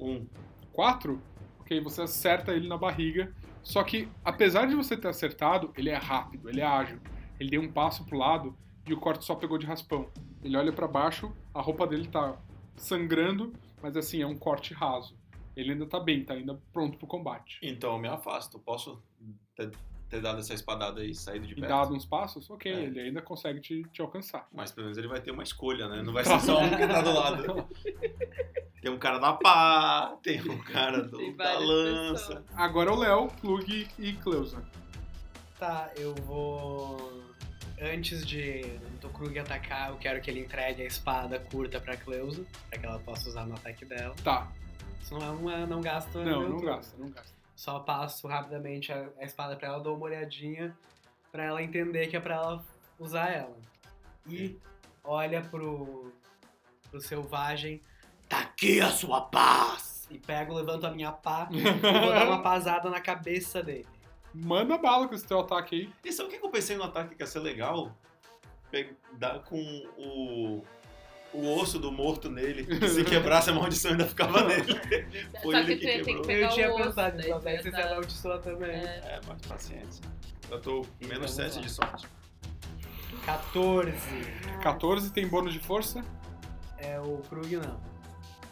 [SPEAKER 4] 1.
[SPEAKER 1] 4? Ok, você acerta ele na barriga. Só que, apesar de você ter acertado, ele é rápido, ele é ágil. Ele deu um passo pro lado e o corte só pegou de raspão. Ele olha pra baixo, a roupa dele tá sangrando, mas assim, é um corte raso. Ele ainda tá bem, tá ainda pronto pro combate.
[SPEAKER 4] Então eu me afasto. Posso ter, ter dado essa espadada aí, saído de
[SPEAKER 1] E
[SPEAKER 4] perto.
[SPEAKER 1] dado uns passos, ok,
[SPEAKER 4] É.
[SPEAKER 1] ele ainda consegue te, te alcançar.
[SPEAKER 4] Mas pelo menos ele vai ter uma escolha, né? Não vai ser só um que tá do lado. Tem um cara da pá, tem um cara do,
[SPEAKER 5] Tem
[SPEAKER 4] da
[SPEAKER 5] várias
[SPEAKER 4] lança.
[SPEAKER 5] pessoas.
[SPEAKER 1] Agora é o Léo, Plug e Cleusa.
[SPEAKER 2] Tá, eu vou. Antes de do Krug atacar, eu quero que ele entregue a espada curta pra Cleusa, pra que ela possa usar no ataque dela.
[SPEAKER 1] Tá,
[SPEAKER 2] Senão eu não, eu não gasto.
[SPEAKER 1] não,
[SPEAKER 2] meu
[SPEAKER 1] não
[SPEAKER 2] turno.
[SPEAKER 1] gasta, não gasta.
[SPEAKER 2] Só passo rapidamente a, a espada pra ela, dou uma olhadinha pra ela entender que é pra ela usar ela. E olha pro, pro selvagem
[SPEAKER 6] Tá aqui a sua paz!
[SPEAKER 2] e pego, levanto a minha pá e vou dar uma pasada na cabeça dele.
[SPEAKER 1] Manda bala com esse teu ataque aí.
[SPEAKER 4] E sabe o que que eu pensei no ataque que ia ser legal? Pe- Dar com o. O osso do morto nele. que Se quebrasse a maldição ainda ficava nele. Foi
[SPEAKER 5] Só
[SPEAKER 4] ele
[SPEAKER 5] que,
[SPEAKER 4] que
[SPEAKER 5] tem,
[SPEAKER 4] quebrou.
[SPEAKER 5] tem que pegar
[SPEAKER 2] Eu tinha
[SPEAKER 5] o osso,
[SPEAKER 2] pensado
[SPEAKER 5] daí
[SPEAKER 2] nisso,
[SPEAKER 5] tu ia
[SPEAKER 2] até se você
[SPEAKER 5] dar-
[SPEAKER 2] amaldiçoa também.
[SPEAKER 5] É,
[SPEAKER 4] É, mas paciência. Eu tô com
[SPEAKER 2] Então,
[SPEAKER 4] menos 7
[SPEAKER 2] vamos
[SPEAKER 4] de sorte.
[SPEAKER 2] 14.
[SPEAKER 1] 14 tem bônus de força.
[SPEAKER 2] É o Krug não.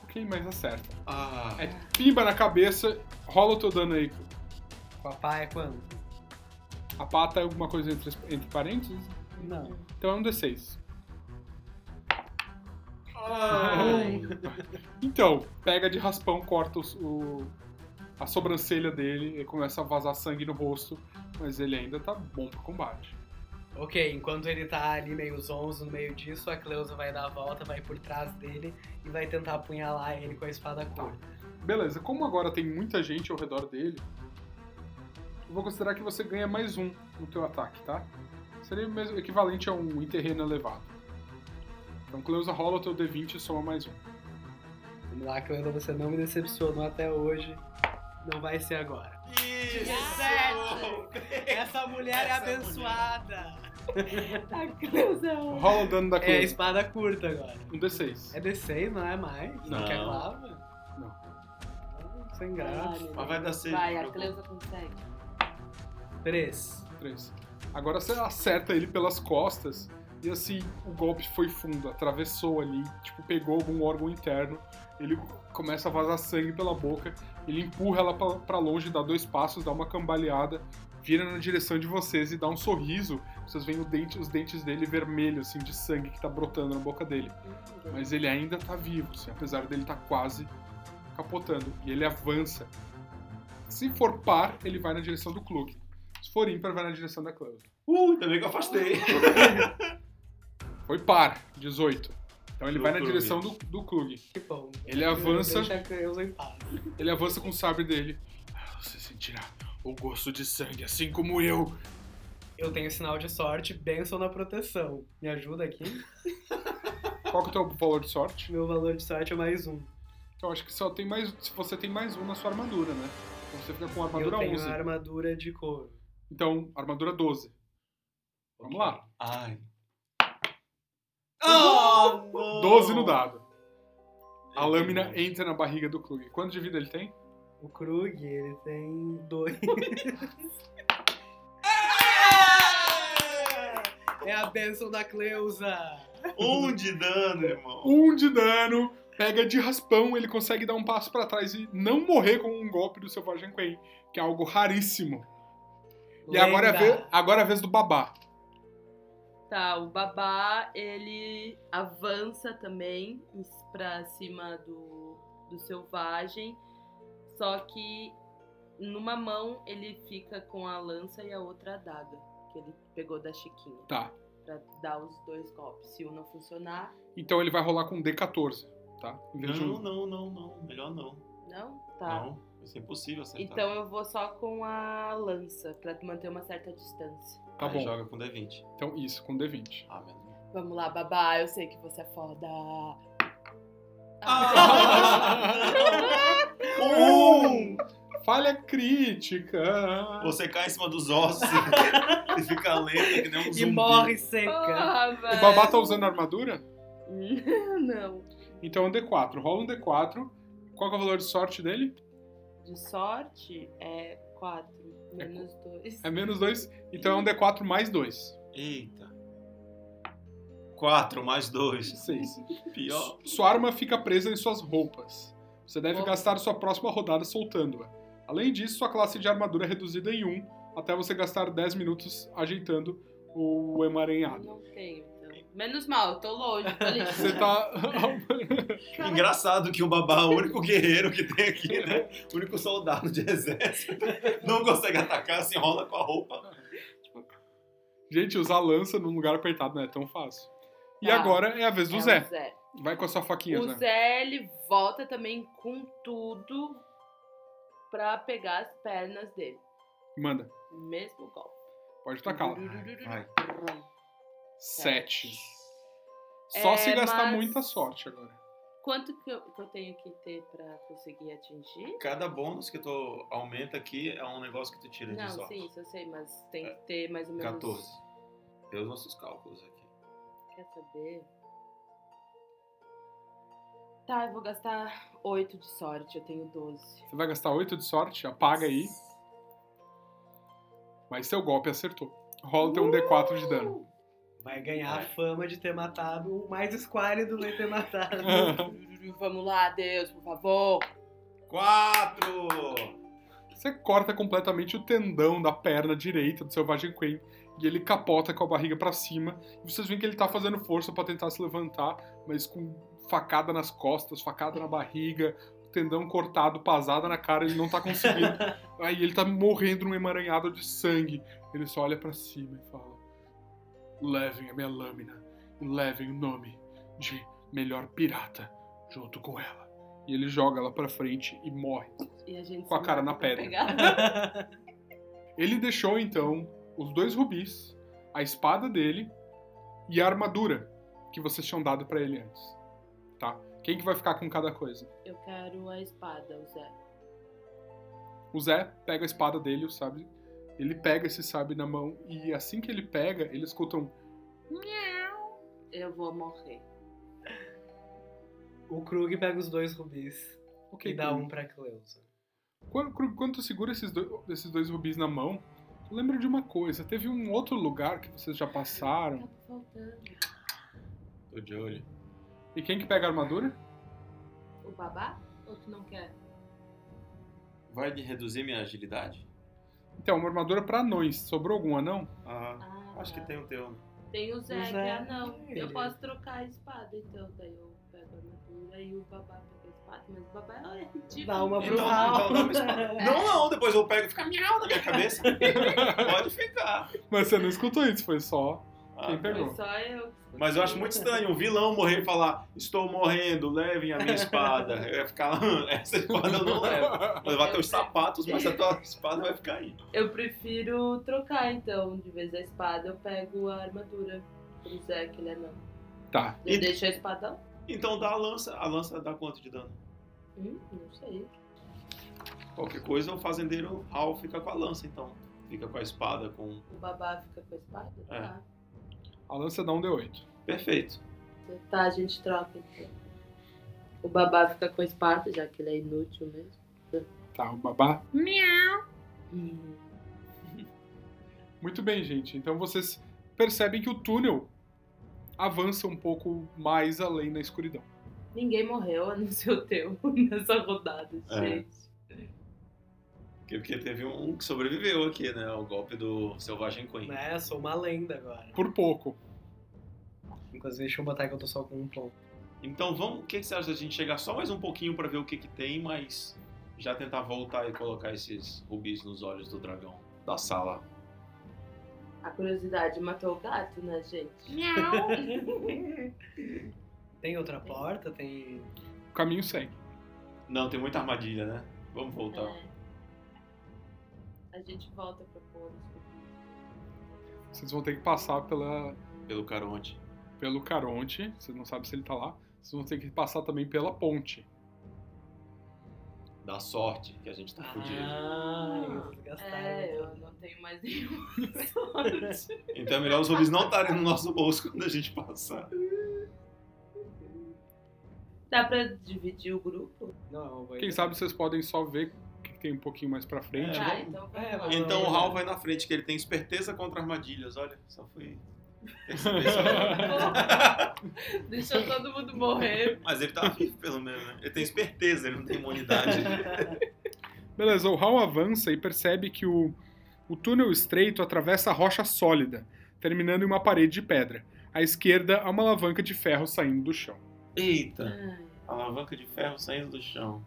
[SPEAKER 1] Ok, mas acerta.
[SPEAKER 4] Ah,
[SPEAKER 1] É pimba na cabeça, rola o teu dano aí.
[SPEAKER 2] Com a pá é quando?
[SPEAKER 1] A pata é alguma coisa entre, entre parênteses?
[SPEAKER 2] Não.
[SPEAKER 1] Então é um D6.
[SPEAKER 4] Ai.
[SPEAKER 1] Então, pega de raspão, corta os- o, a sobrancelha dele e começa a vazar sangue no rosto, mas ele ainda tá bom pro combate.
[SPEAKER 2] Ok, enquanto ele tá ali meio zonzo no meio disso, a Cleusa vai dar a volta, vai por trás dele e vai tentar apunhalar ele com a espada curta.
[SPEAKER 1] Beleza, como agora tem muita gente ao redor dele, eu vou considerar que você ganha mais um no teu ataque, tá? Seria o mesmo equivalente a um em terreno elevado. Então, Cleusa, rola o teu D20 e soma mais um.
[SPEAKER 2] Vamos lá, Cleusa, você não me decepcionou até hoje. Não vai ser agora.
[SPEAKER 4] Isso!
[SPEAKER 5] Dezessete.
[SPEAKER 7] Essa mulher é abençoada.
[SPEAKER 5] A Cleusa é um.
[SPEAKER 1] Rola o dano da
[SPEAKER 7] É a
[SPEAKER 1] Cleusa.
[SPEAKER 7] espada curta agora.
[SPEAKER 1] Um D6.
[SPEAKER 7] É D6, não é mais?
[SPEAKER 4] Não.
[SPEAKER 7] quer clava? Não, Sem graça.
[SPEAKER 5] Caralho.
[SPEAKER 4] Mas vai dar seis,
[SPEAKER 5] Vai,
[SPEAKER 4] não
[SPEAKER 5] a
[SPEAKER 4] se
[SPEAKER 5] Cleusa consegue.
[SPEAKER 7] Três.
[SPEAKER 1] Três. Agora você acerta ele pelas costas e assim, o golpe foi fundo, atravessou ali, tipo, pegou algum órgão interno, ele começa a vazar sangue pela boca, ele empurra ela pra- pra longe, dá dois passos, dá uma cambaleada, vira na direção de vocês e dá um sorriso. Vocês veem o dente- os dentes dele vermelhos, assim, de sangue que tá brotando na boca dele. Mas ele ainda tá vivo, assim, apesar dele tá quase capotando. E ele avança. Se for par, ele vai na direção do Klug. Se for ímpar, vai na direção da Cleusa.
[SPEAKER 4] Uh, também que eu afastei.
[SPEAKER 1] Foi par, 18. Então ele
[SPEAKER 4] Do
[SPEAKER 1] vai na
[SPEAKER 4] Klug.
[SPEAKER 1] direção do, do Klug.
[SPEAKER 7] Que bom.
[SPEAKER 1] Ele avança,
[SPEAKER 7] Deixa a Creuza em paz.
[SPEAKER 1] ele avança com o sabre dele. Ah, Você sentirá o gosto de sangue, assim como eu.
[SPEAKER 7] Eu tenho sinal de sorte, benção na proteção. Me ajuda aqui.
[SPEAKER 1] Qual que é o teu valor de sorte?
[SPEAKER 7] Meu valor de sorte é mais um.
[SPEAKER 1] Então acho que só tem mais. Se você tem mais um na sua armadura, né? Então você fica com
[SPEAKER 7] Eu
[SPEAKER 1] armadura
[SPEAKER 7] tenho
[SPEAKER 1] 11.
[SPEAKER 7] a armadura de couro.
[SPEAKER 1] Então, armadura 12. Vamos lá.
[SPEAKER 4] Ai.
[SPEAKER 7] Oh,
[SPEAKER 1] 12 no dado. A lâmina entra na barriga do Klug. Quanto de vida ele tem?
[SPEAKER 7] O Krug, ele tem dois. é a benção da Cleusa.
[SPEAKER 4] Um de dano, irmão.
[SPEAKER 1] Um de dano, pega de raspão, ele consegue dar um passo pra trás e não morrer com um golpe do Selvagem Queen, que é algo raríssimo. E agora é, a vez, agora é a vez do babá.
[SPEAKER 5] Tá, o babá, ele avança também em- pra cima do, do selvagem, só que numa mão ele fica com a lança e a outra a adaga, que ele pegou da Chiquinha,
[SPEAKER 1] Tá.
[SPEAKER 5] pra dar os dois golpes. Se um não funcionar,
[SPEAKER 1] Então ele vai rolar com um D14, tá? Em vez de
[SPEAKER 4] Não,
[SPEAKER 1] um.
[SPEAKER 4] não, não, não. Melhor não.
[SPEAKER 5] não? Tá.
[SPEAKER 4] Não. Vai ser impossível acertar.
[SPEAKER 5] Então eu vou só com a lança, pra manter uma certa distância.
[SPEAKER 1] Tá
[SPEAKER 4] Aí
[SPEAKER 1] bom.
[SPEAKER 4] joga com D20.
[SPEAKER 1] Então isso, com D20.
[SPEAKER 4] Ah, meu Deus.
[SPEAKER 5] Vamos lá, babá, eu sei que você é foda.
[SPEAKER 4] Um!
[SPEAKER 1] Falha crítica!
[SPEAKER 4] Você cai em cima dos ossos e fica lento que nem um
[SPEAKER 7] E
[SPEAKER 4] zumbi.
[SPEAKER 7] morre seca.
[SPEAKER 5] Porra,
[SPEAKER 1] O
[SPEAKER 5] velho.
[SPEAKER 1] babá tá usando armadura?
[SPEAKER 5] Não.
[SPEAKER 1] Então é um D4. Rola um D4. Qual que é o valor de sorte dele?
[SPEAKER 5] De sorte é 4, menos 2.
[SPEAKER 1] É menos 2. Então é um D4 mais 2.
[SPEAKER 4] Eita. Quatro mais dois.
[SPEAKER 1] 6.
[SPEAKER 4] Pior.
[SPEAKER 1] Sua arma fica presa em suas roupas. Você deve
[SPEAKER 5] Opa.
[SPEAKER 1] gastar sua próxima rodada soltando-a. Além disso, sua classe de armadura é reduzida em 1, até você gastar 10 minutos ajeitando o emaranhado.
[SPEAKER 5] Não tenho, então. Menos mal, eu tô longe, tô ali.
[SPEAKER 1] Você tá.
[SPEAKER 4] Engraçado que o babá é o único guerreiro que tem aqui, né? O único soldado de exército. Não consegue atacar, se enrola com a roupa.
[SPEAKER 1] Gente, usar lança num lugar apertado não é tão fácil. E
[SPEAKER 5] Tá.
[SPEAKER 1] agora é a vez
[SPEAKER 5] É
[SPEAKER 1] do
[SPEAKER 5] o
[SPEAKER 1] Zé.
[SPEAKER 5] Zé.
[SPEAKER 1] Vai com a sua faquinha,
[SPEAKER 5] O
[SPEAKER 1] Zé.
[SPEAKER 5] Zé, ele volta também com tudo pra pegar as pernas dele.
[SPEAKER 1] Manda.
[SPEAKER 5] Mesmo golpe.
[SPEAKER 1] Pode tacar.
[SPEAKER 5] Uhum.
[SPEAKER 4] Vai.
[SPEAKER 1] 7. Só
[SPEAKER 5] É,
[SPEAKER 1] se gastar
[SPEAKER 5] mas-
[SPEAKER 1] muita sorte agora.
[SPEAKER 5] Quanto que eu, que eu tenho que ter pra conseguir atingir?
[SPEAKER 4] Cada bônus que tu aumenta aqui é um negócio que tu tira de
[SPEAKER 5] Não,
[SPEAKER 4] sorte. É.
[SPEAKER 5] sim, isso eu sei, mas tem que ter mais ou menos...
[SPEAKER 4] 14. Deu os nossos cálculos aqui.
[SPEAKER 5] Quer saber? Tá, eu vou gastar 8 de sorte, eu tenho 12.
[SPEAKER 1] Você vai gastar 8 de sorte, apaga aí. Mas seu golpe acertou. Rola então o teu 1d4 de dano.
[SPEAKER 5] Oh.
[SPEAKER 7] Vai ganhar a fama de ter matado o mais esquálido do ter matado.
[SPEAKER 1] Então.
[SPEAKER 5] Vamos lá, Deus, por favor.
[SPEAKER 4] Quatro!
[SPEAKER 1] Você corta completamente o tendão da perna direita do selvagem Queen e ele capota com a barriga pra cima. E vocês veem que ele tá fazendo força pra tentar se levantar, mas com facada nas costas, facada na barriga, tendão cortado, pasada na cara, ele não tá conseguindo. Aí ele tá morrendo num emaranhado de sangue. Ele só olha pra cima e fala: Levem a minha lâmina e levem o nome de melhor pirata junto com ela. E ele joga ela pra frente e morre.
[SPEAKER 5] E a gente
[SPEAKER 1] Com a
[SPEAKER 5] se
[SPEAKER 1] cara
[SPEAKER 5] mata
[SPEAKER 1] na
[SPEAKER 5] pra
[SPEAKER 1] pedra.
[SPEAKER 5] pegar.
[SPEAKER 1] Ele deixou então os dois rubis, a espada dele e a armadura que vocês tinham dado pra ele antes. Tá? Quem que vai ficar com cada coisa?
[SPEAKER 5] Eu quero a espada, o Zé.
[SPEAKER 1] O Zé pega a espada dele, o sabre, Ele pega esse sabre na mão e assim que ele pega, ele escuta um.
[SPEAKER 5] Eu vou morrer.
[SPEAKER 7] O Krug pega os dois rubis
[SPEAKER 1] Ok,
[SPEAKER 7] e dá
[SPEAKER 1] Krug.
[SPEAKER 7] um pra Cleusa.
[SPEAKER 1] Quando, Krug, quando tu segura esses dois, esses dois rubis na mão, tu lembra de uma coisa. Teve um outro lugar que vocês já passaram.
[SPEAKER 5] Tá faltando.
[SPEAKER 4] Tô de olho.
[SPEAKER 1] E quem que pega a armadura?
[SPEAKER 5] O babá? Ou tu não quer?
[SPEAKER 4] Vai de reduzir minha agilidade?
[SPEAKER 1] Então, uma armadura pra anões. Sobrou algum anão?
[SPEAKER 4] Ah,
[SPEAKER 5] Ah,
[SPEAKER 4] acho que
[SPEAKER 5] tá.
[SPEAKER 4] tem um teu.
[SPEAKER 5] Tem o Zé,
[SPEAKER 7] O
[SPEAKER 5] que
[SPEAKER 7] Zé,
[SPEAKER 5] é anão.
[SPEAKER 7] ele-
[SPEAKER 5] Eu posso trocar a espada, então. Daí eu pego a armadura e o babá pega a espada. Mas o babá é ridículo.
[SPEAKER 7] Dá uma pro
[SPEAKER 4] Então,
[SPEAKER 7] Raul.
[SPEAKER 4] então dá uma espada. Não, não, depois eu pego e fica miau na minha cabeça. Pode ficar.
[SPEAKER 1] Mas você não escutou isso, foi só.
[SPEAKER 4] Ah,
[SPEAKER 1] Quem
[SPEAKER 4] tá.
[SPEAKER 1] pegou?
[SPEAKER 5] Foi tipo, só eu.
[SPEAKER 4] Mas eu acho muito estranho um vilão morrer e falar: Estou morrendo, levem a minha espada. Eu ia ficar, "Ah, essa espada eu não levo.
[SPEAKER 7] É.
[SPEAKER 4] Vou levar teus sapatos, mas a tua espada vai ficar aí.
[SPEAKER 5] Eu prefiro trocar, então. De vez a espada, eu pego a armadura. Pro Zé, que ele é anão.
[SPEAKER 1] Tá.
[SPEAKER 5] Eu
[SPEAKER 4] E-
[SPEAKER 5] deixo a espada.
[SPEAKER 4] Então dá a lança. A lança dá quanto de dano?
[SPEAKER 5] Hum, não sei.
[SPEAKER 4] Qualquer coisa, o fazendeiro Hal fica com a lança, então. Fica com a espada, com.
[SPEAKER 5] O babá fica com a espada?
[SPEAKER 4] É.
[SPEAKER 5] Tá.
[SPEAKER 1] A lança dá um D8.
[SPEAKER 4] Perfeito.
[SPEAKER 5] Tá, a gente troca, então. O babá fica com a espada, já que ele é inútil mesmo.
[SPEAKER 1] Tá, o babá.
[SPEAKER 5] Hum.
[SPEAKER 1] Muito bem, gente. Então vocês percebem que o túnel avança um pouco mais além na escuridão.
[SPEAKER 5] Ninguém morreu, a não ser o teu, nessa rodada,
[SPEAKER 4] É.
[SPEAKER 5] gente.
[SPEAKER 4] Porque, porque teve um que sobreviveu aqui, né? O golpe do Selvagem Queen.
[SPEAKER 2] É.
[SPEAKER 7] Né? Sou uma lenda agora.
[SPEAKER 1] Por pouco.
[SPEAKER 7] Inclusive, deixa eu botar que eu tô só com um ponto.
[SPEAKER 4] Então vamos. O que que você acha da gente chegar só mais um pouquinho pra ver o que, que tem, mas já tentar voltar e colocar esses rubis nos olhos do dragão da sala?
[SPEAKER 5] A curiosidade matou o gato, né, gente?
[SPEAKER 7] Tem outra porta? Tem.
[SPEAKER 1] O caminho segue.
[SPEAKER 4] Não, tem muita armadilha, né? Vamos voltar.
[SPEAKER 5] É. A gente volta pra pôr
[SPEAKER 1] Vocês vão ter que passar pela,
[SPEAKER 4] Pelo Caronte.
[SPEAKER 1] pelo Caronte. Vocês não sabem se ele tá lá. Vocês vão ter que passar também pela ponte.
[SPEAKER 4] Dá sorte que a gente tá fudido.
[SPEAKER 7] Ah, eles
[SPEAKER 2] Tá,
[SPEAKER 7] gastaram.
[SPEAKER 5] É, eu não tenho mais nenhuma sorte.
[SPEAKER 4] Então é melhor os rubis não estarem no nosso bolso quando a gente passar.
[SPEAKER 5] Dá pra dividir o grupo?
[SPEAKER 7] Não, eu vou.
[SPEAKER 1] Quem sabe vocês podem só ver o que tem um pouquinho mais pra frente.
[SPEAKER 4] É. vamos-
[SPEAKER 5] tá, então
[SPEAKER 7] é,
[SPEAKER 5] vamos lá.
[SPEAKER 7] vamos-
[SPEAKER 4] Então o Hal vai na frente, que ele tem esperteza contra armadilhas. Olha, só fui. perceber só.
[SPEAKER 5] Deixa todo mundo morrer.
[SPEAKER 4] Mas ele tá vivo, pelo menos, né? Ele tem esperteza, ele não tem imunidade.
[SPEAKER 1] Beleza, o Hal avança e percebe que o, o túnel estreito atravessa a rocha sólida, terminando em uma parede de pedra. À esquerda, há uma alavanca de ferro saindo do chão.
[SPEAKER 4] Eita!
[SPEAKER 5] Ai,
[SPEAKER 4] Alavanca de ferro saindo do chão.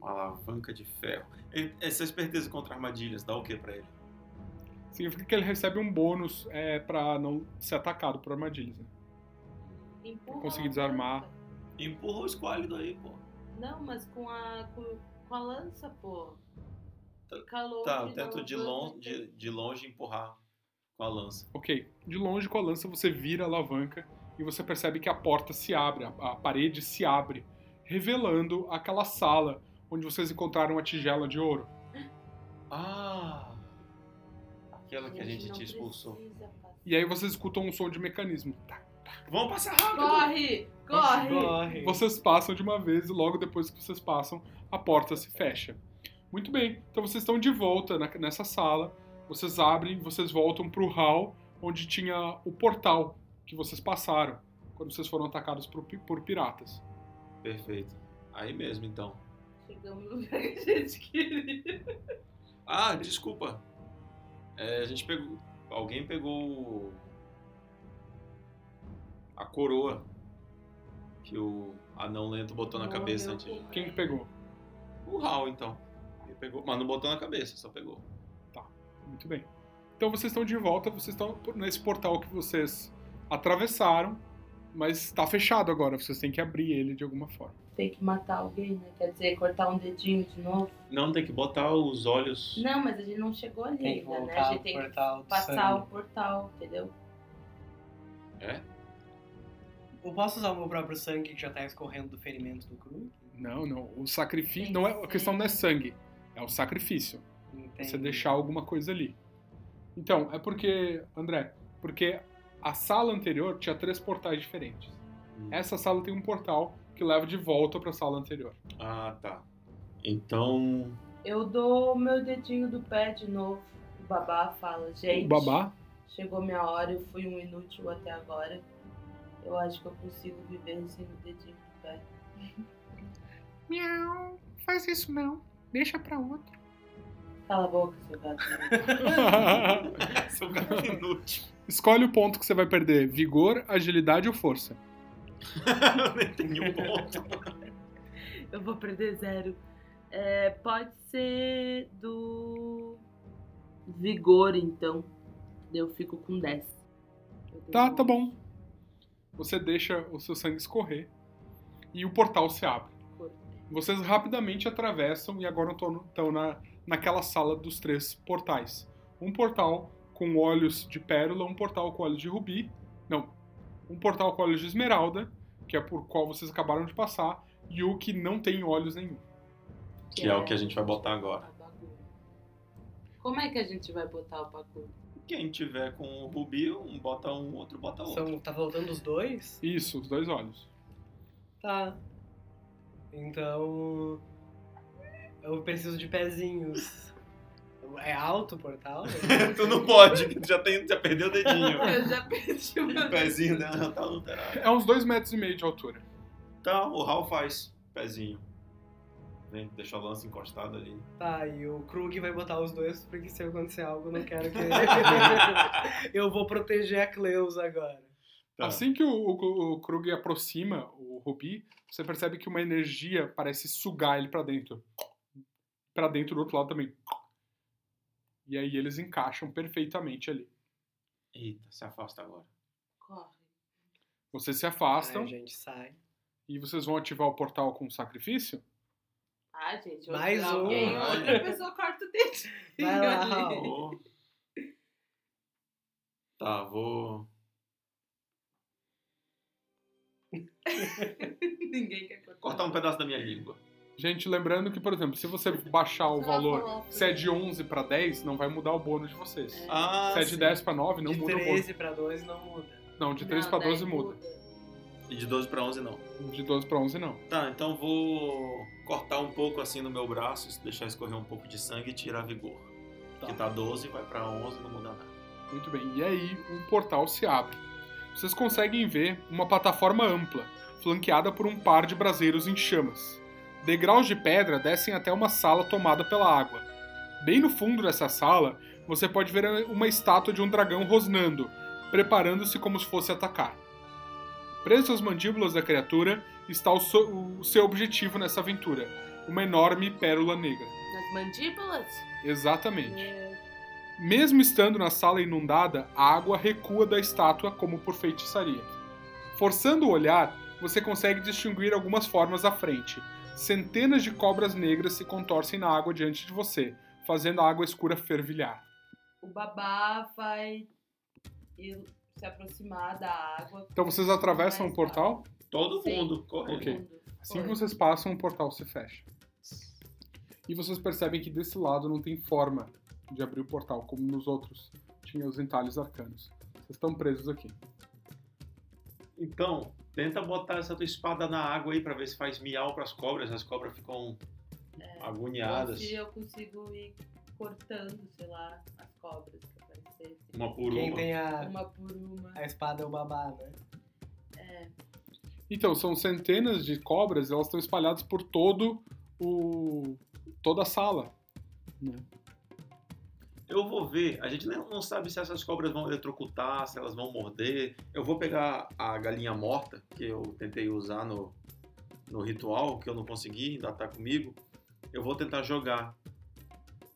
[SPEAKER 4] Uma alavanca de ferro. Ele- Essa esperteza contra armadilhas dá o que pra ele?
[SPEAKER 1] Significa que ele recebe um bônus é, para não ser atacado por armadilhas. né?
[SPEAKER 5] empurra
[SPEAKER 1] Consegui
[SPEAKER 5] a
[SPEAKER 1] desarmar.
[SPEAKER 5] lança.
[SPEAKER 4] Empurra o esquálido aí, pô.
[SPEAKER 5] Não, mas com a, com, com a lança, pô.
[SPEAKER 4] Tá-
[SPEAKER 5] Calor
[SPEAKER 4] Tá, eu
[SPEAKER 5] de
[SPEAKER 4] tento
[SPEAKER 5] lança. né?
[SPEAKER 4] de, lon de, de longe empurrar com a lança.
[SPEAKER 1] Ok, de longe com a lança você vira a alavanca e você percebe que a porta se abre, a, a parede se abre, revelando aquela sala onde vocês encontraram a tigela de ouro.
[SPEAKER 4] Ah! Aquela que a gente te expulsou.
[SPEAKER 5] precisa passar.
[SPEAKER 1] E aí vocês escutam um som de mecanismo. Tá.
[SPEAKER 4] Vamos passar rápido!
[SPEAKER 5] Corre! Corre!
[SPEAKER 7] Corre.
[SPEAKER 1] Vocês passam de uma vez e logo depois que vocês passam, a porta se fecha. Muito bem, então vocês estão de volta na- nessa sala, vocês abrem, vocês voltam pro hall onde tinha o portal que vocês passaram quando vocês foram atacados por, pi- por piratas.
[SPEAKER 4] Perfeito. Aí mesmo, então.
[SPEAKER 5] Chegamos no lugar que a gente queria.
[SPEAKER 4] Ah, desculpa. É, a gente pegou. Alguém pegou. o- A coroa que o anão lento botou na
[SPEAKER 5] Morreu
[SPEAKER 4] cabeça antes.
[SPEAKER 5] com-
[SPEAKER 1] Quem que pegou?
[SPEAKER 4] O Hal, então. Ele pegou, mas não botou na cabeça, só pegou.
[SPEAKER 1] Muito bem. Então vocês estão de volta, vocês estão por- nesse portal que vocês atravessaram, mas está fechado agora, vocês têm que abrir ele de alguma forma.
[SPEAKER 5] Tem que matar alguém, né? Quer dizer, cortar um dedinho de novo.
[SPEAKER 4] Não, tem que botar os olhos.
[SPEAKER 5] Não, mas a gente não chegou ali
[SPEAKER 7] Tem que
[SPEAKER 5] ainda, né? A
[SPEAKER 7] voltar
[SPEAKER 5] gente
[SPEAKER 7] pro
[SPEAKER 5] tem que
[SPEAKER 7] portal do
[SPEAKER 5] passar
[SPEAKER 7] sangue.
[SPEAKER 5] o portal, entendeu?
[SPEAKER 7] Eu posso usar o meu próprio sangue que já tá escorrendo do ferimento do Krug?
[SPEAKER 1] Não, não, o sacrifício
[SPEAKER 5] Tem
[SPEAKER 1] não é, a
[SPEAKER 5] sangue.
[SPEAKER 1] questão não é sangue, é o sacrifício.
[SPEAKER 7] Entendi.
[SPEAKER 1] Você deixar alguma coisa ali. Então, é porque, André, porque a sala anterior tinha três portais diferentes.
[SPEAKER 4] Hum.
[SPEAKER 1] Essa sala tem um portal que leva de volta pra sala anterior.
[SPEAKER 4] Ah, tá. Então.
[SPEAKER 5] Eu dou meu dedinho do pé de novo. O babá fala, gente.
[SPEAKER 1] O babá,
[SPEAKER 5] Chegou minha hora, eu fui um inútil até agora. Eu acho que eu consigo viver sem o dedinho do pé.
[SPEAKER 8] Miau, faz isso não. Deixa pra outro.
[SPEAKER 5] Cala a boca, seu gato.
[SPEAKER 4] Seu gato é um inútil.
[SPEAKER 1] escolhe o ponto que você vai perder: vigor, agilidade ou força.
[SPEAKER 4] Nem tem um ponto.
[SPEAKER 5] Eu vou perder zero. É, pode ser do vigor, então. Eu fico com 10. Eu tenho
[SPEAKER 1] Tá,
[SPEAKER 5] um.
[SPEAKER 1] tá bom. Você deixa o seu sangue escorrer e o portal se abre. Vocês rapidamente atravessam e agora estão estão na, naquela sala dos três portais. Um portal com olhos de pérola, um portal com olhos de rubi, não, um portal com olhos de esmeralda, que é por qual vocês acabaram de passar, e o que não tem olhos nenhum.
[SPEAKER 4] Que é o que a gente vai botar agora.
[SPEAKER 5] a bagulho. Como é que a gente vai botar o bagulho?
[SPEAKER 4] Quem tiver com o Rubi, um bota um, outro bota outro.
[SPEAKER 7] São, tá voltando os dois?
[SPEAKER 1] Isso, os dois olhos.
[SPEAKER 7] Tá. Então. Eu preciso de pezinhos. É alto o portal?
[SPEAKER 4] tu não pode, que tu já, tem, já perdeu o dedinho.
[SPEAKER 5] Eu já perdi o
[SPEAKER 4] o
[SPEAKER 5] meu
[SPEAKER 4] pezinho dela já tá alterado.
[SPEAKER 1] É uns dois metros e meio de altura.
[SPEAKER 4] Tá, o Hal faz pezinho. Vem, deixa o lance encostado ali.
[SPEAKER 7] Tá, e o Krug vai botar os dois, porque se acontecer algo, eu não quero que. eu vou proteger a Cleusa agora.
[SPEAKER 4] Tá.
[SPEAKER 1] Assim que o, o, o Krug aproxima o Rubi, você percebe que uma energia parece sugar ele pra dentro. Pra dentro do outro lado também. E aí eles encaixam perfeitamente ali.
[SPEAKER 4] Eita, se afasta agora.
[SPEAKER 5] Corre.
[SPEAKER 1] Vocês se
[SPEAKER 7] Aí
[SPEAKER 1] afastam
[SPEAKER 7] a
[SPEAKER 2] É,
[SPEAKER 7] gente sai.
[SPEAKER 1] e vocês vão ativar o portal com sacrifício?
[SPEAKER 5] Ah, gente, outra-
[SPEAKER 7] Mais um.
[SPEAKER 5] alguém, outra pessoa corta o dedinho.
[SPEAKER 7] Vai lá,
[SPEAKER 5] ali.
[SPEAKER 7] Raul.
[SPEAKER 4] Vou. Tá, vou.
[SPEAKER 5] Ninguém quer cortar.
[SPEAKER 4] Cortar um pedaço da minha língua.
[SPEAKER 1] Gente, lembrando que, por exemplo, se você baixar o
[SPEAKER 3] Só
[SPEAKER 1] valor,
[SPEAKER 3] coloca.
[SPEAKER 1] se é de 11 pra 10, não vai mudar o bônus de vocês.
[SPEAKER 4] Ah,
[SPEAKER 1] Se é de 10 pra 9, não
[SPEAKER 7] de
[SPEAKER 1] muda o bônus.
[SPEAKER 7] 13 pra 2 não muda.
[SPEAKER 1] Não, de 3
[SPEAKER 5] Não,
[SPEAKER 1] pra
[SPEAKER 5] daí
[SPEAKER 1] 12 muda.
[SPEAKER 4] E de 12 pra 11 não.
[SPEAKER 1] De 12 pra 11 não.
[SPEAKER 4] Tá, então vou cortar um pouco assim no meu braço, deixar escorrer um pouco de sangue e tirar vigor. Que tá 12, vai pra 11, não muda nada.
[SPEAKER 1] Muito bem, e aí um portal se abre. Vocês conseguem ver uma plataforma ampla, flanqueada por um par de braseiros em chamas. Degraus de pedra descem até uma sala tomada pela água. Bem no fundo dessa sala, você pode ver uma estátua de um dragão rosnando, preparando-se como se fosse atacar. Preso às mandíbulas da criatura está o, so- o seu objetivo nessa aventura: uma enorme pérola negra.
[SPEAKER 5] Nas mandíbulas?
[SPEAKER 1] Exatamente. Mesmo estando na sala inundada, a água recua da estátua como por feitiçaria. Forçando o olhar, você consegue distinguir algumas formas à frente. Centenas de cobras negras se contorcem na água diante de você, fazendo a água escura fervilhar.
[SPEAKER 5] O babá vai ir se aproximar da água.
[SPEAKER 1] Então vocês atravessam o portal?
[SPEAKER 4] Todo
[SPEAKER 5] Sim.
[SPEAKER 4] mundo correndo.
[SPEAKER 1] Ok.
[SPEAKER 5] Então,
[SPEAKER 1] Assim que vocês passam, o portal se fecha. E vocês percebem que desse lado não tem forma de abrir o portal, como nos outros tinha os entalhes arcanos. Vocês estão presos aqui.
[SPEAKER 4] Então, tenta botar essa tua espada na água aí pra ver se faz miau pras cobras. As cobras ficam agoniadas.
[SPEAKER 5] Se eu consigo ir cortando, sei lá, as cobras que aparecessem.
[SPEAKER 4] Uma por
[SPEAKER 7] Quem
[SPEAKER 4] uma.
[SPEAKER 7] tem a,
[SPEAKER 5] Uma por uma.
[SPEAKER 7] a espada é o babá, né?
[SPEAKER 1] Então, são centenas de cobras, elas estão espalhadas por todo o toda a sala.
[SPEAKER 4] Eu vou ver. A gente não não sabe se essas cobras vão eletrocutar, se elas vão morder. Eu vou pegar a galinha morta, que eu tentei usar no, no ritual, que eu não consegui, ainda tá comigo. Eu vou tentar jogar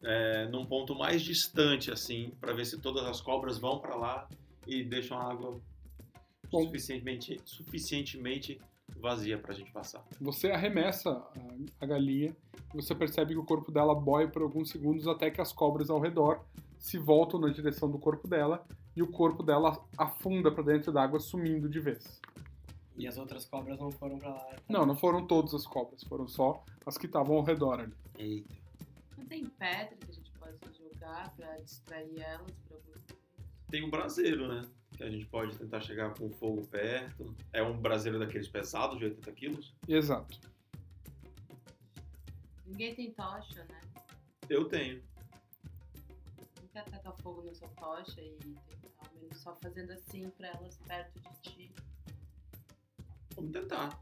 [SPEAKER 4] é, num ponto mais distante, assim, pra ver se todas as cobras vão pra lá e deixam a água
[SPEAKER 1] Bom.
[SPEAKER 4] suficientemente, suficientemente vazia pra gente passar.
[SPEAKER 1] Você arremessa a, a galinha, você percebe que o corpo dela boia por alguns segundos até que as cobras ao redor se voltam na direção do corpo dela e o corpo dela afunda pra dentro d'água, sumindo de vez.
[SPEAKER 7] E as outras cobras não foram pra lá. então?
[SPEAKER 1] Não, não foram todas as cobras, foram só as que estavam ao redor ali.
[SPEAKER 4] Eita.
[SPEAKER 5] Não tem pedra que a gente pode elas jogar pra distrair elas, pra você.
[SPEAKER 4] Tem um braseiro, né? Que a gente pode tentar chegar com fogo perto. É um braseiro daqueles pesados, de 80 quilos.
[SPEAKER 1] Exato.
[SPEAKER 5] Ninguém tem tocha, né?
[SPEAKER 4] Eu tenho.
[SPEAKER 5] Nunca tacar fogo na sua tocha e tentar, ao menos só fazendo assim pra elas perto de ti.
[SPEAKER 4] Vamos tentar.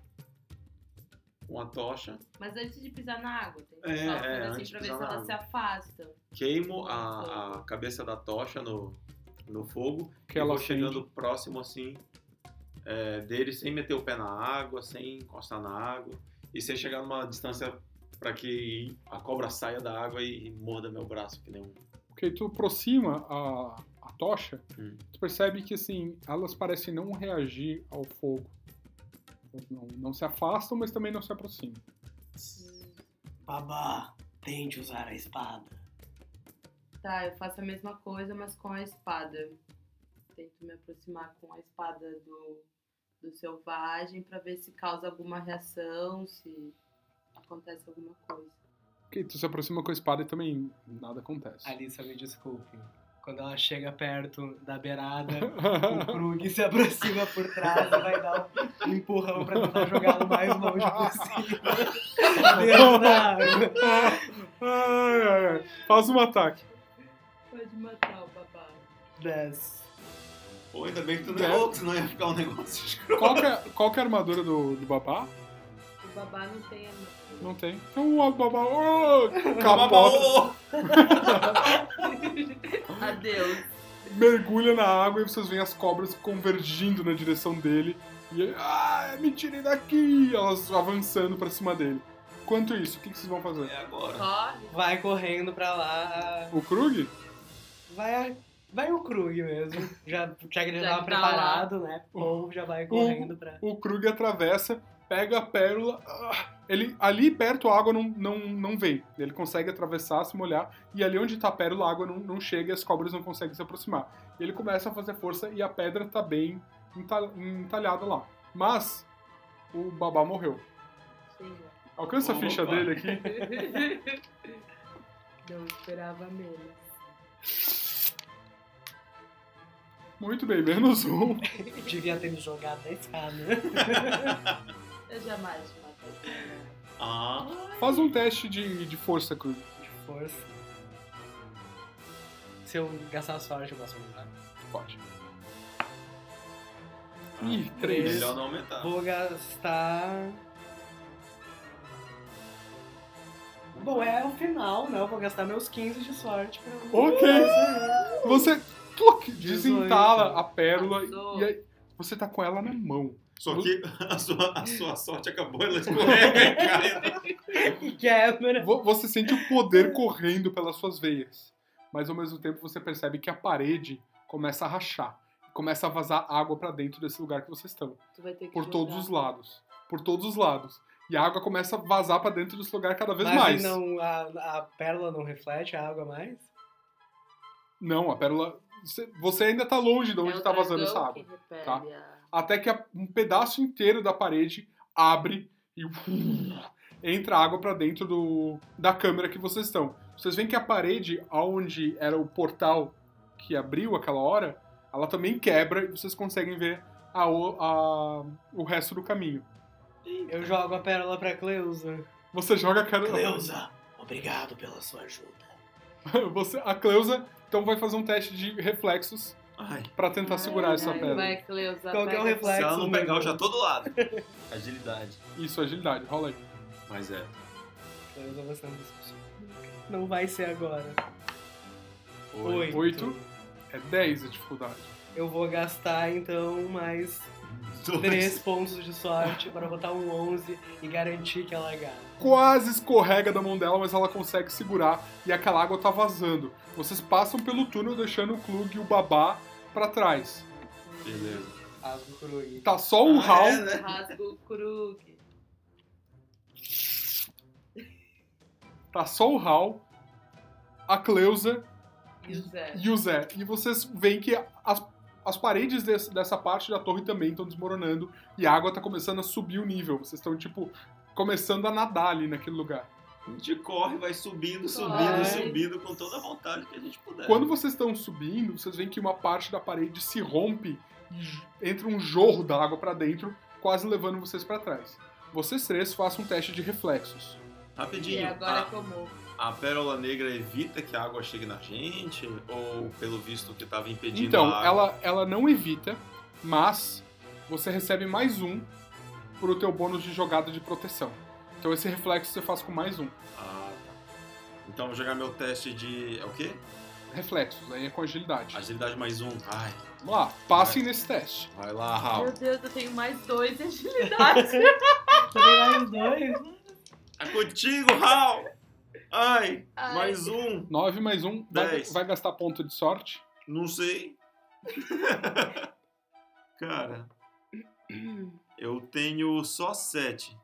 [SPEAKER 4] Uma tocha.
[SPEAKER 5] Mas antes de pisar na água, tem que
[SPEAKER 4] É,
[SPEAKER 5] só
[SPEAKER 4] é,
[SPEAKER 5] fazer
[SPEAKER 4] antes
[SPEAKER 5] assim
[SPEAKER 4] de
[SPEAKER 5] pra ver se
[SPEAKER 4] pisar na
[SPEAKER 5] elas se afastam.
[SPEAKER 4] Queimo a, a cabeça da tocha no, no fogo.
[SPEAKER 1] Que
[SPEAKER 4] e
[SPEAKER 1] ela
[SPEAKER 4] vou chegando
[SPEAKER 1] acende.
[SPEAKER 4] próximo, assim, é, dele, sem meter o pé na água, sem encostar na água. E sem chegar numa distância pra que a cobra saia da água e, e morda meu braço, que nem um...
[SPEAKER 1] Porque tu aproxima a, a tocha,
[SPEAKER 4] Hum.
[SPEAKER 1] tu percebe que assim, elas parecem não reagir ao fogo. Elas Não, não se afastam, mas também não se aproximam.
[SPEAKER 6] Babá, tente usar a espada.
[SPEAKER 5] Tá, eu faço a mesma coisa, mas com a espada. Tento me aproximar com a espada do, do selvagem pra ver se causa alguma reação, se acontece alguma coisa.
[SPEAKER 1] Ok, tu se aproxima com a espada e também nada acontece.
[SPEAKER 2] Alissa, me desculpe. Quando ela chega perto da beirada, o Krug se aproxima por trás e vai dar um empurrão pra tentar jogá-lo o mais longe possível. Dentro da água.
[SPEAKER 1] ai, ai, ai. Faz um ataque.
[SPEAKER 5] Pode matar o babá.
[SPEAKER 2] 10.
[SPEAKER 4] Pô, ainda bem que tu não é outro, senão ia ficar um negócio escroto.
[SPEAKER 1] Qual que é, qual que é a armadura do, do babá?
[SPEAKER 5] O babá não tem armadura.
[SPEAKER 1] Não tem. Então o babá. Oh, capota,
[SPEAKER 5] Adeus.
[SPEAKER 1] mergulha na água e vocês veem as cobras convergindo na direção dele. E ele. Ah, me tirem daqui! Elas avançando pra cima dele. Quanto isso, o que que vocês vão fazer?
[SPEAKER 4] É agora.
[SPEAKER 5] Corre.
[SPEAKER 2] Vai correndo pra lá.
[SPEAKER 1] O Krug?
[SPEAKER 2] Vai, vai o Krug mesmo. Já, já que ele já
[SPEAKER 5] Já
[SPEAKER 2] tava
[SPEAKER 5] que tá lá.
[SPEAKER 2] preparado, né? Ou já vai correndo pra.
[SPEAKER 1] O Krug atravessa, pega a pérola. ah, Ele, ali perto a água não, não, não vem. Ele consegue atravessar, se molhar, e ali onde tá a pérola a água não, não chega e as cobras não conseguem se aproximar. Ele começa a fazer força e a pedra tá bem enta- entalhada lá. Mas o babá morreu.
[SPEAKER 5] Chega.
[SPEAKER 1] Alcança a ficha
[SPEAKER 4] Opa.
[SPEAKER 1] dele aqui.
[SPEAKER 5] Não esperava menos.
[SPEAKER 1] Muito bem, menos um.
[SPEAKER 2] Devia ter me jogado da escada.
[SPEAKER 5] Eu jamais te matei.
[SPEAKER 4] Ah,
[SPEAKER 1] Faz um teste de, de força, Krug.
[SPEAKER 2] De força. Se eu gastar a sorte, eu posso mudar.
[SPEAKER 1] Pode. Ih, três.
[SPEAKER 4] ah. melhor não aumentar.
[SPEAKER 2] Vou gastar. Bom, é o final, né? Eu vou gastar meus 15 de sorte pra.
[SPEAKER 1] Ok. Você tluc, desentala
[SPEAKER 2] Dezoito.
[SPEAKER 1] a pérola
[SPEAKER 5] Passou.
[SPEAKER 1] e aí você tá com ela na mão.
[SPEAKER 4] Só que a sua, a sua sorte acabou, ela escorrega. cai.
[SPEAKER 2] E quebra.
[SPEAKER 1] Vo- Você sente o poder correndo pelas suas veias. Mas ao mesmo tempo você percebe que a parede começa a rachar. Começa a vazar água pra dentro desse lugar que vocês estão.
[SPEAKER 5] Tu vai ter que
[SPEAKER 1] Por
[SPEAKER 5] jogar.
[SPEAKER 1] todos os lados. Por todos os lados. E a água começa a vazar pra dentro desse lugar cada vez
[SPEAKER 2] Mas
[SPEAKER 1] mais.
[SPEAKER 2] e não, a, a pérola não reflete a água mais?
[SPEAKER 1] Não, a pérola. você- Você ainda tá longe de
[SPEAKER 5] É
[SPEAKER 1] onde
[SPEAKER 5] o
[SPEAKER 1] tá vazando essa
[SPEAKER 5] dragão
[SPEAKER 1] água.
[SPEAKER 5] que repele a-
[SPEAKER 1] até que a- um pedaço inteiro da parede abre e entra água pra dentro do, da câmera que vocês estão. Vocês veem que a parede, onde era o portal que abriu aquela hora, ela também quebra e vocês conseguem ver a o- a- o resto do caminho.
[SPEAKER 2] Eu jogo a pérola pra Cleusa.
[SPEAKER 1] Você joga a Cleusa.
[SPEAKER 6] Cleusa, obrigado pela sua ajuda.
[SPEAKER 1] Você, a Cleusa então vai fazer um teste de reflexos
[SPEAKER 4] Ai,
[SPEAKER 1] pra tentar segurar
[SPEAKER 5] Ai,
[SPEAKER 1] essa
[SPEAKER 5] ai,
[SPEAKER 1] pedra.
[SPEAKER 5] Vai, Cleusa.
[SPEAKER 2] Qual que é o
[SPEAKER 5] pega-
[SPEAKER 2] reflexo?
[SPEAKER 4] se ela não pegar, eu
[SPEAKER 2] meu.
[SPEAKER 4] já tô do lado. Agilidade.
[SPEAKER 1] Isso, agilidade, rola aí.
[SPEAKER 4] Mas é.
[SPEAKER 2] Cleusa, você não precisa. Não vai ser agora. Oito.
[SPEAKER 1] Oito é 10 a dificuldade.
[SPEAKER 2] Eu vou gastar então mais
[SPEAKER 4] Dois.
[SPEAKER 2] 3 pontos de sorte para botar um 11 e garantir que
[SPEAKER 7] é
[SPEAKER 2] ela ganha.
[SPEAKER 1] quase escorrega da mão dela, mas ela consegue segurar e aquela água tá vazando. Vocês passam pelo túnel deixando o Klug e o Babá pra trás.
[SPEAKER 4] Beleza.
[SPEAKER 2] Asgo Kurui.
[SPEAKER 1] Tá só o Hal.
[SPEAKER 4] Ah, é, né?
[SPEAKER 5] Rasga o Krug.
[SPEAKER 1] Tá só o Hal, a Cleusa
[SPEAKER 5] E o Zé.
[SPEAKER 1] e o Zé. E vocês veem que as, as paredes desse- dessa parte da torre também estão desmoronando e a água tá começando a subir o nível. Vocês estão, tipo, começando a nadar ali naquele lugar.
[SPEAKER 4] A gente corre, vai subindo, subindo,
[SPEAKER 5] Corre.
[SPEAKER 4] subindo com toda a vontade que a gente puder.
[SPEAKER 1] Quando vocês estão subindo, vocês veem que uma parte da parede se rompe e j- entra um jorro da água pra dentro, quase levando vocês pra trás. Vocês três façam um teste de reflexos.
[SPEAKER 4] Rapidinho.
[SPEAKER 5] E agora é
[SPEAKER 4] a-
[SPEAKER 5] como?
[SPEAKER 4] a pérola negra evita que a água chegue na gente? Ou pelo visto que tava impedindo
[SPEAKER 1] Então,
[SPEAKER 4] a água?
[SPEAKER 1] ela, ela não evita, mas você recebe mais um pro teu bônus de jogada de proteção. Então esse reflexo você faz com mais um.
[SPEAKER 4] Ah, tá. Então vou jogar meu teste de. É o quê?
[SPEAKER 1] Reflexos, aí é com agilidade.
[SPEAKER 4] Agilidade mais um. Ai,
[SPEAKER 1] Vamos lá, passem nesse teste.
[SPEAKER 4] vai lá, Raul.
[SPEAKER 5] Meu Deus, eu tenho mais dois de agilidade.
[SPEAKER 7] Também os dois.
[SPEAKER 4] É contigo, Raul! Ai,
[SPEAKER 5] Ai.
[SPEAKER 4] mais um.
[SPEAKER 1] 9 mais um, vai,
[SPEAKER 4] Dez.
[SPEAKER 1] vai gastar ponto de sorte.
[SPEAKER 4] Não sei. Cara, eu tenho só sete.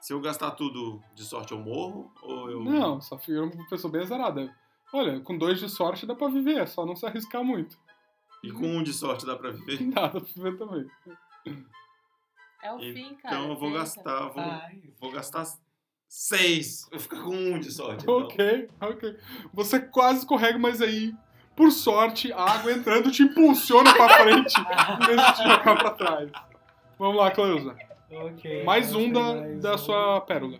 [SPEAKER 4] Se eu gastar tudo de sorte, eu morro? Ou eu.
[SPEAKER 7] Uhum.
[SPEAKER 1] Não, só figura uma pessoa bem azarada. Olha, com dois de sorte dá pra viver, é só não se arriscar muito.
[SPEAKER 4] E com um de sorte dá pra viver?
[SPEAKER 1] Dá, dá pra viver também.
[SPEAKER 5] É o fim, cara.
[SPEAKER 4] Então eu vou
[SPEAKER 5] tenta.
[SPEAKER 4] gastar. Vou,
[SPEAKER 1] Ah.
[SPEAKER 7] Ai,
[SPEAKER 1] um
[SPEAKER 4] vou gastar seis. Vou ficar com um de sorte. então.
[SPEAKER 1] Ok, ok. Você quase escorrega, mas aí, por sorte, a água entrando te impulsiona pra frente em vez de te jogar pra trás. Vamos lá, Cleusa.
[SPEAKER 7] ok.
[SPEAKER 1] Mais
[SPEAKER 7] Então,
[SPEAKER 1] um
[SPEAKER 7] tem
[SPEAKER 1] da,
[SPEAKER 7] mais
[SPEAKER 1] da
[SPEAKER 7] um.
[SPEAKER 1] sua pérola.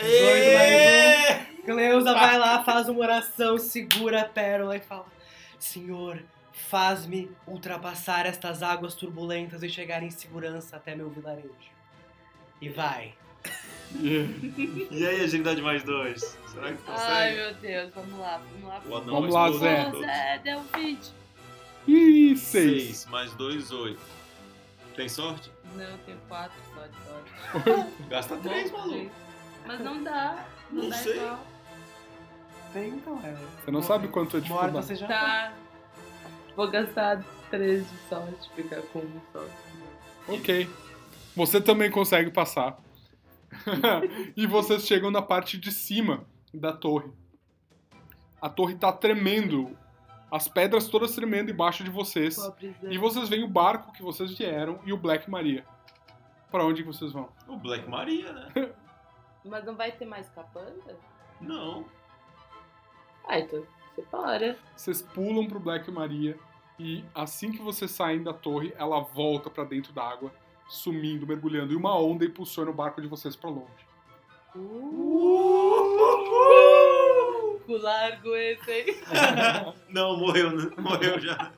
[SPEAKER 7] Dois mais um. Cleusa vai lá, faz uma oração, segura a pérola e fala: Senhor, faz-me ultrapassar estas águas turbulentas e chegar em segurança até meu vilarejo. E vai.
[SPEAKER 4] E aí, agilidade mais dois? Será que
[SPEAKER 5] Ai,
[SPEAKER 4] consegue?
[SPEAKER 5] meu Deus, vamos lá, vamos lá.
[SPEAKER 4] O anão
[SPEAKER 1] Vamos lá,
[SPEAKER 4] explode
[SPEAKER 1] Zé.
[SPEAKER 4] todos.
[SPEAKER 5] Vamos, Zé, deu um vídeo.
[SPEAKER 1] Ih, seis.
[SPEAKER 4] Seis mais dois, oito. Tem sorte?
[SPEAKER 5] Não, tem quatro só de sorte.
[SPEAKER 4] Gasta três, Tá maluco.
[SPEAKER 5] Mas não dá. Não,
[SPEAKER 4] Não
[SPEAKER 5] dá
[SPEAKER 4] sei.
[SPEAKER 5] igual.
[SPEAKER 7] Vem então, ela.
[SPEAKER 1] Você não sabe quanto é
[SPEAKER 7] Uma hora
[SPEAKER 1] dificuldade.
[SPEAKER 7] você já.
[SPEAKER 5] Tá. Vou gastar três de sorte, ficar com um só.
[SPEAKER 1] Ok. Você também consegue passar. e vocês chegam na parte de cima da torre. A torre tá tremendo. As pedras todas tremendo embaixo de vocês.
[SPEAKER 5] Pobre Zé.
[SPEAKER 1] E vocês veem o barco que vocês vieram e o Black Maria. Pra onde que vocês vão?
[SPEAKER 4] O Black Maria, né?
[SPEAKER 5] Mas não vai ter mais capanga?
[SPEAKER 4] Não.
[SPEAKER 5] Ah, então separa.
[SPEAKER 1] Vocês pulam pro Black Maria e assim que vocês saem da torre, ela volta pra dentro da água, sumindo, mergulhando. E uma onda impulsiona o barco de vocês pra longe.
[SPEAKER 5] Uh, Cu largo esse aí.
[SPEAKER 4] Não, morreu, né? Morreu já.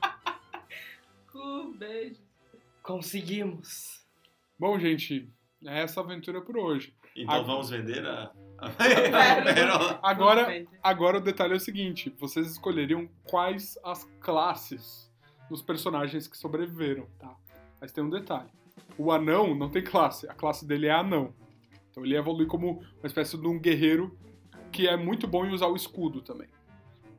[SPEAKER 5] Cu, beijo.
[SPEAKER 7] Conseguimos.
[SPEAKER 1] Bom, gente, é essa aventura por hoje.
[SPEAKER 4] Então
[SPEAKER 1] Ah.
[SPEAKER 4] vamos vender a. a
[SPEAKER 5] Pérola.
[SPEAKER 4] Pérola.
[SPEAKER 1] Agora,
[SPEAKER 5] Gente,
[SPEAKER 1] Agora o detalhe é o seguinte: vocês escolheriam quais as classes dos personagens que sobreviveram, tá? Mas tem um detalhe: o anão não tem classe, a classe dele é anão. Então ele evolui como uma espécie de um guerreiro que é muito bom em usar o escudo também.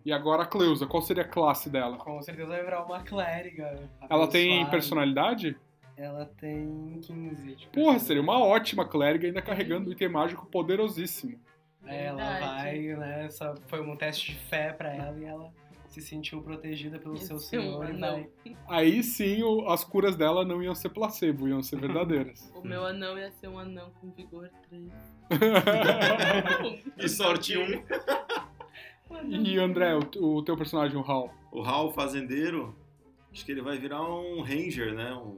[SPEAKER 1] E agora a Cleusa, qual seria a classe dela?
[SPEAKER 7] Com certeza vai virar uma clériga.
[SPEAKER 1] Ela tem
[SPEAKER 7] abençoada.
[SPEAKER 1] personalidade?
[SPEAKER 7] Ela tem 15. de
[SPEAKER 1] Porra,
[SPEAKER 7] personalidade.
[SPEAKER 1] seria uma ótima clériga ainda carregando um item mágico poderosíssimo.
[SPEAKER 7] Ela
[SPEAKER 5] é Verdade.
[SPEAKER 7] vai, né? Essa foi um teste de fé pra ela e ela se sentiu protegida pelo seu
[SPEAKER 5] Esse é um
[SPEAKER 7] senhor e
[SPEAKER 5] anão.
[SPEAKER 7] vai.
[SPEAKER 1] Aí sim o- as curas dela não iam ser placebo, iam ser verdadeiras.
[SPEAKER 5] O meu anão ia ser um anão com vigor Tá 3.
[SPEAKER 4] E sorte um.
[SPEAKER 1] E André, o, o teu personagem, o Hal?
[SPEAKER 4] O Raul Fazendeiro, acho que ele vai virar um Ranger, né? Um,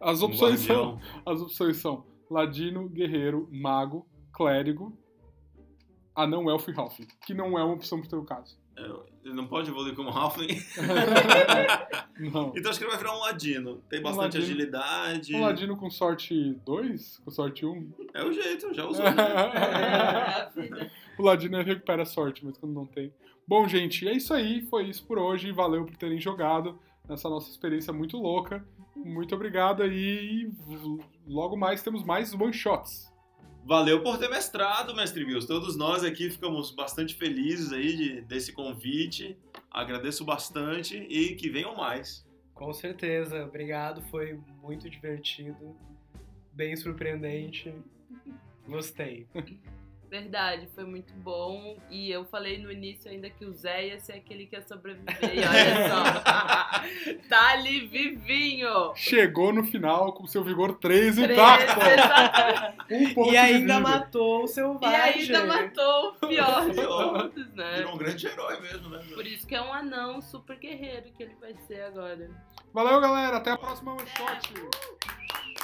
[SPEAKER 1] As
[SPEAKER 4] um
[SPEAKER 1] opções são.
[SPEAKER 4] guardião.
[SPEAKER 1] As opções são Ladino, Guerreiro, Mago, Clérigo, Anão Elfo e Halfling. Que não é uma opção pro teu caso.
[SPEAKER 4] Ele não pode evoluir como Halfling.
[SPEAKER 1] Não.
[SPEAKER 4] Então acho que ele vai virar um Ladino. Tem bastante
[SPEAKER 1] ladino.
[SPEAKER 4] agilidade.
[SPEAKER 1] Um Ladino com sorte 2? Com sorte 1? Um.
[SPEAKER 4] É o jeito, já usou. né?
[SPEAKER 1] o Ladino ele recupera a sorte, mas quando não tem. Bom, gente, é isso aí. Foi isso por hoje. Valeu por terem jogado nessa nossa experiência muito louca. Muito obrigado e v- logo mais temos mais one-shots.
[SPEAKER 4] Valeu por ter mestrado, mestre Bills. Todos nós aqui ficamos bastante felizes aí de- desse convite. Agradeço bastante e que venham mais.
[SPEAKER 7] Com certeza, obrigado, foi muito divertido, bem surpreendente. Gostei.
[SPEAKER 5] Verdade, foi muito bom. E eu falei no início ainda que o Zé ia ser aquele que ia sobreviver. E olha só. tá ali vivinho.
[SPEAKER 1] Chegou no final com seu vigor tá, 3
[SPEAKER 5] Três,
[SPEAKER 1] intacto.
[SPEAKER 5] exato.
[SPEAKER 1] Um ponto
[SPEAKER 7] E ainda
[SPEAKER 1] de vida.
[SPEAKER 7] matou o
[SPEAKER 5] e
[SPEAKER 7] selvagem.
[SPEAKER 5] ainda matou o pior de todos,
[SPEAKER 4] Virou
[SPEAKER 5] né?
[SPEAKER 4] um grande herói mesmo, né?
[SPEAKER 5] Por isso que é um anão super guerreiro que ele vai ser agora.
[SPEAKER 1] Valeu, galera. Até a próxima one shot.